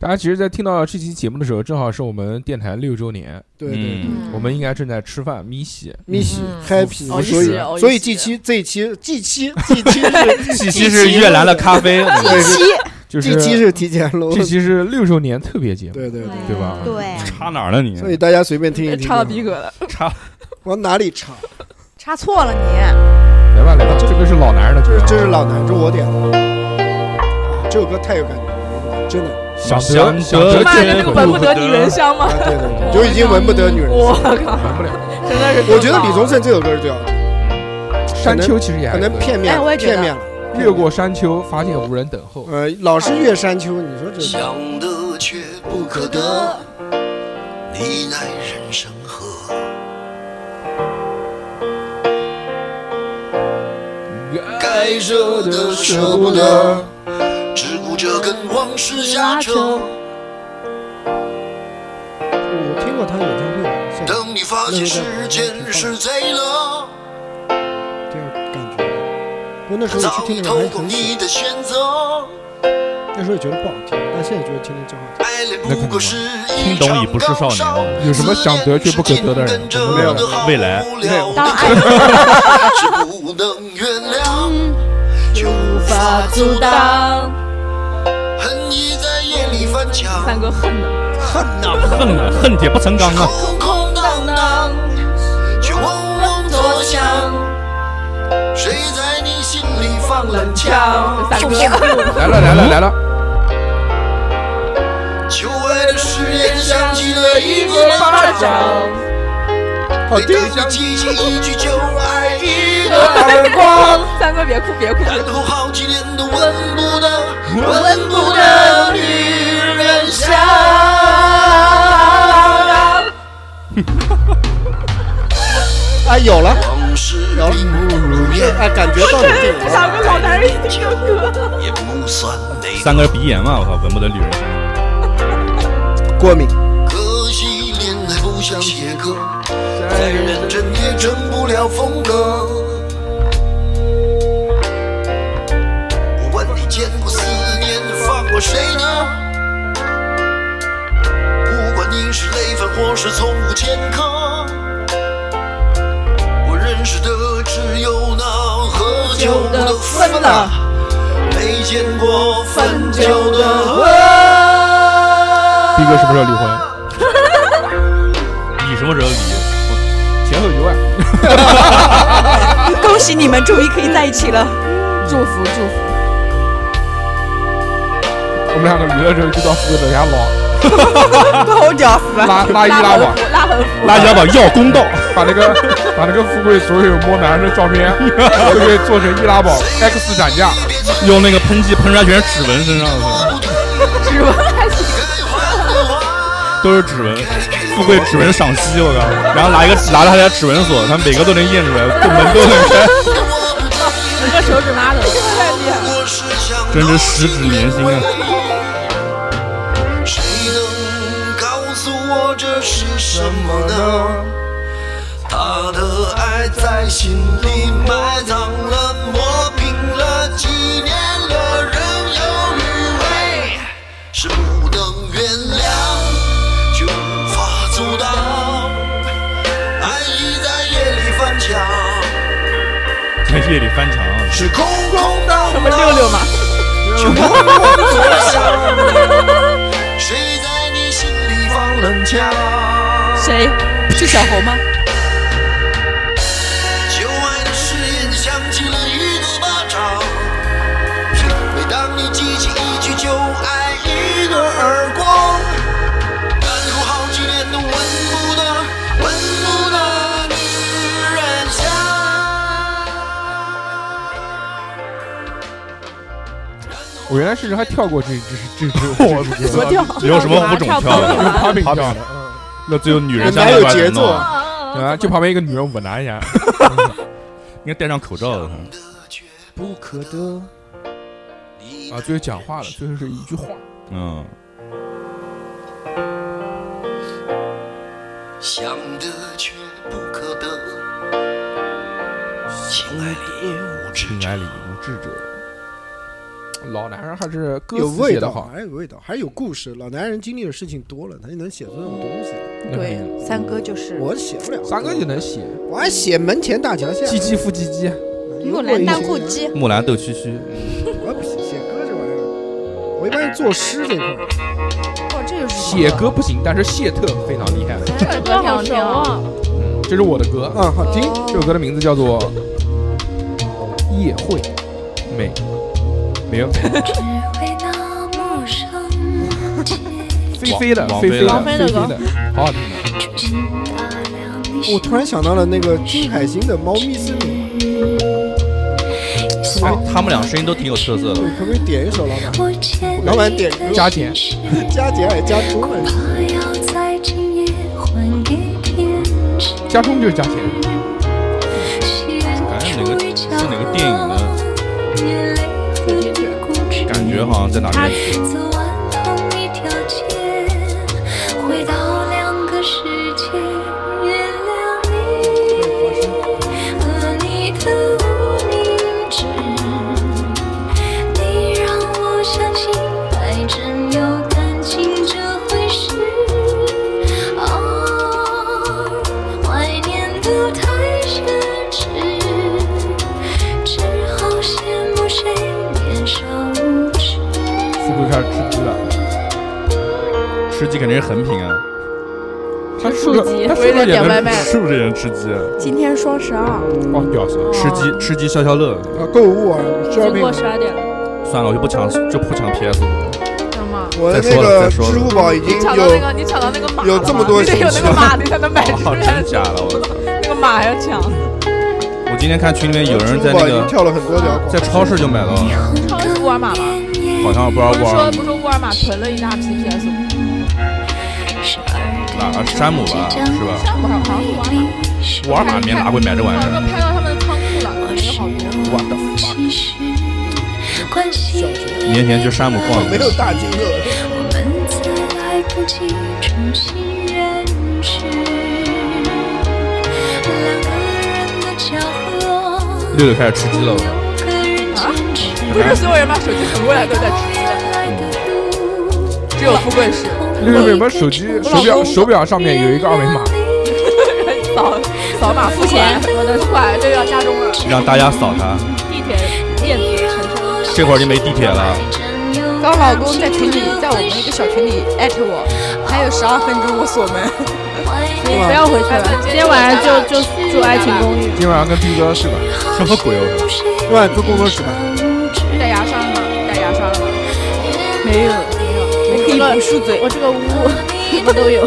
Speaker 1: 大家其实，在听到这期节目的时候，正好是我们电台六周年，
Speaker 5: 对对对
Speaker 2: 嗯
Speaker 1: 我们应该正在吃饭咪西
Speaker 5: 咪西
Speaker 6: 嗯
Speaker 5: happy，
Speaker 6: 哦
Speaker 5: 所
Speaker 6: 一起哦
Speaker 5: 以所以
Speaker 6: 一起
Speaker 5: 这期这一期这期这期是
Speaker 2: 气息是越南的咖啡，
Speaker 5: 对是
Speaker 1: 就是
Speaker 5: 这期是提前录，
Speaker 1: 这期是六周年特别节目，
Speaker 5: 对对对，
Speaker 1: 对吧？
Speaker 13: 对，
Speaker 2: 插哪儿了你？
Speaker 5: 所以大家随便听一听。
Speaker 6: 插到逼哥了。
Speaker 2: 插
Speaker 5: 往哪里插？
Speaker 13: 插错了你。
Speaker 1: 来吧来吧，这个是老男人的
Speaker 5: 这
Speaker 1: 歌，
Speaker 5: 这是老男，这我点的。这首歌太有感觉了，真的，
Speaker 1: 想
Speaker 2: 想
Speaker 1: 得想得
Speaker 2: 得
Speaker 6: 妈呀，
Speaker 1: 见
Speaker 6: 这个闻不得女人香吗
Speaker 5: 啊？对对对，就已经闻不得女人
Speaker 6: 我
Speaker 5: 香。
Speaker 6: 靠，
Speaker 1: 闻不了。
Speaker 6: 真的是。
Speaker 5: 我觉得李宗盛这首歌是最好听，
Speaker 1: 山丘其实也还
Speaker 5: 可能片面
Speaker 13: 哎我也觉得
Speaker 5: 片面了。
Speaker 1: 越过山丘，发现无人等候。
Speaker 5: 呃，老是越山丘，你说这
Speaker 8: 想得却不可得，你奈人生何？该舍的舍不得，只顾着跟往事瞎扯。
Speaker 5: 我听过他演唱会，现在
Speaker 8: 等你发现时间是贼了，
Speaker 5: 这个感觉。不过那时候
Speaker 8: 早
Speaker 5: 去听
Speaker 8: 已
Speaker 5: 的时候
Speaker 8: 掏
Speaker 5: 还
Speaker 8: 空
Speaker 5: 很喜
Speaker 8: 你的选择，
Speaker 5: 欢，那时候也觉得不好听，但现在觉得听听真好
Speaker 8: 爱恋不过是一
Speaker 2: 听懂已
Speaker 8: 场
Speaker 2: 不是少
Speaker 8: 高
Speaker 2: 年
Speaker 8: 烧。
Speaker 2: 了。
Speaker 1: 有什么想得却不可得的人？我们
Speaker 2: 有未来
Speaker 8: 当爱是不能原谅，就无法阻挡。恨意在夜里翻墙，
Speaker 6: 三哥恨的，
Speaker 2: 恨啊，恨铁不成钢啊！
Speaker 8: 空空荡荡，却嗡嗡作响。谁在你心里放冷枪？
Speaker 6: 三哥，
Speaker 1: 来了来了来了，
Speaker 8: 旧爱的誓言响起了一个巴掌。
Speaker 6: 哦
Speaker 5: 好
Speaker 8: 每
Speaker 5: 听。
Speaker 8: 当你记起一句就挨一 个
Speaker 6: 三哥，三哥别哭别哭，
Speaker 8: 然后好几年都闻不得、闻不得女人香。
Speaker 5: 啊，有了，
Speaker 8: 往事并不如烟，
Speaker 5: 啊，感觉到你这个
Speaker 6: 三哥老男人一听这个歌，
Speaker 8: 也不算美。
Speaker 2: 三个鼻炎嘛，我靠，闻不得女人香。
Speaker 5: 过敏。
Speaker 8: 可惜恋爱不像写歌，再认真也也成不了风格。我问你，见过思念放过谁呢？不管你是累犯或是从无前科，我认识的只有那喝酒的分了，没见过分酒的
Speaker 2: 逼哥什么时候离婚？你什么时候离？
Speaker 1: 前后一万。
Speaker 10: 恭喜你们，终于可以在一起了，
Speaker 4: 祝福祝福。
Speaker 1: 我们两个离了之后就到负责人家捞，
Speaker 10: 不好屌丝啊，
Speaker 1: 拉拉一拉网，
Speaker 10: 拉横幅，
Speaker 2: 拉家宝要公道，
Speaker 1: 把那 个把那个富贵所有摸男人的照片都给做成易拉宝 X 展架，
Speaker 2: 用那个喷漆喷出来全是指纹，身上的
Speaker 10: 指纹还行。
Speaker 2: 都是指纹，富贵指纹赏析，我靠！然后拿一个拿着他家指纹锁，他每个都能验出来，都门都能 开，
Speaker 10: 整个手指拉的，太厉害了。
Speaker 2: 真是十指连心啊！
Speaker 8: 谁能告诉我这是什么呢？他的爱在心里埋藏了，磨平了几年了，仍有余味，是不能原谅，却无法阻挡。爱已在夜里翻墙，
Speaker 2: 在夜里翻墙，
Speaker 8: 是空空荡荡。
Speaker 10: 吗？
Speaker 8: 却默默作响。谁在你心里放冷枪？
Speaker 10: 谁？是小猴吗？
Speaker 8: 旧爱的誓言响起了一个巴掌。每当你记起一句旧爱，一个耳光，然后好几年都闻不得，闻不得你依然香。
Speaker 1: 我原来甚至还跳过这这这这我这
Speaker 2: 怎么跳有什么舞种跳的
Speaker 1: 用 popping 跳的，
Speaker 2: 那最后女人
Speaker 1: 哪
Speaker 2: 家
Speaker 1: 有
Speaker 2: 那边
Speaker 1: 节
Speaker 2: 弄
Speaker 1: 奏啊，就旁边一个女人吻他一下，
Speaker 2: 应该戴上口罩的。
Speaker 5: 不可得。
Speaker 1: 啊，最后讲话了，最后是一句话，
Speaker 2: 嗯，
Speaker 8: 想得却不可得，情爱里无知
Speaker 1: 情爱里无智者，老男人还是歌
Speaker 5: 有
Speaker 1: 词
Speaker 5: 味
Speaker 1: 写的
Speaker 5: 道，
Speaker 1: 好，
Speaker 5: 还有味道，还有故事。老男人经历的事情多了，他就能写出那种东西来。
Speaker 4: 对，三哥就是
Speaker 5: 我写不了，
Speaker 1: 三哥就能写，
Speaker 5: 我还写门前大桥下。
Speaker 1: 唧唧复唧唧，
Speaker 4: 木兰当户鸡，
Speaker 2: 木兰斗蛐蛐，
Speaker 5: 我不写写歌这玩意儿，我一般是作诗这块儿。
Speaker 4: 哦，这就是
Speaker 1: 写歌不行，但是谢特非常厉害，
Speaker 4: 这歌好听啊！
Speaker 1: 这是我的歌，
Speaker 5: 嗯，好听。
Speaker 1: 这首歌的名字叫做《夜会美》，没有
Speaker 7: 会那陌生，
Speaker 1: 菲菲的
Speaker 2: 王
Speaker 1: 菲
Speaker 2: 菲
Speaker 1: 菲
Speaker 2: 的
Speaker 1: 菲菲的，好好听的。
Speaker 5: 我突然想到了那个金海心的《猫咪森林》，
Speaker 2: 哎他们俩声音都挺有特色的。
Speaker 5: 对，可不可以点一首，老板？
Speaker 7: 我牵
Speaker 5: 老板点歌，
Speaker 1: 加钱，
Speaker 5: 加钱还加中文。
Speaker 7: 我要在今夜换一片痴
Speaker 1: 加钟就是加钱。
Speaker 7: 心，
Speaker 2: 感觉哪个是哪个电影的
Speaker 7: 眼泪会凝固成
Speaker 2: 感觉，好像在哪里
Speaker 7: 走完同一条街，回到两个世界，原谅你和你的无名指，你让我相信爱真有感情这回事。哦，怀念的太奢侈。只好羡慕谁年少无知。
Speaker 1: 富贵开始吃鸡了，
Speaker 2: 吃鸡肯定是横屏啊，
Speaker 1: 他是不是他是不
Speaker 4: 我也
Speaker 1: 是
Speaker 4: 在
Speaker 1: 也
Speaker 4: 点
Speaker 1: 能
Speaker 4: 外卖。
Speaker 2: 是不是也能吃鸡啊？
Speaker 4: 今天双十二，
Speaker 1: 哦，屌丝？
Speaker 2: 吃鸡吃鸡消消乐，
Speaker 5: 啊，购物啊
Speaker 6: 嗯
Speaker 3: 经过
Speaker 5: ，shopping。
Speaker 3: 十二点了，
Speaker 2: 算了，我就不抢就不抢 PS 五，
Speaker 3: 干嘛？
Speaker 5: 我的那
Speaker 2: 再说了
Speaker 5: 个
Speaker 2: 再说了
Speaker 5: 支付宝已经
Speaker 6: 你抢到那
Speaker 5: 有
Speaker 6: 个，你抢到那个马
Speaker 5: 有
Speaker 6: 了
Speaker 5: 这么
Speaker 6: 吗
Speaker 5: 多
Speaker 6: 你得
Speaker 5: 信
Speaker 6: 有那
Speaker 5: 息
Speaker 6: 个
Speaker 5: 了
Speaker 6: 马，你才能买出
Speaker 2: 哦，
Speaker 6: 来
Speaker 2: 真。假的我。
Speaker 6: 那个马要抢，
Speaker 2: 我今天看群里面有人
Speaker 5: 支
Speaker 2: 在
Speaker 5: 付
Speaker 2: 那
Speaker 5: 宝已经
Speaker 2: 个
Speaker 5: 跳了很多条广告
Speaker 2: 在。超市就买到了，
Speaker 6: 超市沃尔玛吧？
Speaker 2: 好像不知道
Speaker 6: 不是
Speaker 2: 沃
Speaker 6: 说
Speaker 2: 尔
Speaker 6: 不是说沃尔玛囤了一大批 PS 五，
Speaker 2: 哪山姆吧，是吧？
Speaker 6: 山姆
Speaker 14: 啊
Speaker 6: 好像是沃尔玛，
Speaker 2: 沃尔玛里面哪会买这玩意
Speaker 6: 好像
Speaker 2: 儿？
Speaker 6: 拍到他们的仓库
Speaker 14: 哦
Speaker 6: 了，里面有好多。
Speaker 2: 我的妈！
Speaker 7: 其实关系
Speaker 2: 年前去山姆逛
Speaker 5: 没
Speaker 2: 一
Speaker 5: 有
Speaker 2: 逛，
Speaker 5: 大金额，
Speaker 7: 我们在来不及重新认识。两个
Speaker 2: 六六开始吃鸡了，我看
Speaker 6: 啊，不是所有人把手机横过来都在吃鸡的，只有富贵是。
Speaker 1: 六六为什么手机手
Speaker 6: 我老
Speaker 1: 表
Speaker 6: 公
Speaker 1: 手表上面有一个二维码？
Speaker 6: 扫扫码付钱什么的快，这要加钟了。
Speaker 2: 让大家扫它。
Speaker 6: 地铁电子乘车。
Speaker 2: 这会儿就没地铁了，
Speaker 4: 刚老公在群里，在我们一个小群里艾特我，还有十二分钟我锁门，
Speaker 14: 你不要回去了，
Speaker 6: 哎
Speaker 14: 今天晚上就就住爱情公寓。
Speaker 1: 今晚上跟逼哥是吧？
Speaker 2: 什么鬼？
Speaker 5: 今晚做工作室吧。
Speaker 6: 带牙刷了吗？带牙刷了吗？
Speaker 14: 没有，
Speaker 6: 我
Speaker 14: 可以不
Speaker 6: 漱嘴，
Speaker 14: 我这个屋什么都有。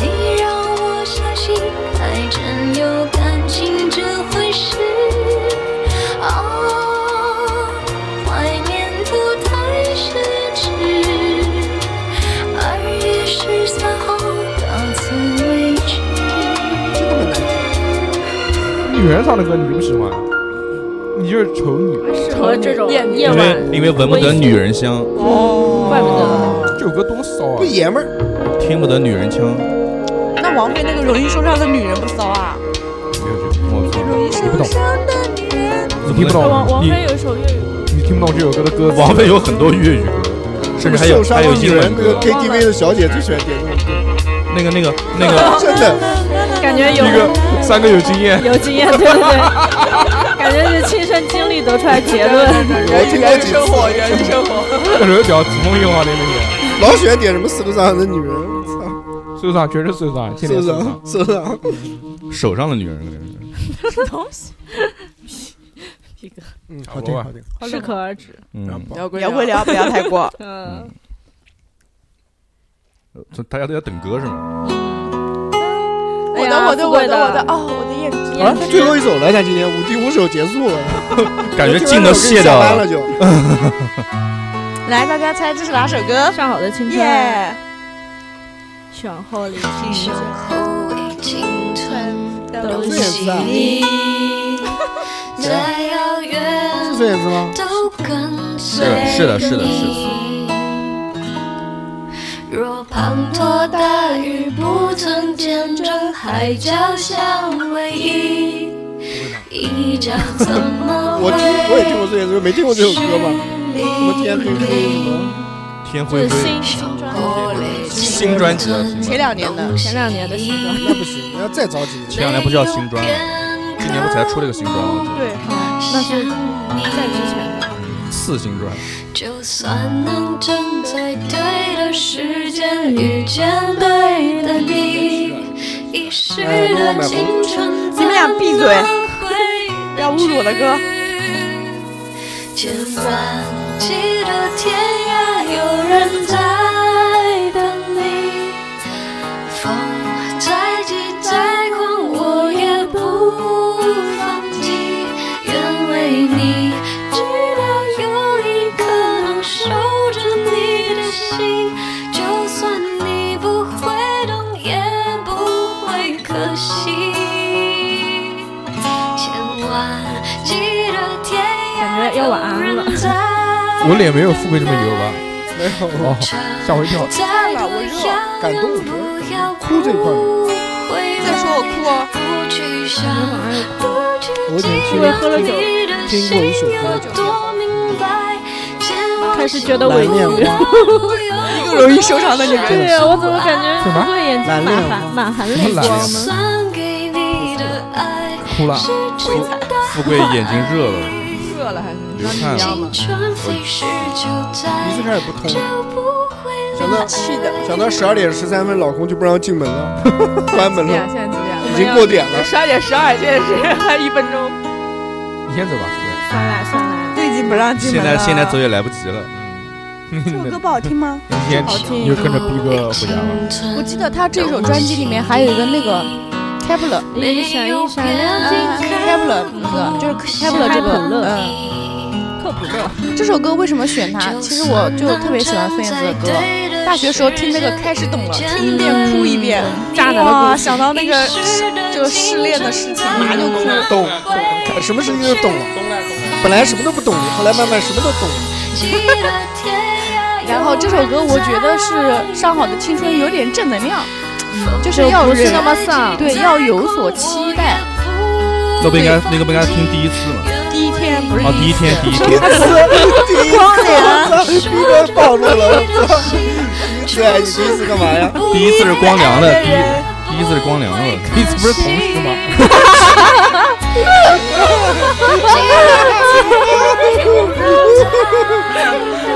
Speaker 7: 你让我相信，还真有感情这回事。哦，怀念不太奢侈，二月十三号到此为止。
Speaker 1: 女人唱的歌你不喜欢？你就是丑女，
Speaker 14: 适合这种夜
Speaker 2: 因为因为闻不得女人香，
Speaker 14: 怪不得。
Speaker 1: 这首歌多骚啊！
Speaker 5: 不爷们儿，
Speaker 2: 听不得女人腔。
Speaker 10: 那王菲那个容易受伤的女人不骚啊？
Speaker 2: 我操，
Speaker 1: 你不懂，你听
Speaker 2: 听不
Speaker 1: 不
Speaker 2: 懂
Speaker 1: 懂，
Speaker 14: 王
Speaker 1: 你
Speaker 14: 菲有一首粤语，
Speaker 1: 你听不懂这首歌的歌词。
Speaker 2: 王菲有很多粤语歌，甚至还有
Speaker 5: 受伤
Speaker 2: 还
Speaker 5: 的
Speaker 2: 有
Speaker 5: 女
Speaker 2: 英
Speaker 5: 人
Speaker 2: 文，
Speaker 5: 那个
Speaker 2: 歌。
Speaker 5: KTV 的小姐最喜欢点这种歌，
Speaker 2: 那个那个那个
Speaker 5: 真 的。
Speaker 14: 感觉有
Speaker 2: 一个三个有经验，
Speaker 14: 有经验，对对对， 感觉是亲身经历得出来结论。
Speaker 5: 我听过几次，
Speaker 6: 活，人生活。
Speaker 1: 那时候屌子风用啊，那个
Speaker 5: 老喜欢点什么受伤的女人，我操，
Speaker 1: 你受伤全是受伤，天
Speaker 5: 受
Speaker 1: 天受伤
Speaker 5: 伤。受伤，
Speaker 2: 手上的女人，那个是
Speaker 14: 什么东西？皮哥，
Speaker 5: 嗯，
Speaker 1: 好
Speaker 5: 好
Speaker 1: 听
Speaker 5: 听
Speaker 1: 好
Speaker 5: 好
Speaker 1: 听
Speaker 5: 听。
Speaker 14: 适可而止。
Speaker 2: 嗯，
Speaker 6: 摇滚
Speaker 10: 摇滚聊不要太 过。
Speaker 14: 嗯，
Speaker 2: 这大家都在等歌是吗？
Speaker 14: 哎
Speaker 10: 我
Speaker 14: 呀
Speaker 10: 的我的
Speaker 14: 富
Speaker 10: 我
Speaker 14: 贵的
Speaker 10: 的我的哦，我的眼睛。
Speaker 5: 啊，最后一首了，咱今天五第五首结束了，
Speaker 2: 感觉
Speaker 5: 我听
Speaker 2: 劲
Speaker 5: 完
Speaker 2: 都
Speaker 5: 了我可以
Speaker 2: 泄掉
Speaker 5: 下班
Speaker 2: 了
Speaker 5: 了。就。
Speaker 10: 来，大家猜这是哪首歌？
Speaker 14: 上好的青春，
Speaker 10: 耶！
Speaker 14: 选后离
Speaker 7: 身后已经存
Speaker 14: 都
Speaker 5: 这也
Speaker 14: 是
Speaker 5: 是啊，
Speaker 7: 你，再遥远
Speaker 5: 是孙燕姿吗？
Speaker 7: 都跟随你。
Speaker 2: 是的是的是的
Speaker 7: 若滂沱大雨不曾见证海角相偎依，一角怎么
Speaker 5: 我听我也听过孙燕姿，没听过这首歌吧？我
Speaker 7: 我
Speaker 5: 天黑黑什么？
Speaker 2: 天灰灰，新专辑的新专辑
Speaker 10: 前两年的，
Speaker 14: 前两年的啊新歌，
Speaker 5: 那不行，那要再着急。
Speaker 2: 前两年不是叫新专吗？今年不才出了个新专吗？我记得
Speaker 14: 对，那是在之前的。
Speaker 2: 次新专，
Speaker 7: 就算能正在对的时间遇见对的你，一世的青春
Speaker 10: 你们俩闭嘴
Speaker 7: 不
Speaker 10: 不要侮辱我的歌。
Speaker 7: 千万记得天涯有人在等你，风再急再狂我也不放弃，愿为你直到有一颗能守着你的心，就算你不会懂也不会可惜。千万记得天
Speaker 14: 感
Speaker 7: 涯
Speaker 14: 觉要晚安了
Speaker 7: 有人在
Speaker 1: 我脸没有富贵这么油吧？
Speaker 5: 没有啊
Speaker 1: 哦，吓我一跳。
Speaker 7: 再多
Speaker 10: 我热
Speaker 5: 感动我觉
Speaker 7: 不要
Speaker 5: 哭这块儿
Speaker 10: 再说我哭哦。
Speaker 7: 不去想，不去
Speaker 5: 我怎么听
Speaker 14: 因为嗯喝了酒，
Speaker 7: 你的
Speaker 5: 听过一首歌
Speaker 7: 心，多明白，千万
Speaker 14: 开始觉得委
Speaker 5: 难念
Speaker 14: 屈。
Speaker 5: 我，
Speaker 7: 不要
Speaker 10: 更容易受伤的女
Speaker 14: 对
Speaker 10: 人。
Speaker 14: 呀，我怎么感
Speaker 1: 什么
Speaker 14: 觉对眼睛
Speaker 5: 蓝
Speaker 14: 满
Speaker 5: 恋
Speaker 14: 含满含
Speaker 1: 什
Speaker 14: 泪
Speaker 1: 么蓝
Speaker 14: 光
Speaker 1: 恋
Speaker 14: 呢？
Speaker 7: 算给你的爱
Speaker 1: 哭了，
Speaker 7: 是值得
Speaker 2: 富贵眼睛热了，
Speaker 10: 热了还是？
Speaker 2: 流汗了。
Speaker 7: 青春飞逝就
Speaker 5: 鼻子
Speaker 7: 在，
Speaker 5: 开始不通了。
Speaker 7: 就不会
Speaker 5: 想到
Speaker 10: 气的。
Speaker 5: 想到十二点十三分，老公就不让进门了， 关门
Speaker 6: 几点？
Speaker 5: 了，
Speaker 6: 现在几点？
Speaker 5: 已经过点了。
Speaker 6: 十二点十二，现在是还一分钟。
Speaker 1: 你先走吧，富
Speaker 14: 算了算了，
Speaker 10: 都已经不让进
Speaker 2: 现
Speaker 10: 门了。
Speaker 2: 在现在走也来不及了。
Speaker 1: 贵。
Speaker 10: 这首歌不好听吗？
Speaker 1: 明天
Speaker 10: 好听
Speaker 1: 你就跟着逼哥回家吧。
Speaker 4: 我记得他这首专辑里面还有一个那个哎 Kepler，
Speaker 14: 一闪一闪亮晶
Speaker 4: 嗯 Kepler 那个就是 Kepler 这
Speaker 14: 开普勒
Speaker 4: 个，嗯，
Speaker 14: 克普勒，
Speaker 4: 这首歌为什么选它？啊其实我就特别喜欢孙燕姿的歌，大学时候听那个开始懂了，
Speaker 10: 听一遍哭一遍，
Speaker 14: 渣男的故
Speaker 10: 哇，
Speaker 14: 事
Speaker 10: 想到那个就失恋的事情，马上就哭。
Speaker 5: 懂懂，什么事情都懂了。本来什么都不懂，后来慢慢什么都 懂了。
Speaker 4: 然后这首歌我觉得是《上好的青春》有点正能量，就是要
Speaker 14: 不是
Speaker 4: 人
Speaker 14: 那么丧
Speaker 4: 对，要有所期待。
Speaker 2: 那不应该那个不应该听第一次吗？
Speaker 10: 第一天不是
Speaker 2: 哦，第一天第一
Speaker 10: 第一
Speaker 2: 天
Speaker 10: 次，
Speaker 5: 第一次，我操，逼哥暴露了，我操！对，你第一次干嘛呀？
Speaker 2: 第一次是光良的，第一第一次是光良的，第一次不是同时吗？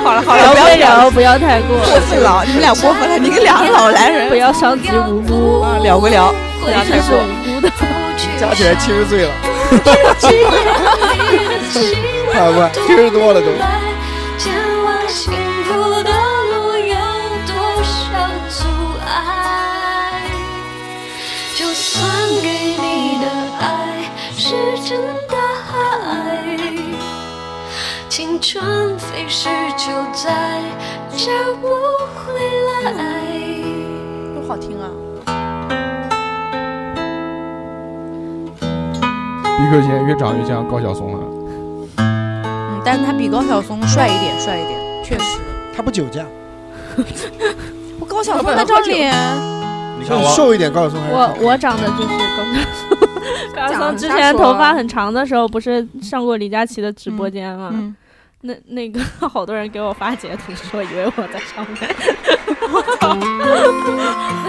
Speaker 10: 好了好了，
Speaker 14: 不要
Speaker 10: 不要
Speaker 14: 太
Speaker 10: 聊
Speaker 14: 聊，，不要太过
Speaker 10: 过分了，你们俩过分了，你个俩老男人，
Speaker 14: 不要伤及无辜。
Speaker 10: 啊，聊归聊，不要太过，
Speaker 5: 加起来七十岁了，
Speaker 8: 太
Speaker 5: 快，七十多了都。
Speaker 7: 前往幸福的路有多少阻碍？就算给你的爱石沉大海，青春飞逝就在找不回来。
Speaker 4: 多好听啊！
Speaker 1: 逼哥现在越长越像高晓松啊了，
Speaker 4: 嗯，但是他比高晓松帅一点，帅一点，确实。
Speaker 5: 他不酒驾，
Speaker 4: 我高晓松那张脸，啊
Speaker 5: 你
Speaker 2: 看我
Speaker 5: 瘦一点，高晓松还是
Speaker 14: 我我长得就是高晓松，高晓松之
Speaker 6: 讲瞎
Speaker 14: 前
Speaker 6: 说
Speaker 14: 头发很长的时候，不是上过李佳琦的直播间吗？
Speaker 4: 嗯
Speaker 14: 那那个 好多人给我发截图说，以为我在上 面。 那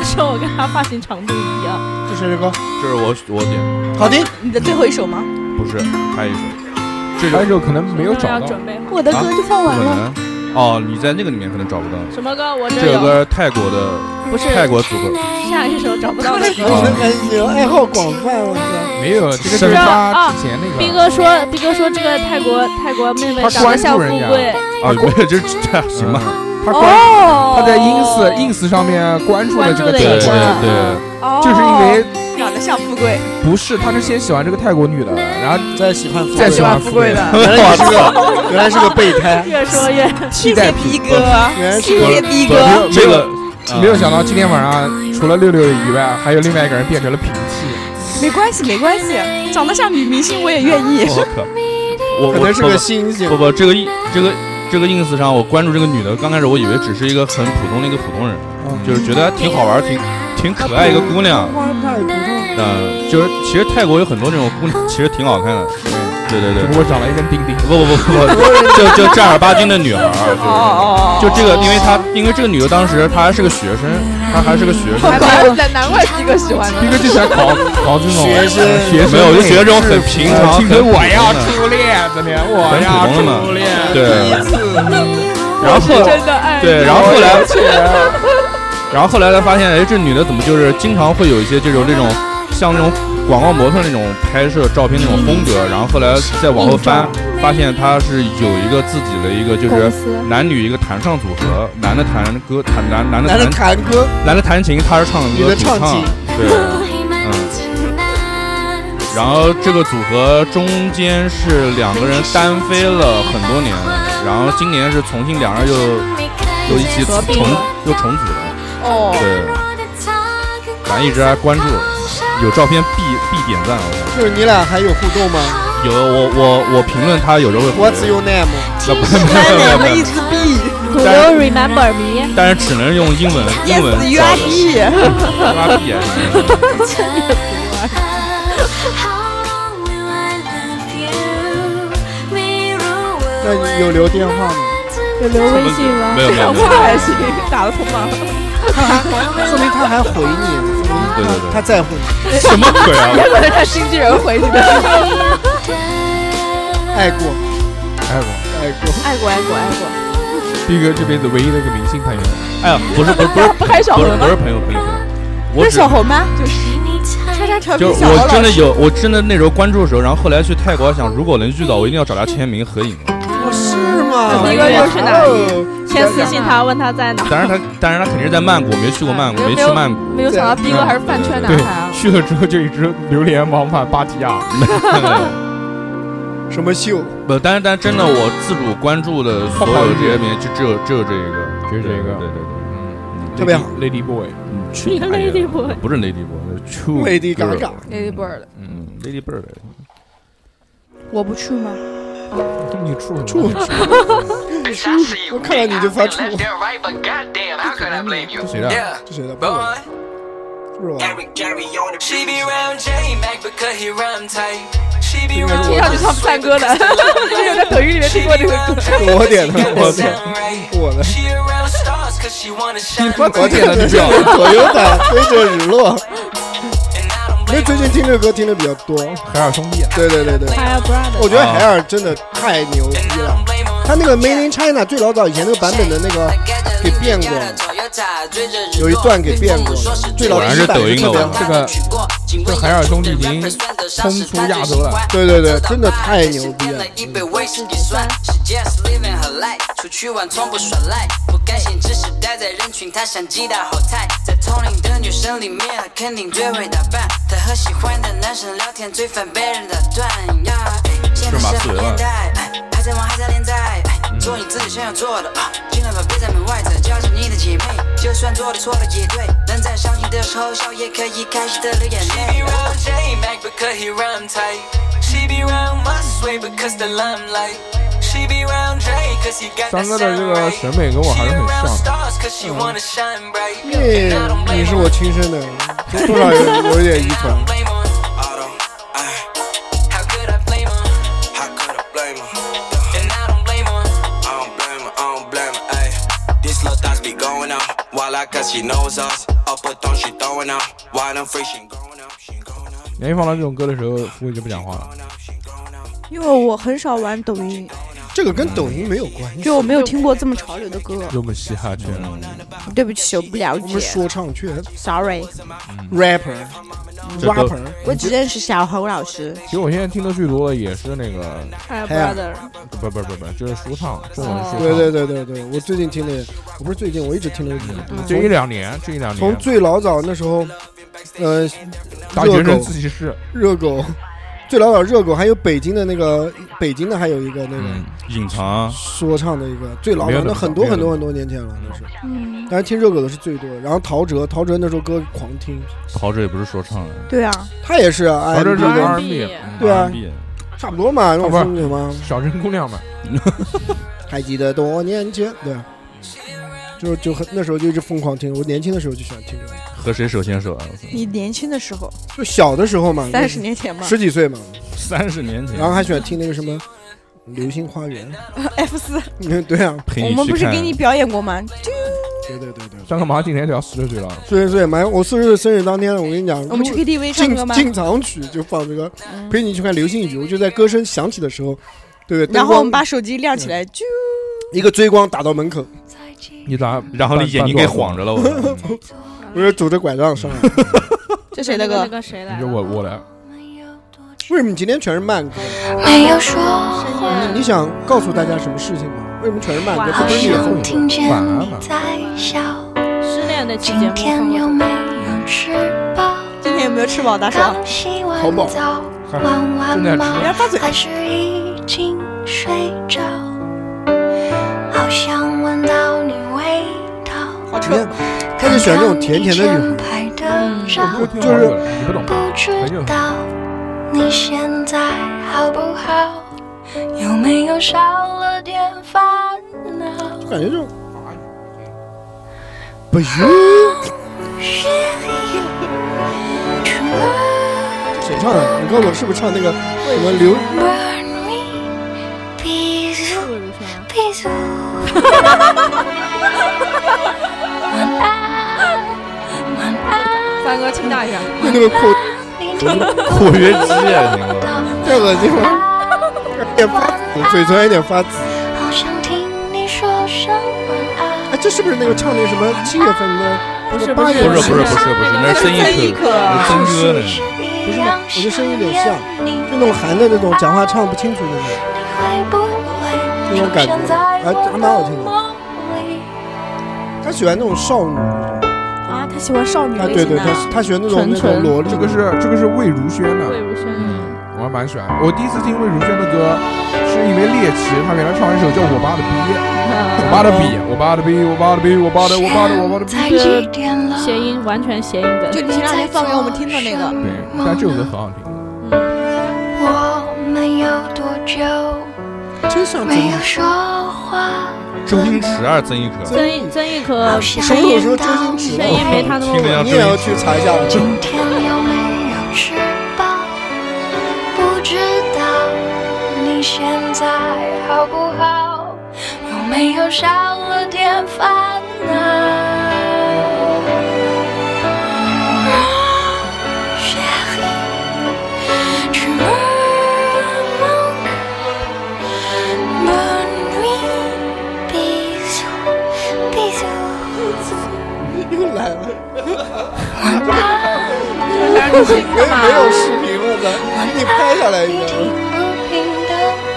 Speaker 14: 时候我跟他发型长度一样。
Speaker 5: 这谁的歌？
Speaker 2: 这是我我点，
Speaker 5: 好听。
Speaker 10: 你的最后一首吗？
Speaker 2: 不是还有一首，这
Speaker 1: 还有一首可能没有
Speaker 14: 要
Speaker 1: 找到。
Speaker 14: 准备好。
Speaker 10: 我的
Speaker 2: 啊
Speaker 10: 歌
Speaker 13: 嗯
Speaker 10: 就放完了。。
Speaker 2: 不可能哦，你在那个里面可能找不到。
Speaker 14: 什么歌？我
Speaker 2: 这
Speaker 14: 有
Speaker 2: 首歌是泰国的，
Speaker 14: 不是
Speaker 2: 泰国组合，啊
Speaker 14: 下一首找不到的歌。
Speaker 5: 你的爱好广泛，我操！
Speaker 1: 没有这个
Speaker 2: 是
Speaker 1: 是他
Speaker 14: 啊
Speaker 1: 之前那
Speaker 14: 斌哥
Speaker 1: 个，
Speaker 14: 说，斌哥说这个泰国泰国妹妹
Speaker 1: 他
Speaker 14: 长得
Speaker 1: 关
Speaker 14: 像富
Speaker 1: 注人家
Speaker 14: 贵，
Speaker 2: 啊，没有，这这这行吧？
Speaker 1: 他关
Speaker 14: 哦
Speaker 1: 他在 ins ins 上面关注了这个
Speaker 14: 关
Speaker 1: 泰
Speaker 14: 注了
Speaker 1: 国
Speaker 14: 一
Speaker 1: 人
Speaker 14: 个，
Speaker 2: 对，
Speaker 1: 就是因为
Speaker 10: 长得像富贵，
Speaker 1: 不是，他是先喜欢这个泰国女的，然后
Speaker 5: 再喜欢富贵
Speaker 1: 再喜欢富贵的，
Speaker 5: 原来你是个，原来是个备胎。
Speaker 14: 越说越
Speaker 1: 替代品。
Speaker 10: 哥，
Speaker 5: 原来是
Speaker 10: 谢
Speaker 5: 个
Speaker 10: 谢逼
Speaker 2: 不
Speaker 10: 哥，
Speaker 2: 这个
Speaker 1: 没有想到今天晚上啊除了六六以外，还有另外一个人变成了平替，
Speaker 10: 没关系没关系，长得像女明星我也愿意。
Speaker 2: 我靠，我
Speaker 5: 可
Speaker 2: 我
Speaker 5: 能是个星星
Speaker 2: 不。不，这个一这个这个 ins 上，我关注这个女的，刚开始我以为只是一个很普通的一个普通人，就是觉得挺好玩，挺挺可爱一个姑娘。
Speaker 5: 太普通。
Speaker 2: 嗯，就是其实泰国有很多这种姑娘，其实挺好看的。对对
Speaker 1: 只
Speaker 2: 对
Speaker 1: 不，过长了一根钉钉。
Speaker 2: 不不不不，就就正儿八经的女孩儿，啊
Speaker 10: 哦哦
Speaker 2: 就是就这个，因为她因为这个女的当时她还是个学生，她还是个学生，
Speaker 6: 难难怪鸡哥喜欢呢。
Speaker 1: 逼哥就喜欢搞搞这种
Speaker 5: 学生
Speaker 1: 学生
Speaker 2: 没有我就觉得这种很平常
Speaker 1: 听说
Speaker 2: 很普通
Speaker 1: 呃我要初
Speaker 2: 的
Speaker 1: 恋，怎么样？我
Speaker 2: 很
Speaker 1: 要
Speaker 2: 普通
Speaker 1: 初
Speaker 2: 的嘛
Speaker 1: 恋，
Speaker 2: 对
Speaker 1: 第一次
Speaker 2: 然后
Speaker 6: 真的爱
Speaker 2: 对，然后后来。
Speaker 1: 来。
Speaker 2: 然后后来才发现，哎，这女的怎么就是经常会有一些这种这种像那种广告模特那种拍摄照片那种风格。然后后来再往后翻，发现她是有一个自己的一个就是男女一个弹唱组合，男的弹歌，弹男男的
Speaker 5: 男的
Speaker 2: 弹
Speaker 5: 弹歌，
Speaker 2: 男的弹琴，她是唱
Speaker 5: 女
Speaker 2: 歌
Speaker 5: 的
Speaker 2: 主
Speaker 5: 唱
Speaker 2: 唱
Speaker 5: 戏，
Speaker 2: 对，嗯。然后这个组合中间是两个人单飞了很多年，然后今年是重新两人又又一起重又重组了。
Speaker 10: 哦，
Speaker 2: 对，咱一直还关注，有照片必必点赞。啊我
Speaker 5: 就是你俩还有互动吗
Speaker 2: 有我我我评论他有时候会回
Speaker 5: ？What's your name？
Speaker 2: 那不是没有没有没有，
Speaker 14: Do you remember me？
Speaker 2: 但是只能用英文英文
Speaker 10: Yes,
Speaker 2: 交
Speaker 10: you
Speaker 2: 流
Speaker 10: are。he。
Speaker 2: 拉屁眼
Speaker 5: 那你有留电话吗？
Speaker 14: 有留微信吗？
Speaker 2: 没有没有没 有，
Speaker 10: 还行，打得通吗？
Speaker 5: 说明他还回你，
Speaker 2: 对对
Speaker 5: 他在乎你，
Speaker 2: 对，什么鬼啊？
Speaker 6: 可能他经纪人回你的，
Speaker 5: 爱过，
Speaker 1: 哎我
Speaker 5: 爱过。
Speaker 4: 爱过爱过爱过，
Speaker 1: 逼哥这辈子唯一的一个明星朋友，
Speaker 2: 哎呀，不是不是不是
Speaker 6: 不还小
Speaker 2: 不
Speaker 6: 红
Speaker 2: 是
Speaker 6: 吗
Speaker 2: 不是朋友朋友，朋友我
Speaker 10: 这
Speaker 2: 只
Speaker 10: 是小红吗？就是叉叉调皮
Speaker 2: 就是
Speaker 10: 小红
Speaker 2: 我真
Speaker 10: 老
Speaker 2: 的
Speaker 10: 师，
Speaker 2: 有我真的那时候关注的时候，然后后来去泰国想，如果能遇到，我一定要找他签名合影。
Speaker 5: 哦，是吗？
Speaker 14: 那个又是哪
Speaker 5: 里？
Speaker 14: 先私信他，问他在哪。
Speaker 2: 但是他但是他肯定是在曼谷，没去过曼谷，没去曼谷。
Speaker 6: 没有想到逼哥还是饭圈男孩啊！
Speaker 1: 去了之后就一直流连往返芭提雅。
Speaker 5: 什么秀？
Speaker 2: 不，但是但真的，我自主关注的所有这些名，就只有只有这一个，
Speaker 1: 只有这一个
Speaker 2: 对对对
Speaker 1: 嗯
Speaker 5: 特别好
Speaker 1: ，Lady Boy，
Speaker 2: 对，去
Speaker 14: 你个 lady
Speaker 2: 不
Speaker 14: boy，
Speaker 2: 不是 Lady Boy，是
Speaker 5: Lady Gaga
Speaker 6: 那一波的，
Speaker 2: 嗯，Lady Bird，
Speaker 4: 我不去吗？
Speaker 1: 你处什么？
Speaker 5: 我看到你就发怵。
Speaker 2: 谁的？啊
Speaker 5: 这谁的？是吧？
Speaker 15: She be round J Mac because he rhyme tight. She be
Speaker 5: 应
Speaker 15: round
Speaker 5: 该
Speaker 6: 听上
Speaker 5: 是
Speaker 6: 去像不唱歌的，之前在抖音里面听过这个歌。
Speaker 5: 我我点的，我点我的，
Speaker 15: She around stars because she wanna shine.
Speaker 5: 我点的是 Toyota 追着日落。因为最近听这个歌听的比较多，
Speaker 1: 海尔兄弟。
Speaker 5: 对对对对，
Speaker 14: Higher Brothers
Speaker 5: 我觉得海尔真的太牛逼了，他那个 Made in China 最老早以前那个版本的那个给变过，有一段给变过，最老
Speaker 1: 果然
Speaker 5: 第一
Speaker 1: 是
Speaker 5: 版
Speaker 1: 抖音
Speaker 5: 特
Speaker 1: 的文
Speaker 5: 别好
Speaker 1: 化，这个这海尔兄弟已经冲出亚洲了。
Speaker 5: 对对对，真的太牛逼了。
Speaker 15: 一杯威士忌酸，She just living her life，出去玩从不耍赖，不甘心只是待在人群，她想击打好菜，在同龄的女生里面，她肯定最会打扮，她和喜欢的男生聊天最烦被人打断呀。哎现在
Speaker 2: 是马
Speaker 15: 社
Speaker 2: 思
Speaker 15: 会
Speaker 2: 唯
Speaker 15: 年
Speaker 2: 吗
Speaker 15: 代，哎还在玩还在恋爱，哎做你自己想要做的，啊尽量把别在门外再叫醒你的姐妹，就算做的错了也对，能在伤心的时候笑，也可以开心的流眼泪。
Speaker 16: because he rhyme tight. She be round my sway because the limelight. She be round Dre because he got
Speaker 1: 三
Speaker 16: that
Speaker 1: 哥的这
Speaker 16: sound
Speaker 1: 个
Speaker 16: right.
Speaker 1: 审美跟我还是很像的。
Speaker 16: Stars because she wanna shine bright.
Speaker 1: 嗯
Speaker 5: 你你是我亲生的，多少有有点遗传。
Speaker 17: This little thoughts be going out. While I cause she knows us. Up a thong, she throwing out. Why them free, she ain't going out.
Speaker 1: 杨一放到这种歌的时候，服务就不讲话了。
Speaker 13: 因为我很少玩抖音，
Speaker 5: 这个跟抖音没有关系，
Speaker 13: 就我没有听过这么潮流的歌，啊
Speaker 1: 我们嘻哈圈，
Speaker 13: 对不起，我不了
Speaker 5: 我
Speaker 13: 解。
Speaker 5: 们说唱圈
Speaker 13: Sorry，
Speaker 5: rapper
Speaker 1: 嗯这都
Speaker 5: rapper，
Speaker 13: 我只认识小侯老师。
Speaker 1: 其实我现在听的最多的也是那个，
Speaker 14: Higher
Speaker 5: 哎呀
Speaker 14: Brother，
Speaker 1: 不不不不，就是说唱，中文说唱。
Speaker 5: 哦哎对对对对对，我最近听的，我不是最近，我一直听的
Speaker 1: 嗯，这一两年，这一两年。
Speaker 5: 从最老早那时候，呃，
Speaker 1: 大
Speaker 5: 热
Speaker 1: 学生
Speaker 5: 狗
Speaker 1: 自习室，
Speaker 5: 热狗，最老早热狗，还有北京的那个，北京的还有一个那个
Speaker 2: 嗯，隐藏
Speaker 5: 说唱的一个，最老
Speaker 2: 没有
Speaker 5: 早
Speaker 2: 那
Speaker 5: 那
Speaker 2: 么
Speaker 5: 很
Speaker 2: 早
Speaker 5: 多
Speaker 2: 没有
Speaker 5: 很
Speaker 2: 那
Speaker 5: 多
Speaker 2: 么
Speaker 5: 很多年前了，那是。
Speaker 13: 嗯，
Speaker 5: 但是听热狗的是最多，然后陶喆，陶喆那时候歌狂听，
Speaker 2: 陶喆也不是说唱的，
Speaker 13: 对啊，
Speaker 5: 他也是啊，
Speaker 1: 陶喆是
Speaker 5: R&B，
Speaker 1: R&B，
Speaker 5: 对啊
Speaker 2: R&B，
Speaker 5: 差不多嘛，
Speaker 1: 啊
Speaker 5: 那我
Speaker 1: 不
Speaker 5: 说什
Speaker 1: 是
Speaker 5: 么？
Speaker 1: 小镇姑娘们，
Speaker 5: 还记得多年前，对啊，就是就很那时候就一直疯狂听，我年轻的时候就喜欢听这个，
Speaker 2: 和谁手牵手啊？
Speaker 13: 你年轻的时候，
Speaker 5: 就小的时候嘛，
Speaker 13: 30年前嘛
Speaker 5: 十几岁嘛，
Speaker 2: 三十年前，
Speaker 5: 然后还喜欢听那个什么《流星花园》
Speaker 13: F 四，
Speaker 5: 嗯，对啊，
Speaker 2: 陪
Speaker 13: 我们不是给你表演过吗？对
Speaker 5: 对对对，
Speaker 1: 张克毛今年就要四十岁了，
Speaker 5: 四十岁，满我四十岁生日当天，我跟你讲，
Speaker 13: 我们去 KTV 唱歌
Speaker 5: 进
Speaker 13: 吗嗯
Speaker 5: 进场曲就放这个，陪你去看流星雨，就在歌声响起的时候，对不对？
Speaker 13: 然后我们
Speaker 5: 灯光
Speaker 13: 把手机亮起来，啾，
Speaker 5: 一个追光打到门口，
Speaker 1: 你咋？
Speaker 2: 然后你眼睛给晃着了，我
Speaker 5: 我说拄着拐杖上来，
Speaker 13: 嗯这谁
Speaker 14: 那
Speaker 13: 的
Speaker 14: 个
Speaker 13: 歌
Speaker 14: 那？个谁来
Speaker 1: 你？说我我来，
Speaker 5: 为什么你今天全是慢歌？
Speaker 7: 没有说
Speaker 13: 嗯
Speaker 5: 你你想告诉大家什么事情吗？为什么全是慢歌？这不是你的
Speaker 7: 好
Speaker 5: 风
Speaker 7: 像听见
Speaker 5: 格。晚安
Speaker 7: 你
Speaker 5: 了。
Speaker 7: 在笑，
Speaker 14: 失恋那期节
Speaker 7: 今
Speaker 14: 目
Speaker 7: 天有没有吃饱？
Speaker 13: 今天有没有吃饱？大
Speaker 7: 刚
Speaker 13: 爽，
Speaker 7: 洗完
Speaker 13: 好饱
Speaker 7: 澡，玩完
Speaker 13: 正在
Speaker 7: 猫
Speaker 13: 吃不要发，嘴
Speaker 7: 还是已经睡着？好想闻到你味道。
Speaker 5: 好吃。他就喜欢这种甜甜的嗯女孩。
Speaker 7: 拍的照，
Speaker 5: 就是
Speaker 1: 你不懂，
Speaker 7: 不知道你现在好不好？有没有少了点烦恼？
Speaker 5: 感觉哎就不是谁唱的？你告诉我是不是唱那个什么刘？
Speaker 7: 比如，比如，
Speaker 6: 三哥清大一下，
Speaker 5: 那个口
Speaker 2: 括约肌啊，你
Speaker 5: 太恶心了，有点发紫，嘴唇有点发紫。
Speaker 7: 好想听你说声晚安。
Speaker 5: 哎，这是不是那个唱那什么七月份的？不
Speaker 7: 是
Speaker 5: 八月份
Speaker 2: 不是不是不是不是那是曾轶可那是曾哥的
Speaker 5: 不是吗？我这声音有点像，就那种含的那种，讲话唱不清楚的那种，那种感觉，哎，还蛮好听的。他喜欢那种少女
Speaker 13: 啊，他喜欢少女
Speaker 5: 啊，
Speaker 13: 类
Speaker 5: 对
Speaker 13: 型
Speaker 5: 对，
Speaker 13: 的
Speaker 5: 他他喜欢那种那种萝莉。
Speaker 1: 哦这个是这个是魏如萱的，
Speaker 14: 魏如萱，
Speaker 1: 我还蛮喜欢。我第一次听魏如萱的歌，是因为猎奇，她原来唱一首叫《我爸的逼》，我爸的逼，我爸的逼，我爸的逼，我爸的我爸的我爸的逼。
Speaker 14: 是谐音完全谐音梗，
Speaker 13: 就你前两天放给我们听的那个，
Speaker 1: 对，但这首歌很好听。
Speaker 7: 我们有多久
Speaker 5: 真像真
Speaker 7: 没有说话，
Speaker 2: 周星驰啊，曾轶 可，
Speaker 14: 曾轶曾轶可
Speaker 5: 什么时候周星驰
Speaker 14: 声音没他那么
Speaker 2: 听着像
Speaker 14: 稳
Speaker 5: 你也要去查一下。
Speaker 7: 今天有没有吃饱？不知道你现在好不好？有没有少了点烦恼？啊
Speaker 5: 又来了，没有没
Speaker 7: 没
Speaker 5: 有视频了的，你拍下来一个，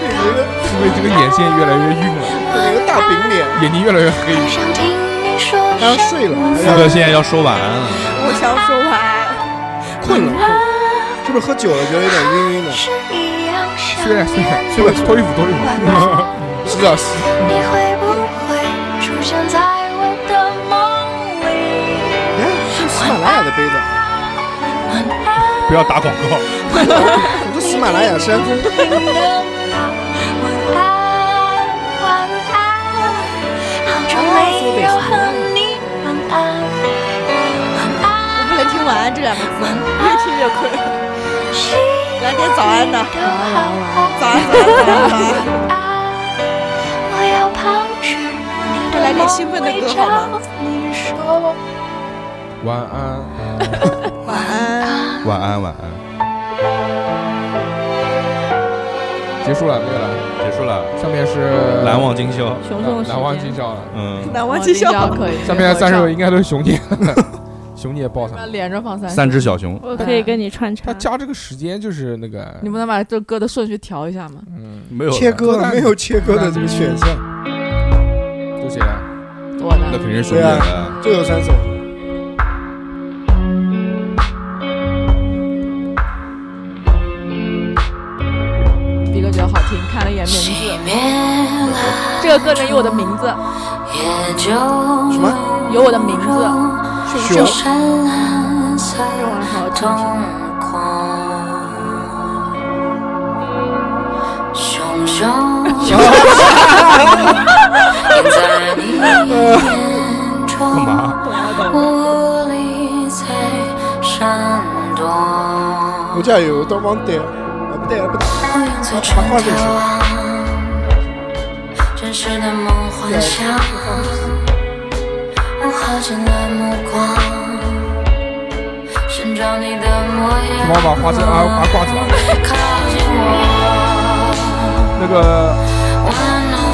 Speaker 1: 因为这个眼线越来越晕了，
Speaker 5: 有一个大饼脸，
Speaker 1: 眼睛越来越黑。
Speaker 7: 想听你说
Speaker 5: 他要睡了，
Speaker 2: 副歌现在要说啊完，
Speaker 10: 我想说完，
Speaker 5: 困了，困了是不是喝酒了觉得有点晕晕的？
Speaker 7: 一样想
Speaker 1: 虽然虽然虽然脱衣服脱衣服，是的，是
Speaker 7: 你会不会出现在我的梦里？
Speaker 5: 哎，是喜马拉雅的杯子，
Speaker 2: 不要打广告。
Speaker 5: 我这喜马拉雅山峰，
Speaker 7: 晚安，好久没有和你晚安，
Speaker 10: 我不能听晚安这两个字，越听越困。来点早安的，早安早安早安早安。
Speaker 7: 我要跑去你的
Speaker 10: 来点兴奋的歌好吗？
Speaker 7: 你说
Speaker 1: 晚安，
Speaker 10: 晚安。
Speaker 2: 晚安，晚安，
Speaker 1: 结束了没有了？
Speaker 2: 结束了。
Speaker 1: 上面是
Speaker 2: 难忘今宵，
Speaker 14: 熊送时
Speaker 1: 难忘
Speaker 14: 间
Speaker 1: 今，宵了，
Speaker 2: 嗯，
Speaker 10: 难忘今宵，
Speaker 6: 可以。
Speaker 1: 下面三首应该都是 熊姐， 熊姐爆场。
Speaker 6: 连着放三首
Speaker 2: 三只小熊，
Speaker 14: 我可以跟你串
Speaker 1: 他
Speaker 14: 场。
Speaker 1: 加这个时间就是那个，
Speaker 6: 你们能把这歌的顺序调一下吗？
Speaker 1: 嗯，
Speaker 2: 没有了
Speaker 5: 切割了没有切割的这个选项，
Speaker 1: 都谁啊？
Speaker 6: 我
Speaker 2: 那
Speaker 6: 的
Speaker 2: 肯定是熊姐的。
Speaker 5: 就有三首。
Speaker 6: 逼哥觉得好听，看了一眼名字，
Speaker 7: 灭了
Speaker 6: 这个歌能有我的名字，
Speaker 7: 也就
Speaker 5: 什么？
Speaker 6: 有我的名字，
Speaker 5: 熊
Speaker 7: 深蓝色
Speaker 6: 好
Speaker 7: 瞳孔，熊熊 映在你眼中，
Speaker 2: 干嘛？
Speaker 7: 无力在闪躲，
Speaker 5: 我这儿有东方点，啊不对啊不对，
Speaker 7: 乌云在窗
Speaker 5: 画这
Speaker 7: 眺
Speaker 5: 个手
Speaker 7: 望，真实的梦幻想，我耗尽了目光，寻找你的模样。
Speaker 1: 帮我把花生啊把它挂起来。
Speaker 7: 靠近我，
Speaker 1: 那个
Speaker 7: 温暖我，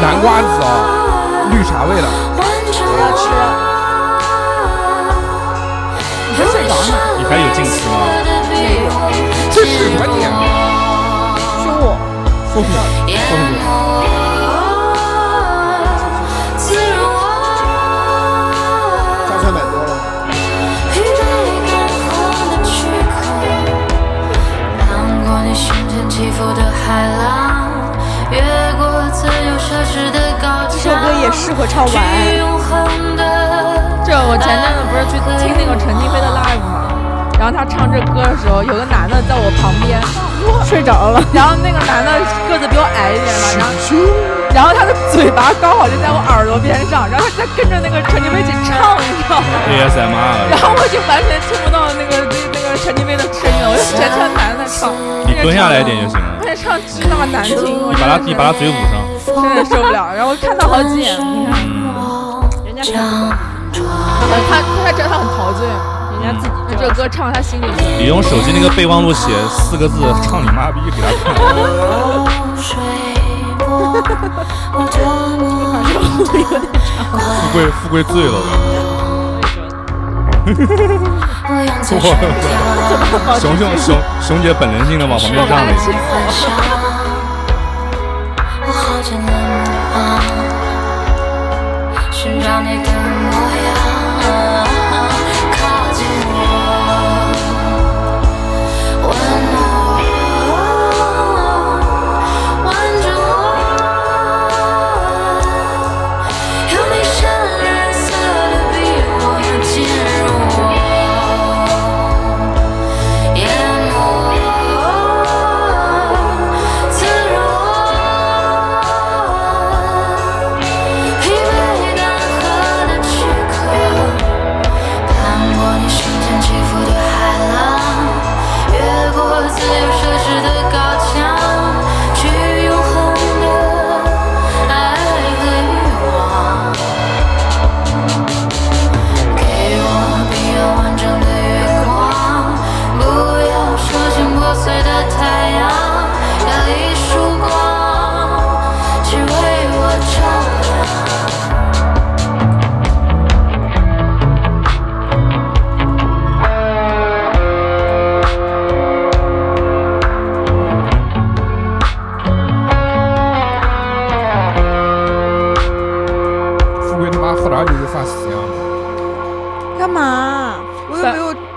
Speaker 1: 南瓜子啊，绿茶味的，
Speaker 7: 挽着我。你这是啥呢？
Speaker 2: 你还有近视吗？
Speaker 1: 这是什么点？
Speaker 10: 凶我，
Speaker 1: 说不了，
Speaker 7: 淹没我，滋润我。
Speaker 5: 加三百多了，
Speaker 7: 遇到一个河的缺口，趟过你胸前起伏的海浪，越过自由奢侈的高墙。
Speaker 10: 这首歌也适合唱晚安
Speaker 7: 去。永恒的
Speaker 6: 这我前阵子不是去听那个陈静飞的 live 吗？然后他唱这歌的时候，有个男的在我旁边睡着了， 然后那个男的个子比我矮一点嘛，然后然后他的嘴巴刚好就在我耳朵边上，然后他在跟着那个陈静飞一起唱，你知道吗？
Speaker 2: ASMR，
Speaker 6: 然后我就完全听不到那个那个陈静飞的声音了，我就全听到男的在唱，
Speaker 2: 你蹲下来一点就行了
Speaker 6: 而。且唱巨他妈难听，我
Speaker 2: 你
Speaker 6: 真
Speaker 2: 把他，
Speaker 6: 的是
Speaker 2: 你把他嘴捂上。嗯
Speaker 6: 真的受不了。然后我看到好几眼，你看
Speaker 7: 人家
Speaker 6: 呃他他知道他很陶醉，
Speaker 14: 人家自己
Speaker 6: 那这歌唱他心里去。
Speaker 2: 你用手机那个备忘录写四个字“唱你妈逼”给他看。
Speaker 7: 水波，我多么
Speaker 2: 富贵富贵醉了，
Speaker 7: 我用最深的
Speaker 2: 熊熊熊熊姐本能性的往旁边让了一下。
Speaker 7: 幻想，我耗尽了目光，寻找你的模样，靠近我，温暖我，挽着我，有你深蓝色的臂，我要进入我。淹没我，滋润我，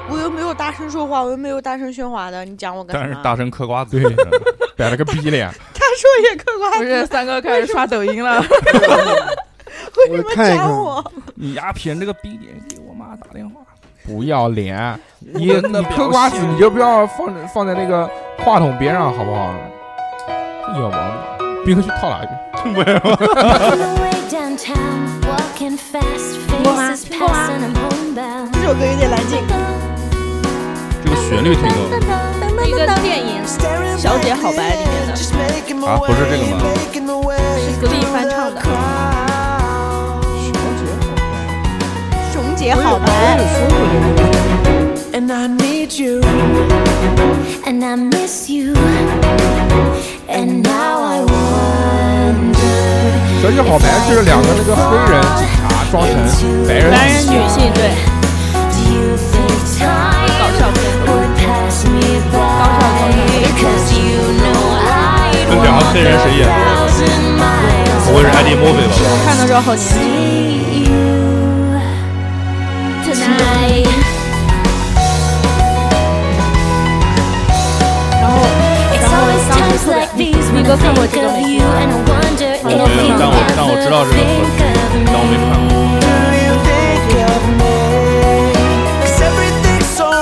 Speaker 6: 我又没有大声喧哗的，你讲我干
Speaker 2: 但
Speaker 6: 什
Speaker 2: 是
Speaker 6: 么？
Speaker 2: 大声嗑瓜子，
Speaker 1: 摆了个逼脸。
Speaker 6: 他说也嗑瓜
Speaker 4: 不
Speaker 6: 子，
Speaker 4: 是三哥开始刷抖音了，
Speaker 6: 为什么讲我？
Speaker 2: 你丫撇那个逼脸给我妈打电话，
Speaker 1: 不要脸，你
Speaker 2: 我真的
Speaker 1: 你嗑瓜子
Speaker 2: 不要信
Speaker 1: 你就不要放放在那个话筒边上，好不好？有毛病，斌哥去套哪一句？没有。
Speaker 6: 这首歌有点来劲。
Speaker 2: 这个旋律挺逗的
Speaker 6: 一个电影《小姐好白》里面的，
Speaker 2: 啊，不是这个吗？
Speaker 6: 是格力翻唱的。熊姐好白，
Speaker 3: And I need you. And I miss you. And now I wonder.
Speaker 1: 小姐好白就是两个那个黑人警察装成白人，
Speaker 7: 白人女性对，
Speaker 3: Do you think time
Speaker 7: 搞笑片，
Speaker 3: would pass me by? Cause you know I'd
Speaker 2: 这两个黑人谁演的？
Speaker 3: thousand miles
Speaker 2: 不会是艾迪墨菲吧？
Speaker 7: 看到这好年轻，
Speaker 3: see you tonight.
Speaker 7: 然后当时特别，一哥看过这个没？
Speaker 2: 没有，但我但我知道这个歌曲，但我没看过。
Speaker 4: 而且这个这首歌我当时看过还是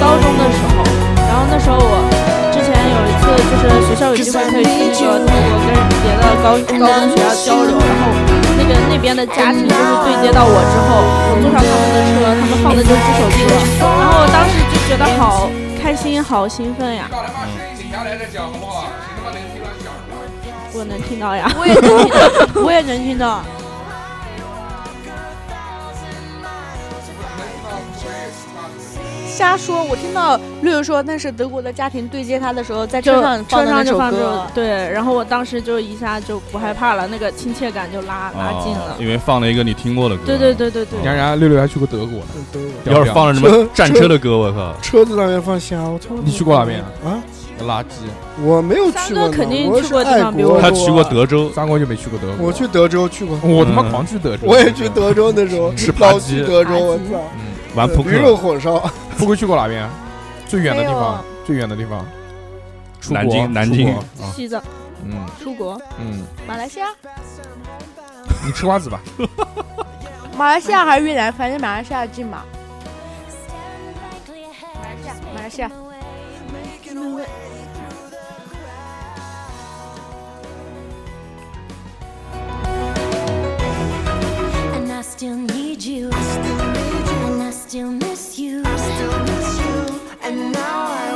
Speaker 4: 高中的时候，然后那时候我之前有一次就是学校有机会可以去那个德国跟别的高高中学校交流，然后那个那边的家庭就是对接到我之后，我坐上他们的车，他们放的就是这首歌，然后当时就觉得好开心，好兴奋呀！我能听到呀，
Speaker 6: 我也能听到，我也能听 到。
Speaker 18: 瞎说，我听到六六说那是德国的家庭对接他的时候，在车
Speaker 7: 就
Speaker 18: 上
Speaker 7: 车
Speaker 18: 的那
Speaker 7: 上就
Speaker 18: 首
Speaker 7: 放这
Speaker 18: 歌
Speaker 7: 首，，对，然后我当时就一下就不害怕了，那个亲切感就拉拉近
Speaker 2: 哦
Speaker 7: 了。
Speaker 2: 因为放了一个你听过的歌。
Speaker 7: 对对对对对
Speaker 1: 你，看人家六六还去过德国呢，
Speaker 2: 要是放了什么战车的歌，
Speaker 1: 车
Speaker 2: 我靠！
Speaker 5: 车子上面放虾，我操！
Speaker 1: 你去过哪边
Speaker 5: 啊？
Speaker 1: 垃圾！
Speaker 5: 我没有去过呢，我是爱国。
Speaker 2: 他去过德州，
Speaker 1: 三国就没去过德国。
Speaker 5: 我去德州去过，
Speaker 1: 我他
Speaker 2: 嗯
Speaker 1: 妈狂去德州，
Speaker 5: 我也去德州那时候，
Speaker 1: 吃扒
Speaker 5: 老
Speaker 1: 鸡
Speaker 5: 去德州，我操！
Speaker 1: 玩扑克
Speaker 5: 驴肉 火烧。
Speaker 1: 扑克去过哪边？啊最远的地
Speaker 7: 没
Speaker 1: 方
Speaker 7: 有，
Speaker 1: 最远的地方，出国
Speaker 2: 南京南京
Speaker 1: 出国啊，
Speaker 7: 西藏、
Speaker 1: 嗯
Speaker 7: 出国、
Speaker 1: 嗯，
Speaker 18: 马来西亚，
Speaker 1: 你吃瓜子吧。
Speaker 18: 马来西亚还是越南，反正马来西亚近嘛。马来西亚，马来西亚。
Speaker 3: And I still need you. And I still miss you. I still miss you. And now I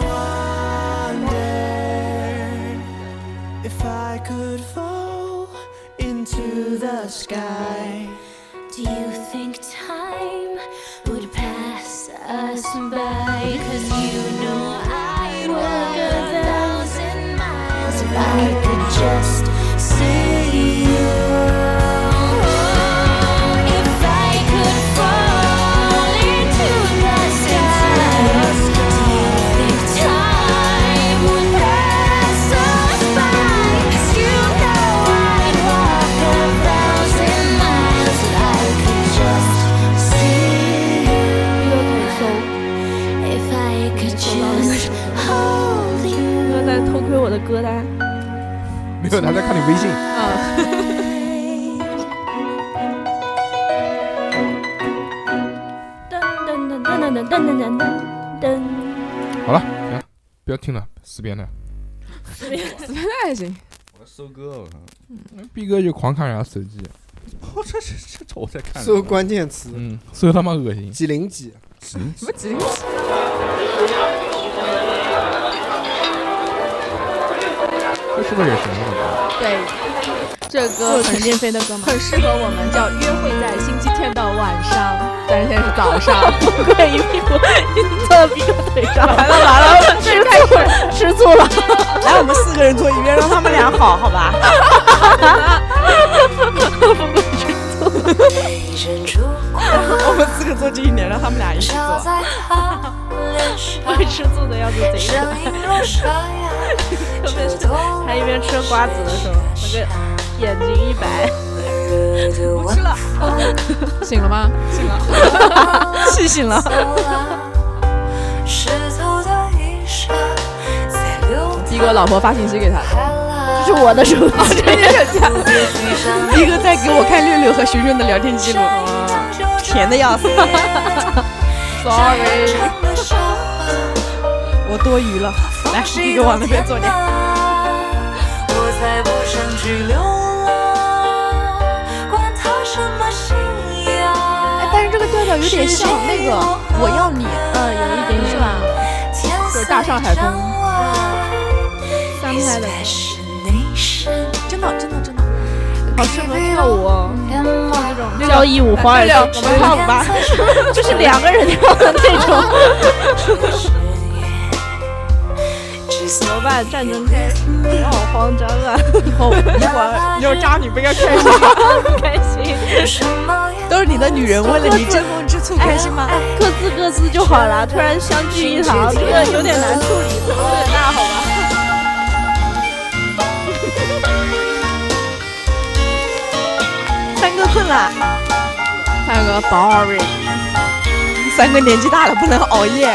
Speaker 19: If I could fall into the sky.
Speaker 3: Do you think time would pass us by? Cause you know I'd walk a thousand miles if I could just see you. If I could fall into the sky, do you think time would pass us by? 'Cause you know I'd walk a thousand miles if I could just see you. If I could just hold you.
Speaker 7: 哥在偷窥我的歌单。
Speaker 2: 嗯
Speaker 1: 没有，他在看你微信。
Speaker 7: 噔噔噔噔噔噔噔噔噔。
Speaker 1: 好了，行，不要听了，死变态。
Speaker 4: 死变
Speaker 6: 哎
Speaker 4: 态行。
Speaker 2: 我搜歌，我靠！
Speaker 1: 毕哥就狂看人家手机，
Speaker 2: 我这这这这我在看
Speaker 5: 搜关键词，
Speaker 1: 嗯，搜他妈恶心。
Speaker 5: 几零几？
Speaker 1: 几零
Speaker 4: 什么几？
Speaker 1: 这是不是也是什么？啊
Speaker 4: 对，这歌
Speaker 7: 是陈建飞的歌吗
Speaker 4: 很适合我们，叫约会在星期天的晚上，但是现在是早上。
Speaker 7: 跪一屁股，坐到逼哥腿上，
Speaker 4: 完了完了
Speaker 7: 吃醋了，吃醋了。
Speaker 6: 来，我们四个人坐一边，让他们俩好好 吧？ 我们四个坐近一点，让他们俩一起坐。
Speaker 7: 会吃醋的样子贼可爱，特别是他一边吃瓜子的时候，那个眼睛一白，
Speaker 6: 我吃了，醒了吗？醒了，
Speaker 10: 气醒了。
Speaker 6: 第一个老婆发信息给他 的，
Speaker 10: 这是我的手机，
Speaker 6: 这是手机。
Speaker 10: 一个在给我看六六和熊熊的聊天记录，甜的要死。
Speaker 6: Sorry，
Speaker 10: 我多余了，来，弟弟往那边坐点。
Speaker 7: 我才不想去流浪，管他什么信仰。
Speaker 4: 但是这个调调有点像那个《我要你》，呃
Speaker 14: 嗯，有一点点
Speaker 4: 是吧？
Speaker 6: 就是大上海风。
Speaker 14: 翻拍的，
Speaker 4: 真的真的真的，
Speaker 6: 好适合跳舞哦，就那种
Speaker 14: 交谊舞
Speaker 3: 哎
Speaker 14: 花儿
Speaker 6: 对了
Speaker 14: 也是
Speaker 6: 我们跳舞吧，
Speaker 14: 就是两个人跳的那种。怎么办？战争开始，我好慌张啊！
Speaker 6: 以后一会儿你就是渣女不应该开 心，
Speaker 14: 开心，
Speaker 10: 都是你的女人为了你争风吃醋，开心吗？
Speaker 14: 各自各自就好了。突然相聚一堂，这个有点难处理，有点大，好吧？
Speaker 10: 三哥困了，
Speaker 6: 看个 boring，
Speaker 10: 三哥年纪大了不能熬夜。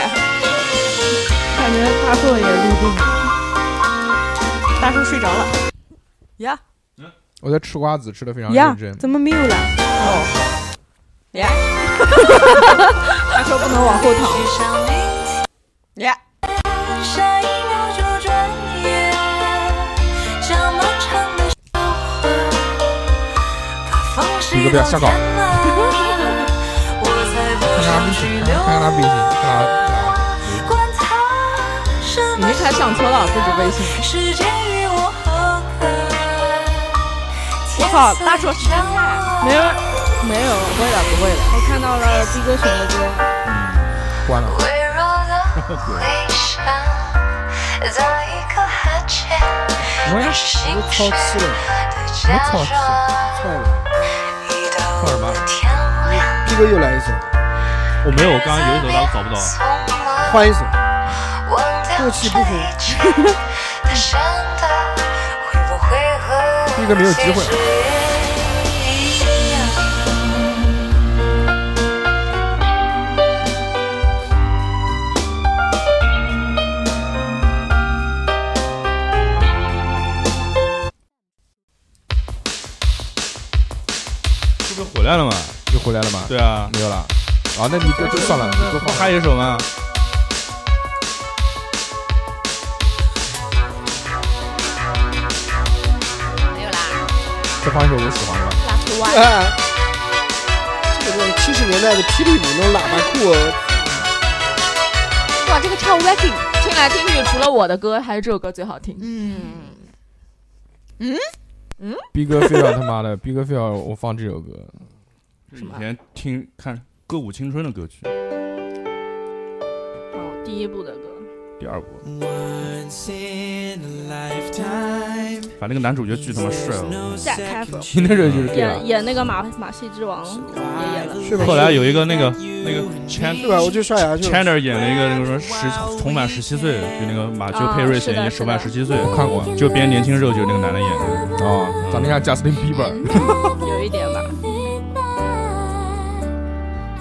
Speaker 14: 感觉大硕也入定了。
Speaker 10: 大叔睡着了。呀
Speaker 1: 我在吃瓜子，吃的非常
Speaker 10: 呀
Speaker 1: 认，真。
Speaker 10: 怎么没有了？哦，呀，
Speaker 6: 他说不能往后躺。
Speaker 10: 呀，
Speaker 7: 下一秒就转眼，这漫长的韶华，把风
Speaker 1: 李哥不要下岗，
Speaker 7: 我才不
Speaker 1: 看他
Speaker 7: 想
Speaker 1: 微
Speaker 7: 去
Speaker 1: 信，
Speaker 7: 流
Speaker 1: 看他微信，看他
Speaker 7: 管它什
Speaker 6: 已
Speaker 7: 么
Speaker 6: 经开始上车了，不止微信。
Speaker 7: 世界与我何干？
Speaker 6: 我靠，大硕时间快，没有没有，不会的不会的。我看到了鸡哥选的歌，
Speaker 1: 关了。
Speaker 7: 微弱的微笑，打一个哈欠，
Speaker 1: 我呀，
Speaker 2: 啊
Speaker 7: 我
Speaker 1: 操气了，我操气， 操了，
Speaker 7: 操
Speaker 1: 什么？
Speaker 5: 屁哥又来一首，
Speaker 2: 我没有，我刚刚有一首但我找不 到。
Speaker 5: 换一首，
Speaker 7: 忘掉
Speaker 5: 过气不符。
Speaker 7: 他伤的会 不会和
Speaker 1: 逼哥没有机会。
Speaker 2: 这不是回来了吗？
Speaker 1: 又回来了吗？
Speaker 2: 对啊，
Speaker 1: 没有了。啊，那你就就算了，你就放
Speaker 2: 还有一首吗？
Speaker 1: 再放一首我喜欢的吧。
Speaker 5: 啊，这个七十年代的霹雳舞那种喇叭裤，
Speaker 4: 哇，这个跳 Viking
Speaker 6: 听来听去除了我的歌，还是这首歌最好听。嗯嗯嗯，
Speaker 1: 逼哥非要他妈的， 逼哥非要我放这首歌，
Speaker 2: 以前听看歌舞青春的歌曲，
Speaker 14: 哦，第一部的歌，
Speaker 2: 第二部。反正那个男主角巨他妈帅哦！
Speaker 14: 夏开复
Speaker 2: 你那时候就是这样
Speaker 14: 演。演那个马马戏之王也演了。
Speaker 5: 是吧
Speaker 2: 后来有一个那个那个 Chan
Speaker 14: 嗯
Speaker 5: 是吧？我去刷牙去了。
Speaker 2: Chandler 演了一个那个什么十重返十七岁，就那个马修佩瑞饰演
Speaker 14: 啊
Speaker 2: 《
Speaker 14: 是的
Speaker 2: 重返十七岁》，
Speaker 1: 我看过
Speaker 2: 就别人年轻时候就是那个男的演的。
Speaker 1: 哦，长得像 Justin Bieber。
Speaker 14: 有一点吧。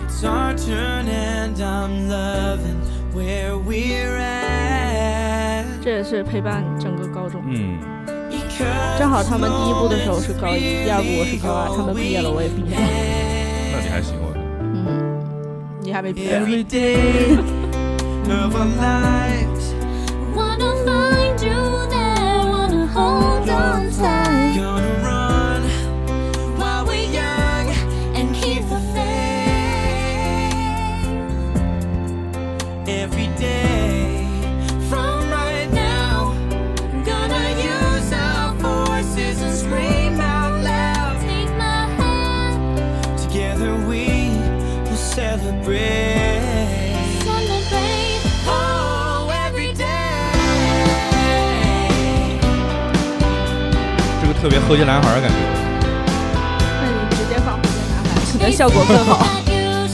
Speaker 20: It's our turn and I'm loving where we're at.
Speaker 14: 这也是陪伴整个高中。
Speaker 2: 嗯，
Speaker 14: 正好他们第一部的时候是高一，第二部我是高二，他们毕业了，我也毕业了。
Speaker 2: 那你还行，我觉得。
Speaker 6: 你还没毕业。
Speaker 20: Every day of our lives.
Speaker 7: Wanna find you there, wanna hold on tight.
Speaker 20: Gonna run
Speaker 7: while we're young and keep the faith
Speaker 20: every day.
Speaker 7: from right now. Gonna use our voices and scream out loud. Take my hand,
Speaker 20: Together we will celebrate.
Speaker 7: celebrate. Oh, every day.
Speaker 2: 这个特别后街男孩儿感觉。
Speaker 14: 那你直接放回家吧，可
Speaker 6: 能效果更 好。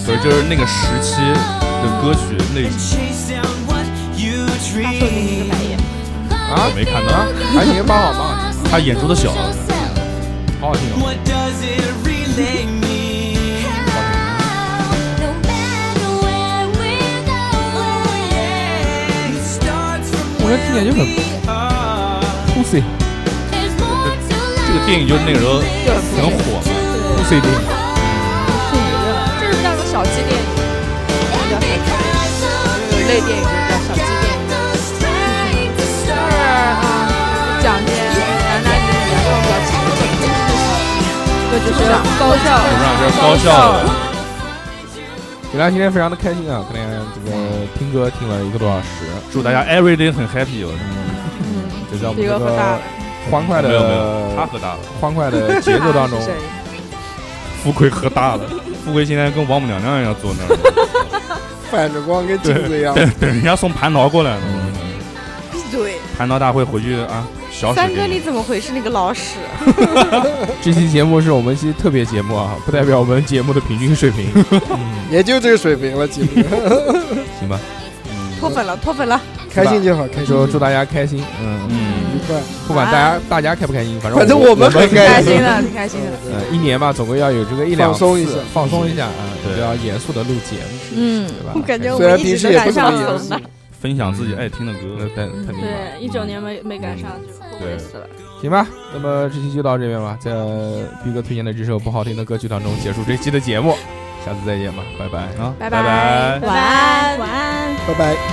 Speaker 2: 所以就是那个时期的歌曲类型
Speaker 20: Chase down what you dream.
Speaker 2: 啊，我没看到，
Speaker 1: 哎还行，八好吗？
Speaker 2: 他演出的小，
Speaker 1: 好好听哦。
Speaker 20: What does it really mean? Starts from
Speaker 1: 我这听起来就很 pussy，
Speaker 2: 这个电影就是那个时候很火嘛
Speaker 1: ，pussy 电影。
Speaker 6: 这是叫做小鸡电影，叫什么？有一类电影就是叫小鸡电影，就是啊，讲些男男女女的比较亲密的故事，对，就是高校，，
Speaker 2: 我们俩这是高校的。
Speaker 1: 给大家今天非常的开心啊，跟大家这个听歌听了一个多小时，
Speaker 2: 祝大家 every day 很 happy，我
Speaker 1: 就在我们
Speaker 2: 这
Speaker 1: 这
Speaker 2: 个喝大
Speaker 1: 个
Speaker 2: 了
Speaker 1: 欢快
Speaker 2: 没有没有
Speaker 1: 的
Speaker 2: 他喝大了
Speaker 1: 欢快的
Speaker 13: 啊
Speaker 1: 节奏当中
Speaker 6: 谁
Speaker 2: 富贵喝大了， 富贵现在跟王母娘娘一样坐那儿，
Speaker 5: 反着光跟镜子一
Speaker 2: 对，
Speaker 5: 样。
Speaker 2: 等等 人家送蟠桃过来呢。
Speaker 13: 闭嘴！
Speaker 2: 蟠桃大会回去啊，小史
Speaker 13: 三哥
Speaker 2: 给
Speaker 13: 你
Speaker 2: 你。
Speaker 13: 怎么回事？你个老屎！
Speaker 1: 这期节目是我们期特别节目啊，不代表我们节目的平均水平，
Speaker 5: 也就这个水平了，基 本。
Speaker 2: 行吧？
Speaker 13: 脱粉了，脱粉了！
Speaker 5: 开心就好开心就好
Speaker 1: 祝祝大家开心，嗯
Speaker 2: 嗯，
Speaker 1: 不管大家大家开不开心，反正
Speaker 5: 反正我
Speaker 1: 我
Speaker 5: 们很开
Speaker 1: 心
Speaker 5: 心了
Speaker 13: 挺开心的。
Speaker 1: 呃，一年嘛，总归要有这个一两
Speaker 5: 放松一
Speaker 1: 次
Speaker 5: 下
Speaker 1: 放松一下啊，不要严肃的录节目，
Speaker 14: 嗯
Speaker 1: 对吧？
Speaker 14: 我感觉
Speaker 1: 开
Speaker 14: 我
Speaker 1: 心
Speaker 14: 们一直都赶上了。
Speaker 2: 分享自己爱听的歌，
Speaker 1: 但肯定嘛
Speaker 14: 对，一九年没没赶上就后悔死了。
Speaker 1: 行吧，那么这期就到这边吧，在逼哥推荐的这首不好听的歌曲当中结束这
Speaker 2: 嗯
Speaker 1: 期的节目，下次再见吧，拜拜啊，
Speaker 14: 拜
Speaker 1: 拜
Speaker 14: 晚安，晚安，
Speaker 5: 拜拜。